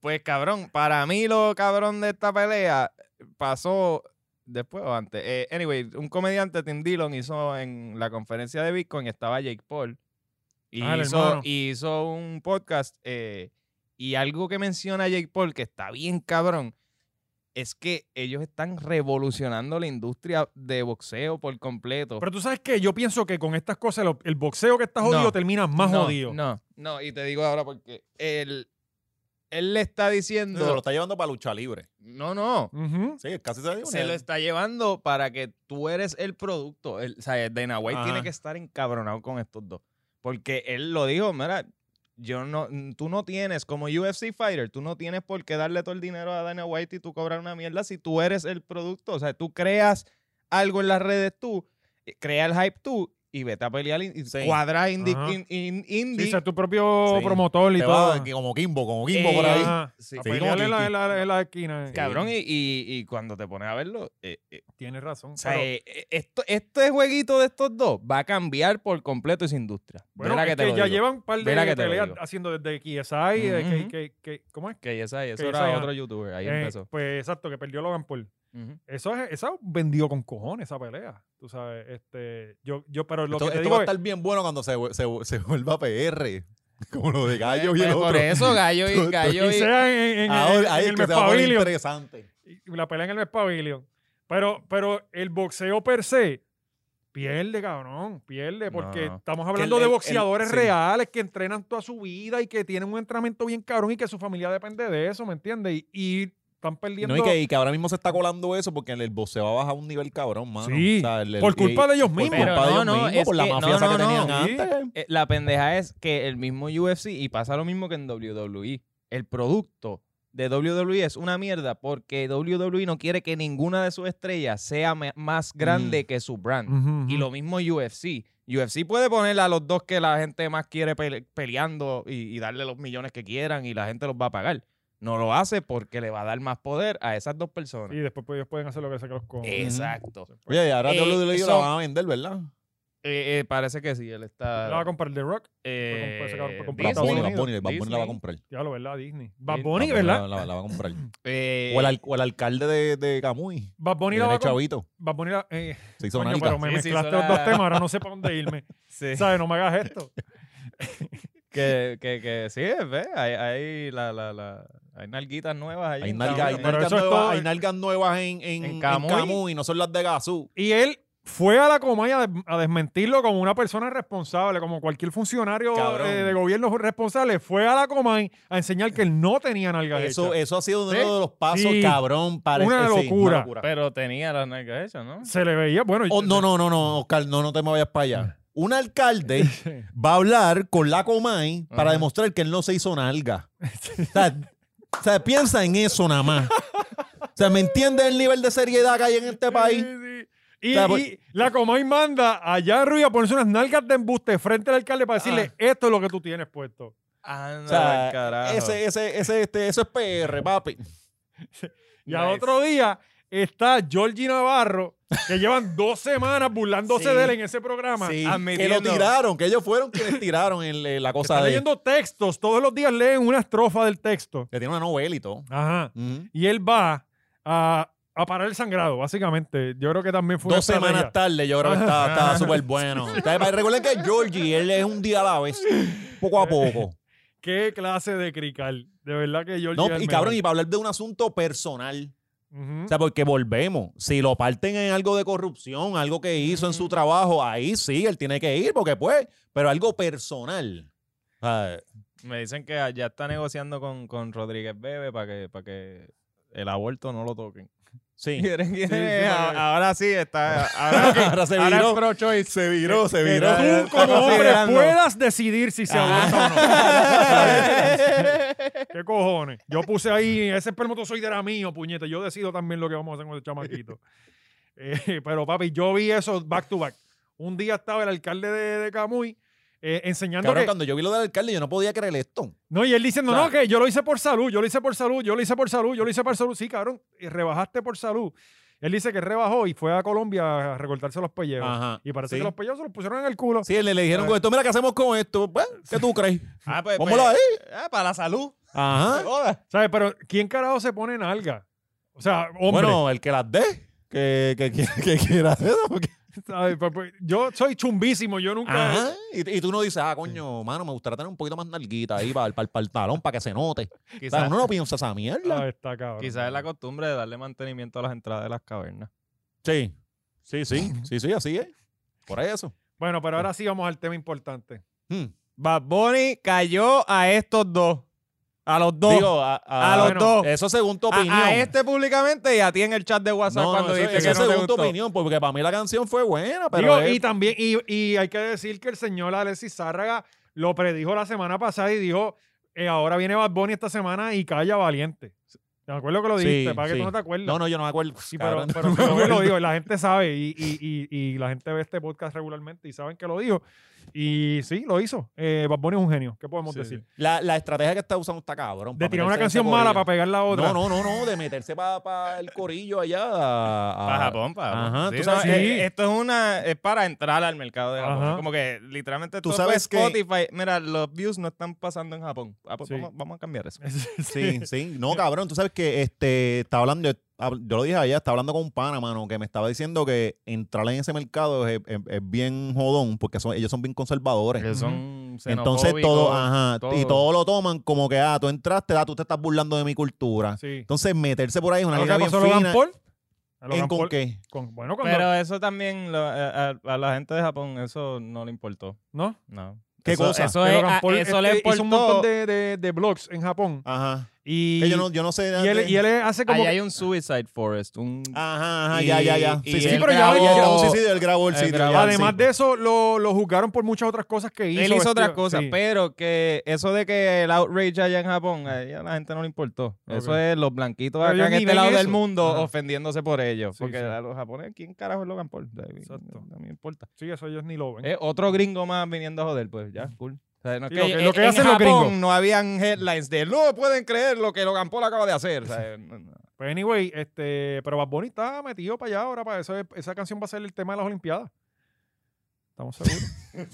B: Pues cabrón, para mí lo cabrón de esta pelea pasó después o antes. Eh, anyway, un comediante Tim Dillon hizo en la conferencia de Bitcoin, estaba Jake Paul. Y
A: Ah, el
B: hizo,
A: hermano.
B: y hizo un podcast eh, y algo que menciona Jake Paul que está bien cabrón es que ellos están revolucionando la industria de boxeo por completo.
A: Pero tú sabes que yo pienso que con estas cosas lo- el boxeo que está jodido
B: No.
A: termina más
B: no,
A: jodido.
B: No, no, y te digo ahora porque él, él le está
C: No, Se lo
B: diciendo...
C: está llevando para lucha libre.
B: No, no.
A: Ujú.
C: Sí, casi se dio
B: se lo está llevando para que tú eres el producto. El, o sea, eh, Dana White
C: Ajá.
B: tiene que estar encabronado con estos dos. Porque él lo dijo, mira, yo no, tú no tienes, como UFC Fighter, tú no tienes por qué darle todo el dinero a Dana White y tú cobrar una mierda si tú eres el producto. O sea, tú creas algo en las redes tú, eh, crea el hype tú y vete a pelear y y
C: Sí.
B: cuadra indie.
A: Ajá.
B: in- in-
A: Sí,
B: indie.
A: o sea, tu propio
C: Sí.
A: promotor y
C: Te
A: todo.
C: va como Kimbo, como Kimbo por
B: Eh,
C: ahí.
A: Ajá.
B: Sí.
A: A
C: Sí,
A: pelear
C: como
A: en la,
C: que-
A: en la- en la esquina. eh.
B: Cabrón, y, y- y cuando te pones a verlo, eh, eh,
A: Tienes razón.
B: O sea,
A: pero-
B: eh, eh, esto, este jueguito de estos dos va a cambiar por completo esa industria.
A: Bueno,
B: Verá
A: es
B: que te
A: que
B: lo
A: ya
B: digo.
A: llevan un par de
B: Verá que te lo
A: peleas
B: digo.
A: haciendo desde KSI, de que,
B: Ujú.
A: que, que- ¿cómo es?
B: Que esa, eso
A: que
B: era
A: esa ya-
B: otro youtuber, ahí
A: Eh,
B: empezó.
A: pues exacto, que perdió Logan Paul.
B: Ujú.
A: Eso es, esa vendió con cojones esa pelea. Tú sabes, este, yo, yo, pero lo
C: Esto,
A: que te
C: esto
A: digo
C: va a
A: es-
C: estar bien bueno cuando se, vu- se, vu- se vuelva PR. Como lo
A: Eh,
C: de Gallo y
B: Pues
C: el
B: por
C: otro.
B: eso, Gallo
C: Tú-
B: y
C: tú- ah.
B: Gallo
A: y
B: y-
A: sea en, en- en- en
C: Ahora, ahí es
A: el
C: que se va a poner
A: Mespavilion,
C: interesante.
A: y la pelea en el Mespavilion. Pero, pero el boxeo per se pierde, cabrón, pierde, porque
B: No.
A: estamos hablando
B: el-
A: de
B: el- el-
A: boxeadores
B: sí.
A: reales que entrenan toda su vida y que tienen un entrenamiento bien cabrón y que su familia depende de eso, ¿me entiendes? Y, y están perdiendo...
C: No, y que, y que ahora mismo se está colando eso porque el boxeo ha bajado un nivel cabrón, mano.
A: Sí,
C: O sea, el- el-
A: por
C: y-
A: culpa de ellos
C: por
A: mismos.
B: Pero
C: culpa de
B: no,
C: ellos
B: no,
C: mismos,
B: es
C: por la
B: que- no,
C: mafia esa que
B: no,
C: tenían
A: no.
C: antes.
B: Eh, La pendeja es que el mismo UFC, y pasa lo mismo que en WWE, el producto de WWE es una mierda porque WWE no quiere que ninguna de sus estrellas sea me- más
C: Mm.
B: grande que su brand.
A: Ujú,
B: Y
A: ujú.
B: lo mismo UFC. UFC puede poner a los dos que la gente más quiere pele- peleando y, y darle los millones que quieran y la gente los va a pagar. No lo hace porque le va a dar más poder a esas dos personas. Eh,
A: Y después pues, ellos pueden hacer lo que se los cojones.
B: Exacto.
C: Oye, y ahora
B: Eh,
C: yo lo la
B: son-
C: van a vender, ¿verdad?
B: Eh, eh, parece que sí, él está.
A: La va a comprar The Rock.
B: eh,
A: Fue comprar- fue comprar
C: Bad
A: Estados
B: Disney.
C: Bunny, Bad
A: Unidos.
C: Bunny, Bad Bunny la va a
B: Disney.
C: comprar.
A: Ya lo verdad, Disney. Bad
B: Sí.
A: Bunny,
C: Bad Bunny
A: ¿verdad?
C: La, la- la va a comprar.
B: Eh,
C: O el, al- o el alcalde de, de Camuy.
A: Bad Bunny la
C: Viene
A: va a comp-
C: chavito.
A: Bad Bunny la- eh,
C: Se hizo
A: coño,
C: nanita.
A: pero me
B: Sí, sí,
A: mezclaste
B: hizo
A: los dos
B: la-
A: temas, ahora no sé para dónde irme.
B: sí.
A: ¿Sabes? No me hagas esto.
B: que, que, que sí, ve, hay, hay, la, la, la, hay nalguitas nuevas ahí.
C: Hay
B: en
C: nalgas,
B: Camuy.
C: hay
A: Pero
C: nalgas
A: eso es todo-
C: nuevas, hay nalgas nuevas en, en,
B: ¿En
C: en
B: Camuy?
C: Camuy? no son las de Gazú.
A: Y él fue a la Comay a, des- a desmentirlo como una persona responsable, como cualquier funcionario
C: Cabrón.
A: eh, de gobierno responsable. Fue a la Comay a enseñar que él no tenía nalgas
C: Eso,
A: hechas.
C: eso ha sido uno
A: ¿Sí?
C: de los pasos,
A: Sí.
C: cabrón, para
A: Una
C: eh, sí,
A: locura.
B: Pero tenía las nalgas hechas, ¿no?
A: Se le veía, bueno...
C: Oh, no, no, no, no, Oscar, no, no te me vayas para allá. Un alcalde va a hablar con la Comay para
B: Ajá.
C: demostrar que él no se hizo nalga. O sea, o sea, piensa en eso nada más. O sea, ¿me entiendes el nivel de seriedad que hay en este país?
A: Sí, sí. Y,
C: Claro, pues-
A: y la Comay manda allá arriba a ponerse unas nalgas de embuste frente al alcalde para decirle, esto es lo que tú tienes puesto.
B: Anda,
C: O sea,
B: al carajo.
C: ese, ese, ese, este, eso es PR, papi.
A: Y al
B: Nice.
A: otro día está Georgie Navarro, que llevan dos semanas burlándose
B: Sí.
A: de él en ese programa.
C: Sí, que
B: admitiendo.
C: lo tiraron, que ellos fueron quienes tiraron el- el- la cosa
A: Están
C: de...
A: leyendo textos, todos los días leen una estrofa del texto.
C: Que tiene una novela y todo.
A: Ajá.
C: Ujú.
A: Y él va a, a parar el sangrado, básicamente. Yo creo que también fue una
C: Dos semanas
A: estrategia.
C: tarde, yo creo que está está súper bueno. O sea, Recuerden que Georgie, él es un día a la vez, poco a poco.
A: Qué clase de crical. De verdad que Georgie.
C: No,
A: es el
C: y cabrón, y
A: mejor.
C: para hablar de un asunto personal.
A: Ujú.
C: O sea, porque volvemos. Si lo parten en algo de corrupción, algo que hizo en su trabajo, ahí sí, él tiene que ir, porque pues, pero algo personal. O sea,
B: Me dicen que allá está negociando con, con Rodríguez Bebe para que, para que el aborto no lo toquen.
C: sí.
B: ¿Quieren- quieren-
A: sí,
B: a-
A: porque-
B: ahora sí está. Ahora,
C: Ahora se
B: ahora es
C: viró.
B: pro choice.
C: Se viró, se viró.
A: Tú, como hombre, puedas decidir si se aborta o no. ¿Qué cojones? Yo puse ahí, ese espermatozoide era mío, puñeta. Yo decido también lo que vamos a hacer con el chamaquito. Eh, pero, papi, yo vi eso back to back. Un día estaba el alcalde de, de Camuy eh, enseñando
C: Cabrón,
A: que...
C: cuando yo vi lo del alcalde, yo no podía creer esto.
A: No, y él diciendo,
C: O sea-
A: no, que yo lo hice por salud, yo lo hice por salud, yo lo hice por salud, yo lo hice por salud. Sí, cabrón, y rebajaste por salud. Él dice que rebajó y fue a Colombia a recortarse los pellejos.
C: Ajá,
A: Y parece
C: sí.
A: que los pellejos se los pusieron en el culo.
C: Sí, le, le dijeron
B: Ah.
C: con esto, mira, ¿qué hacemos con esto? Pues, ¿Qué tú crees?
B: Ah, pues,
C: Vámonos
B: pues,
C: ahí.
B: ah, para la salud.
C: Ajá.
B: Joda.
A: ¿Sabes? Pero ¿quién carajo se pone en alga? O sea, hombre.
C: Bueno, el que las dé, que, que, que, que quiera hacer eso. porque-
A: ¿sabes? Pues, pues, yo soy chumbísimo, yo nunca.
C: Ajá. Y, y tú no dices, ah, coño, mano, me gustaría tener un poquito más narguita ahí para, para el pantalón, para que se note. O sea,
B: Quizás
C: uno no piensa esa mierda.
A: Ah, está cabrón.
B: quizás es la costumbre de darle mantenimiento a las entradas de las cavernas.
C: Sí. Sí, sí. Sí, sí, así es. Por eso.
A: Bueno, pero ahora sí vamos al tema importante.
C: Hmm.
D: Bad Bunny cayó a estos dos. A los dos.
C: Digo, a, a-
D: a los
A: bueno,
D: dos.
C: Eso según tu
D: A-
C: opinión.
D: A, este públicamente y a ti en el chat de WhatsApp
C: No, no,
D: cuando
C: eso,
D: dices
C: eso
D: que no te
C: según tu
D: gustó.
C: opinión, porque para mí la canción fue buena, pero
A: Digo,
C: es-
A: y también, y, y hay que decir que el señor Alexis Zárraga lo predijo la semana pasada y dijo: eh, ahora viene Bad Bunny esta semana y calla valiente. Te acuerdo que lo
C: Sí,
A: dijiste, para que
C: sí.
A: tú no te acuerdes.
C: no, no, yo no me acuerdo.
A: Sí, pero,
C: Cabrón,
A: pero
C: no me
A: yo
C: acuerdo.
A: lo digo, y la gente sabe, y, y- y- y la gente ve este podcast regularmente y saben que lo digo. Y sí, lo hizo. Eh, Bad Bunny es un genio, ¿qué podemos
B: Sí,
A: decir?
C: La, la estrategia que está usando está cabrón.
A: De
C: para
A: tirar una
C: meterse en
A: canción
C: ese
A: mala
C: corillo.
A: para pegar la otra.
C: No, no, no, no, de meterse para el corillo allá. a- a-
A: Ah,
B: Para Japón, para Japón.
C: Ajá,
B: Sí,
C: tú
B: no,
C: sabes-
B: eh, eh, esto es una es para entrar al mercado de Japón.
A: Ajá.
B: Como que literalmente
C: Tú
B: todo fue
C: sabes que-
B: Spotify, mira, los views no están pasando en Japón. Ah, pues,
A: Sí. Este,
B: vamos, vamos a cambiar eso.
C: Sí, sí. No, cabrón, tú sabes que este estaba hablando, hab- yo lo dije allá, estaba hablando con un pana, mano, que me estaba diciendo que entrar en ese mercado es, es- es bien jodón, porque son- ellos son bien conservadores.
B: Que son
C: Entonces
B: xenofóbicos.
C: todo,
A: ah,
C: ajá, y
B: todo.
C: todo lo toman como que, ah, tú entraste, ah, tú te estás burlando de mi cultura.
A: Sí.
C: Entonces meterse por ahí es una
A: ¿Sabes
C: línea
A: lo que
C: bien
A: pasó a Logan
C: fina.
A: Paul? A
C: ¿En
A: Logan
C: con
A: Paul-
C: qué?
A: con- bueno, cuando,
B: Pero eso también lo- eh, a, a- a la gente de Japón eso no le importó.
A: ¿no?
B: No.
C: ¿Qué
B: Eso-
C: cosa?
B: Eso,
A: Que
B: es-
A: Logan
B: a-
A: Paul,
B: eso
A: este,
B: le
A: hizo un
B: importó.
A: montón de, de, de blogs en Japón.
C: Ajá.
A: Y,
C: Que yo, no, yo no sé.
A: y él, y él hace como... Ah,
B: Allá hay un suicide forest, un
C: Ajá, ajá,
B: y-
C: ya, ya, ya.
B: y
C: Sí, sí,
B: él
C: pero ya
B: grabó-
C: él grabó el suicidio, él grabó el
B: él
C: sitio.
B: grabó-
C: ya,
A: además
C: sí.
A: de eso, lo, lo juzgaron por muchas otras cosas que hizo.
B: Él hizo otras
A: vestido-
B: cosas,
A: sí.
B: pero que eso de que el outrage allá en Japón, a ella la gente no le importó. Eso
A: Ok.
B: es los blanquitos
A: Pero
B: acá
A: ellos
B: en
A: ni
B: este
A: ven
B: lado del
A: eso.
B: mundo
A: Ajá.
B: ofendiéndose por ellos.
A: Sí,
B: porque
A: sí.
B: a los japoneses, ¿quién carajo es Logan Paul? O sea,
A: Exacto.
B: No me importa.
A: Sí, eso ellos ni lo ven.
B: Eh, otro gringo más viniendo a joder, pues ya, cool. O sea, no es
A: Sí, lo que-
B: en-
A: lo que
B: en
A: hacen los
B: Japón
A: gringos.
B: no habían headlines de no pueden creer lo que Logan Paul acaba de hacer. O sea, no- no.
A: Pues anyway, este, pero Bad Bunny está metido para allá ahora. Para eso, esa canción va a ser el tema de las Olimpiadas. ¿Estamos seguros?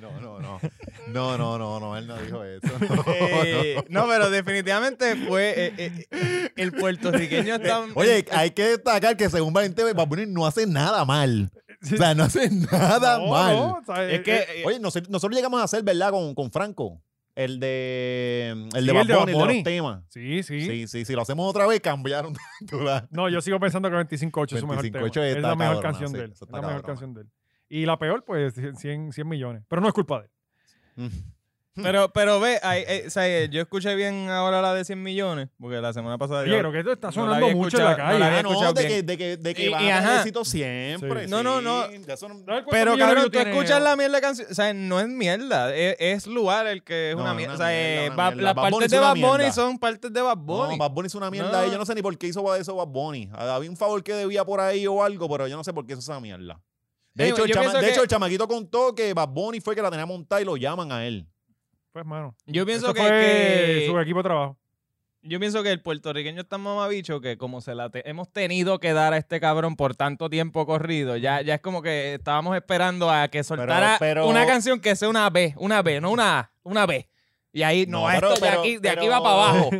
C: No, no, no. No, no, no, no, él no dijo eso. No,
B: Eh, no, pero definitivamente fue. eh, eh, eh, el puertorriqueño está.
C: no. Oye, hay que destacar que según Valentín Bad Bunny no hace nada mal. O sea, no hace nada
A: No,
C: mal.
A: no, o sea,
B: es
A: eh,
B: que.
A: eh,
B: eh,
C: Oye, nosotros, nosotros llegamos a hacer, ¿verdad? Con, con Franco. El de. El de
A: Sí,
C: Bad
A: el de Bad
C: Bunny, el de
A: Bunny.
C: los temas.
A: sí, sí,
C: Sí, sí, si lo hacemos otra vez, cambiaron la
A: No, yo sigo pensando que 25-8 es su mejor
C: 25-8
A: tema. Es
C: está
A: la mejor
C: cabrona,
A: canción
C: sí,
A: de él.
C: eso
A: Es
C: está
A: la mejor
C: cabrona.
A: canción de él. Y la peor, pues, 100, 100 millones. Pero no es culpa de él.
B: pero, pero ve, ahí, eh, o sea, eh, yo escuché bien ahora la de 100 millones, porque la semana pasada. yo-
A: Oye, creo que esto está
B: no la
A: sonando
B: había
A: mucho en la
B: escuchado,
A: calle.
B: no la
A: ¿eh?
B: había
C: Ah, no,
B: escuchado
C: de que,
B: bien.
C: de que, de que
B: Y-
C: van
B: y
C: a
B: ajá.
C: tener éxito siempre.
A: Sí.
B: No, no, no.
C: ya
A: ¿Sabes
C: son-
A: cuántos
B: Pero,
A: millones
B: cabrón,
A: tú
B: tú
A: tienes?
B: escuchas la mierda de canción. O sea, no es mierda. Es, es lugar el que es
C: No,
B: una
C: es
B: mierda. O
C: una
B: sea,
C: mierda,
B: eh,
C: una
B: Bad-
C: mierda.
B: las
C: Bad Bunny
B: partes
C: es
B: de
C: una
B: Bad Bunny
C: mierda.
B: son partes de Bad
C: No,
B: Bunny.
C: Bad Bunny es una mierda.
B: No.
C: eh, Yo no sé ni por qué hizo eso Bad Bunny. Había un favor que debía por ahí o algo, pero yo no sé por qué hizo esa mierda. De,
B: Anyway,
C: hecho, el
B: yo
C: chama-
B: pienso
C: de
B: que-
C: hecho, el chamaquito contó que Bad Bunny fue que la tenía montada y lo llaman a él.
A: Pues, mano.
B: yo pienso
A: Eso
B: que,
A: fue
B: que-
A: su equipo de trabajo.
B: yo pienso que el puertorriqueño está mamabicho que como se la te- hemos tenido que dar a este cabrón por tanto tiempo corrido, ya, ya es como que estábamos esperando a que soltara
C: pero-
B: una canción que sea una B, una B, no una A, una B. Y ahí no,
C: No, pero-
B: esto de
C: pero-
B: aquí, de aquí
C: pero-
B: va para abajo.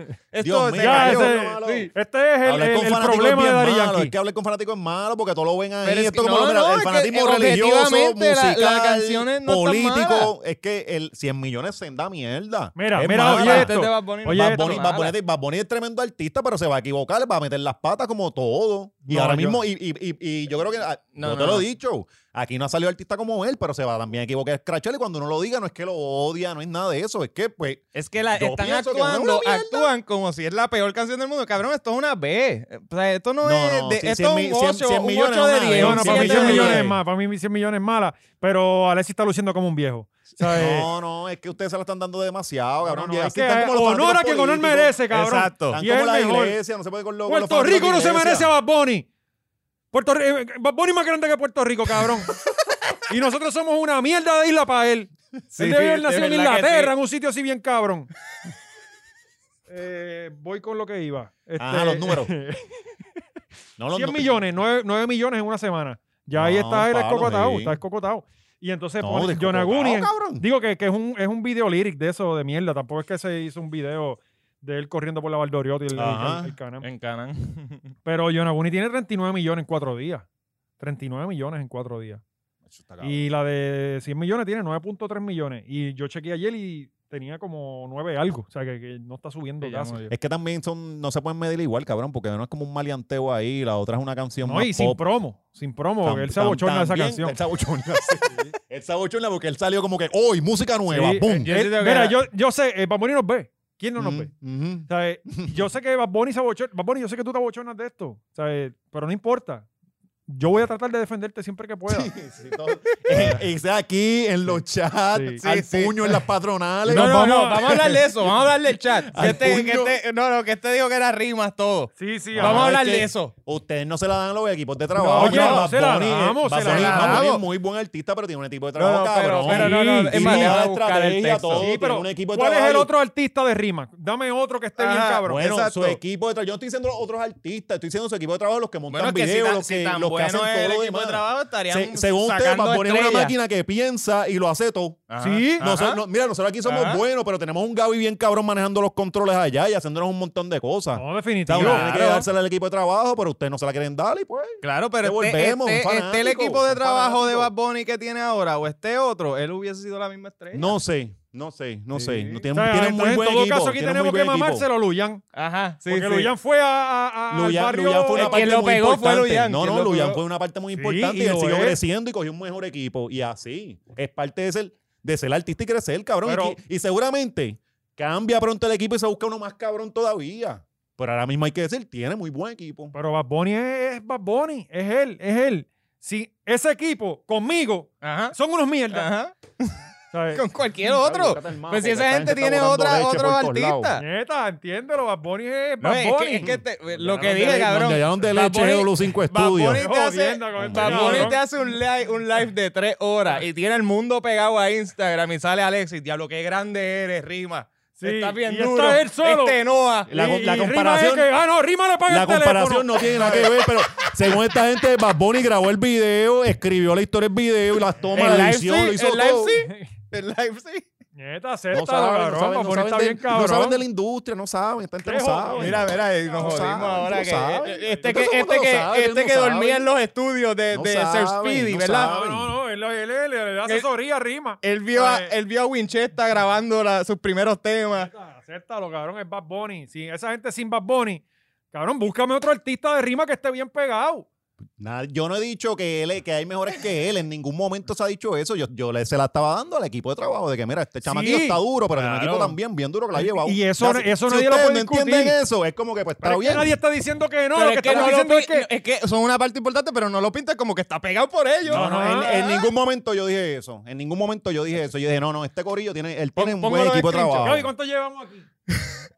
B: Esto
C: Dios
B: se
C: mío,
A: Ya,
B: cayó.
C: Dios.
A: ese-
C: malo.
A: sí, este es el,
C: hablar
A: el-
C: con
A: el
C: fanáticos es
A: problema de
C: bien
A: Dari
C: malo.
A: Yankee.
C: Es que hablar con fanáticos es malo porque todo lo ven ahí.
B: Pero es
C: esto
B: que-
C: como lo-
B: no, no,
C: el
B: es que
C: fanatismo religioso,
B: objetivamente la- la
C: musical,
B: canciones no están malas.
C: político. Es que el 100 millones se da mierda.
A: Mira,
C: Es
A: mira,
C: mala.
B: Las
A: oye,
B: partes
A: esto.
B: de Bad Bunny no
A: Oye,
B: están
C: Bad Bunny,
B: malas.
C: Bad Bunny- Bad Bunny es tremendo artista, pero se va a equivocar, va a meter las patas como todo. Y
A: No,
C: ahora
A: yo-
C: mismo, y, y- y- y yo creo que, ah,
B: No,
C: yo
B: no,
C: te lo
B: no.
C: he dicho, aquí no ha salido artista como él, pero se va también a equivocar. Scratchel, y cuando uno lo diga, no es que lo odia, no es nada de eso, es que pues...
B: Es que la
C: Yo
B: están
C: pienso que una
B: actuando,
C: mierda.
B: actúan como si es la peor canción del mundo. Cabrón, esto es una B. O sea, esto no,
C: No,
B: es.
C: no,
B: de-
C: sí,
B: esto
C: cien
B: es
C: mil-
B: un
C: cien-
B: 8,
C: cien
B: un
C: millones
B: 8 de
C: es una
B: 10.
C: B.
A: No,
B: un
A: no, para mí
B: siete
A: 100
B: de
A: millones es
B: 10.
A: más. Para mí 100 millones es mala. Pero Alexis está luciendo como un viejo. O sea, eh,
C: No, no, es que ustedes se la están dando demasiado, cabrón.
A: no,
C: y
A: es
C: así
A: que
C: están como los
A: honor
C: fanáticos
A: a quien honor
C: políticos.
A: merece, cabrón.
C: Exacto. Están
A: Y
C: como
A: es
C: la
A: mejor.
C: iglesia, no se puede con los con los
A: Puerto
C: fanáticos
A: Rico
C: de
A: no se
C: iglesia.
A: merece a Bad Bunny. Puerto Ri- eh, Bad Bunny más grande que Puerto Rico, cabrón. y nosotros somos una mierda de isla para él.
B: Sí,
A: él debe haber
B: de
A: nacido en
B: verdad que
A: Inglaterra,
B: sí.
A: en un sitio así bien cabrón. Eh, voy con lo que iba. Este,
C: Ajá, los números. No, los
A: 100
C: nu-
A: millones, 9, millones en una semana. Ya ahí
C: Ah,
A: está él
C: palo,
A: escocotado,
C: sí.
A: está escocotado. Y entonces
C: No,
A: pone
C: de
A: Yonaguni.
C: cocotado, cabrón.
A: Digo que, que es, un, es un video lyric de eso, de mierda. Tampoco es que se hizo un video de él corriendo por la Valdoriotti el, el-
C: Ajá.
A: el-
C: Eh.
A: el Can Am.
B: En Canan.
A: Pero Yonaguni tiene 39 millones en cuatro días. 39 millones en cuatro días.
C: Eso está cabrón.
A: Y la de 100 millones tiene 9.3 millones. Y yo chequeé ayer y tenía como 9 algo. O sea, que, que no está subiendo casi.
C: Es que también son, no se pueden medir igual, cabrón, porque uno es como un maleanteo ahí, la otra es una canción
A: No,
C: más
A: y sin
C: pop.
A: promo. Sin promo,
C: Tam-
A: porque él se
C: tam-
A: abochorna de esa
C: también,
A: canción.
C: Él se abochorna, sí. Él se abochorna porque él salió como que, hoy, música nueva,
A: Sí,
C: boom.
B: yo
A: eh,
B: sí tengo que
A: mira,
B: dar-
A: yo, yo sé, eh, Bad Bunny nos ve. ¿Quién no nos ve?
C: Mm,
A: O sea, eh, yo sé que Bad Bunny se abochorna. Bad Bunny, yo sé que tú te abochornas de esto. O sea, eh, pero no importa. Yo voy a tratar de defenderte siempre que pueda.
C: mhm. Sí, todo- Eh, Y sea aquí, en los chats,
A: Sí.
C: al
B: Sí, sí.
C: puño en las patronales.
B: No,
A: Nos
B: no, no,
A: vamos-
B: vamos a hablar de eso, vamos a hablar del chat.
C: Al
B: Que este- que
C: puño.
B: este- no, no, que este dijo que era rimas todo.
A: Sí, sí,
C: Ah,
B: vamos a
A: ajá.
C: es
B: hablar de
C: que-
B: eso.
C: Ustedes no se la dan a los equipos de trabajo.
A: oye,
C: cabrón.
A: no,
C: Bad
A: se la
C: Bunny es-
A: damos,
C: Bad
A: se la
C: Bunny- Bad Bunny es
A: damos.
C: muy buen artista, pero tiene un tipo de
B: No,
C: trabajo,
B: no, pero,
C: cabrón.
B: pero no, no,
A: Sí,
B: es más,
A: sí,
B: deja
C: la
B: buscar el
C: estrategia,
B: texto.
C: todo.
A: Sí, pero
C: tiene un equipo de
A: ¿cuál es el
C: trabajo.
A: otro artista de rima? Dame otro que esté bien
B: Ajá,
A: cabrón.
C: Bueno,
B: Exacto.
C: su
A: eh,
C: equipo de trabajo. Yo no estoy diciendo los otros artistas, estoy diciendo su equipo de trabajo, los que montan
B: Bueno, es que si
C: videos,
B: tan,
C: los que,
B: si tan
C: los que
B: bueno
C: hacen
B: es el
C: todo lo
B: equipo de
C: demás.
B: trabajo,
C: Se-
B: estarían
C: según usted,
B: sacando
C: va a poner una
B: estrellas.
C: máquina que piensa y lo hace todo.
B: Ajá,
A: Sí,
B: ajá.
C: Nosotros- no- mira, nosotros aquí somos
B: Ajá.
C: buenos, pero tenemos un Gaby bien cabrón manejando los controles allá y haciéndonos un montón de cosas.
A: no,
C: O sea,
A: definitivo.
C: uno tiene que
B: Oh, claro.
C: dársela al equipo de trabajo, pero ustedes no se la quieren dar y pues.
B: Claro, pero este,
C: Devolvemos,
B: este-
C: un
B: este el
C: fanático,
B: equipo de
C: un
B: trabajo de
C: fanático.
B: Bad Bunny que tiene ahora o este otro, él hubiese sido la misma estrella.
C: No sé, no sé, no sé. No tienen,
A: O sea,
C: tienen
A: entonces,
C: muy
A: en
C: buen
A: todo
C: equipo,
A: caso, aquí
C: tienen muy
A: tenemos que
C: buen equipo.
A: mamárselo a Luyan.
B: Ajá, sí,
A: Porque
B: sí.
A: Luyan fue a, a- a- al
C: Luyan,
A: barrio.
C: Luyan fue una
B: El que
C: parte
B: lo
C: muy
B: pegó fue
C: importante.
B: Luyan,
C: No,
B: quien
C: no,
B: lo
C: Luyan
B: pegó.
C: fue una parte muy
A: Sí,
C: importante y
A: y
C: él
A: lo
C: siguió
A: es.
C: creciendo y cogió un mejor equipo. Y así, es parte de ser, de ser artista y crecer, cabrón. Y
A: Pero-
C: que- y, seguramente cambia pronto el equipo y se busca uno más cabrón todavía. Pero ahora mismo hay que decir, tiene muy buen equipo.
A: Pero Bad Bunny es, es Bad Bunny, es él, es él. Si ese equipo conmigo
B: Ajá.
A: son unos mierdas.
B: Ajá.
A: ¿sabes?
B: Con cualquier otro. Pues si esa gente tiene otra, otro artista.
A: Neta, entiéndelo, Bad Bunny es
B: No,
A: Bad
B: es
A: Bunny.
B: que, es que te- lo
C: Ya
B: que
C: no
B: dije,
C: te-
B: cabrón.
C: donde ya donde le
B: Bad
C: eché
B: Bunny-
C: los cinco
B: Bad
C: estudios.
B: Bunny te hace,
A: Jodiendo con este
B: Bad Bunli
A: cabrón.
B: te hace un, live, un live de tres horas y tiene el mundo pegado a Instagram y sale Alexis. Diablo, qué grande eres, Rima.
A: Sí,
B: Estás bien
A: y está
B: duro.
A: él solo.
B: Este Noah.
C: La-
A: Y- y Rima
C: la comparación-
A: es que, ah, no, Rima le paga
C: La
A: el teléfono.
C: comparación no tiene nada que ver, pero Según esta gente, Bad Bunny grabó el video, escribió la historia del video y las tomas,
D: ¿El
C: la
D: live
C: edición,
D: sí?
C: lo hizo
D: ¿El live
C: todo.
D: sí?
E: El live, sí.
A: Nieta,
C: No
A: acepta,
C: saben,
A: cabrón.
C: no saben, no
A: Paponi está
C: saben
A: bien
C: de- no
A: cabrón.
C: saben de la industria, no saben, esta gente no
A: Qué
C: sabe.
A: jodido.
D: Mira, mira, y nos
C: No
D: jodimos
C: saben,
D: ahora
C: no
D: que
C: saben.
D: este
C: Todo
D: que
C: el mundo
D: este
C: lo
D: que
C: sabe,
D: este
C: no
D: que dormía
C: saben.
D: en los estudios de,
C: No
D: de Sir
C: saben,
D: Speedy,
C: no
D: ¿verdad?
C: saben.
A: No, no, no, él, él, él, él le hace
D: Él-
A: sorría rima.
D: Él vio a
A: Eh.
D: él vio a Winchester grabando la- sus primeros temas.
A: Acepta, Acéptalo, cabrón, es Bad Bunny. Si esa gente sin Bad Bunny, cabrón, búscame otro artista de rima que esté bien pegado.
C: Nada, yo no he dicho que él, que hay mejores que él. En ningún momento se ha dicho eso. Yo, yo le, se la estaba dando al equipo de trabajo de que, mira, este chamaquito está duro, pero tiene un
A: claro.
C: equipo también bien duro que la ha llevado.
A: Y eso-
C: Entonces,
A: eso
C: si
A: nadie lo
C: ustedes
A: puede
C: no entienden
A: discutir.
C: eso, es como que pues está
A: Pero es que
C: bien.
A: nadie está diciendo que no.
D: Pero
A: lo que estamos diciendo
D: pi-
A: es que.
D: es que son una parte importante, pero no lo pintas como que está pegado por ellos.
A: No, no,
D: Ah.
C: En, en ningún momento yo dije eso. En ningún momento yo dije eso. Yo dije, no, no, este corillo tiene, él tiene un
D: Póngalo
C: buen
D: de
C: equipo de
D: screenshot.
A: Gaby,
C: trabajo.
A: ¿cuánto llevamos aquí?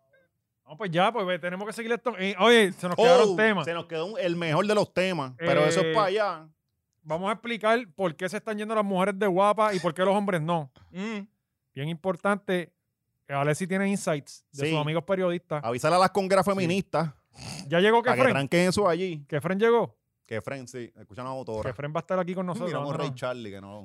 A: no, pues ya, pues ve, tenemos que seguir esto. Eh, oye, se nos
C: Oh,
A: quedaron temas.
C: Se nos quedó un- el mejor de los temas, pero
A: Eh,
C: eso es para allá.
A: Vamos a explicar por qué se están yendo las mujeres de guapa y por qué los hombres no.
D: Mm.
A: Bien importante. que Alessi tiene insights de
C: Sí.
A: sus amigos periodistas.
C: Avisar a las congras feministas
A: Ya llegó
C: para que
A: Kefren.
C: tranquen eso allí.
A: ¿Qué Kefren llegó.
C: Que Fren, sí, escuchan a la autora.
A: Kefren va a estar aquí con nosotros.
C: Miramos
A: no, no.
C: Ray Charlie, que no.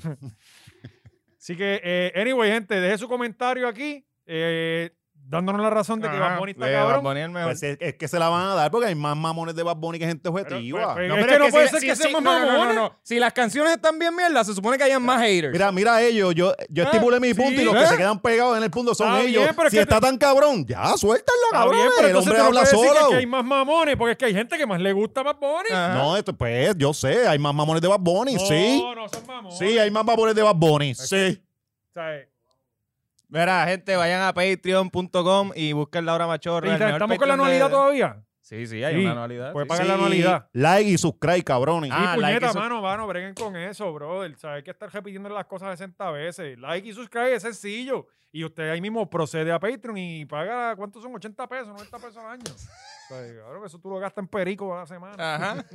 A: Así que, eh, anyway, gente, deje su comentario aquí, eh, dándonos la razón de que
D: Ajá,
A: Bad Bunny está
D: de Bad
A: cabrón.
D: Bunny es el mejor.
C: Pues es, es que se la van a dar porque hay más mamones de Bad Bunny que gente
A: Pero, pues,
C: objetiva.
A: pues,
D: No,
A: es
D: pero
A: que no puede
D: si-
A: ser
D: si-
A: que
D: si-
A: seamos
D: no, no, no,
A: mamones.
D: no, no. Si las canciones están bien mierda, se supone que hayan más haters.
C: Mira, mira ellos, yo, yo estipulé mi punto y los
D: ¿eh?
C: que se quedan pegados en el punto son
A: Está bien,
C: ellos.
A: pero es
C: si
A: que
C: está tan cabrón, ya suéltalo,
A: Está
C: cabrón.
A: bien, pero
C: el
A: entonces
C: hombre
A: tú no
C: habla
A: puedes decir que
C: solo.
A: aquí hay más mamones, porque es que hay gente que más le gusta Bad Bunny.
D: Ajá.
C: No, esto, pues yo sé, hay más mamones de Bad Bunny,
A: no,
C: sí.
A: no son mamones.
C: Sí, hay más mamones de Bad Bunny, sí.
A: O sea, eh,
B: Mira, gente, vayan a patreon.com y busquen Laura Machorro.
A: y
B: el mejor
A: estamos con la
B: Patreon
A: anualidad
B: de-
A: todavía.
B: Sí, sí, hay
A: Sí,
B: una anualidad.
A: pues
B: sí.
A: paga
C: Sí,
A: la anualidad.
C: Like y subscribe, cabrones.
A: y
B: Ah, like y
A: puñeta,
B: sub-
A: mano, mano, breguen con eso, brother. O sea, hay que estar repitiendo las cosas 60 veces. Like y subscribe es sencillo. Y usted ahí mismo procede a Patreon y paga, ¿cuántos son? 80 pesos, 90 pesos al año. O sea, cabrón, eso tú lo gastas en perico a la semana.
D: Ajá.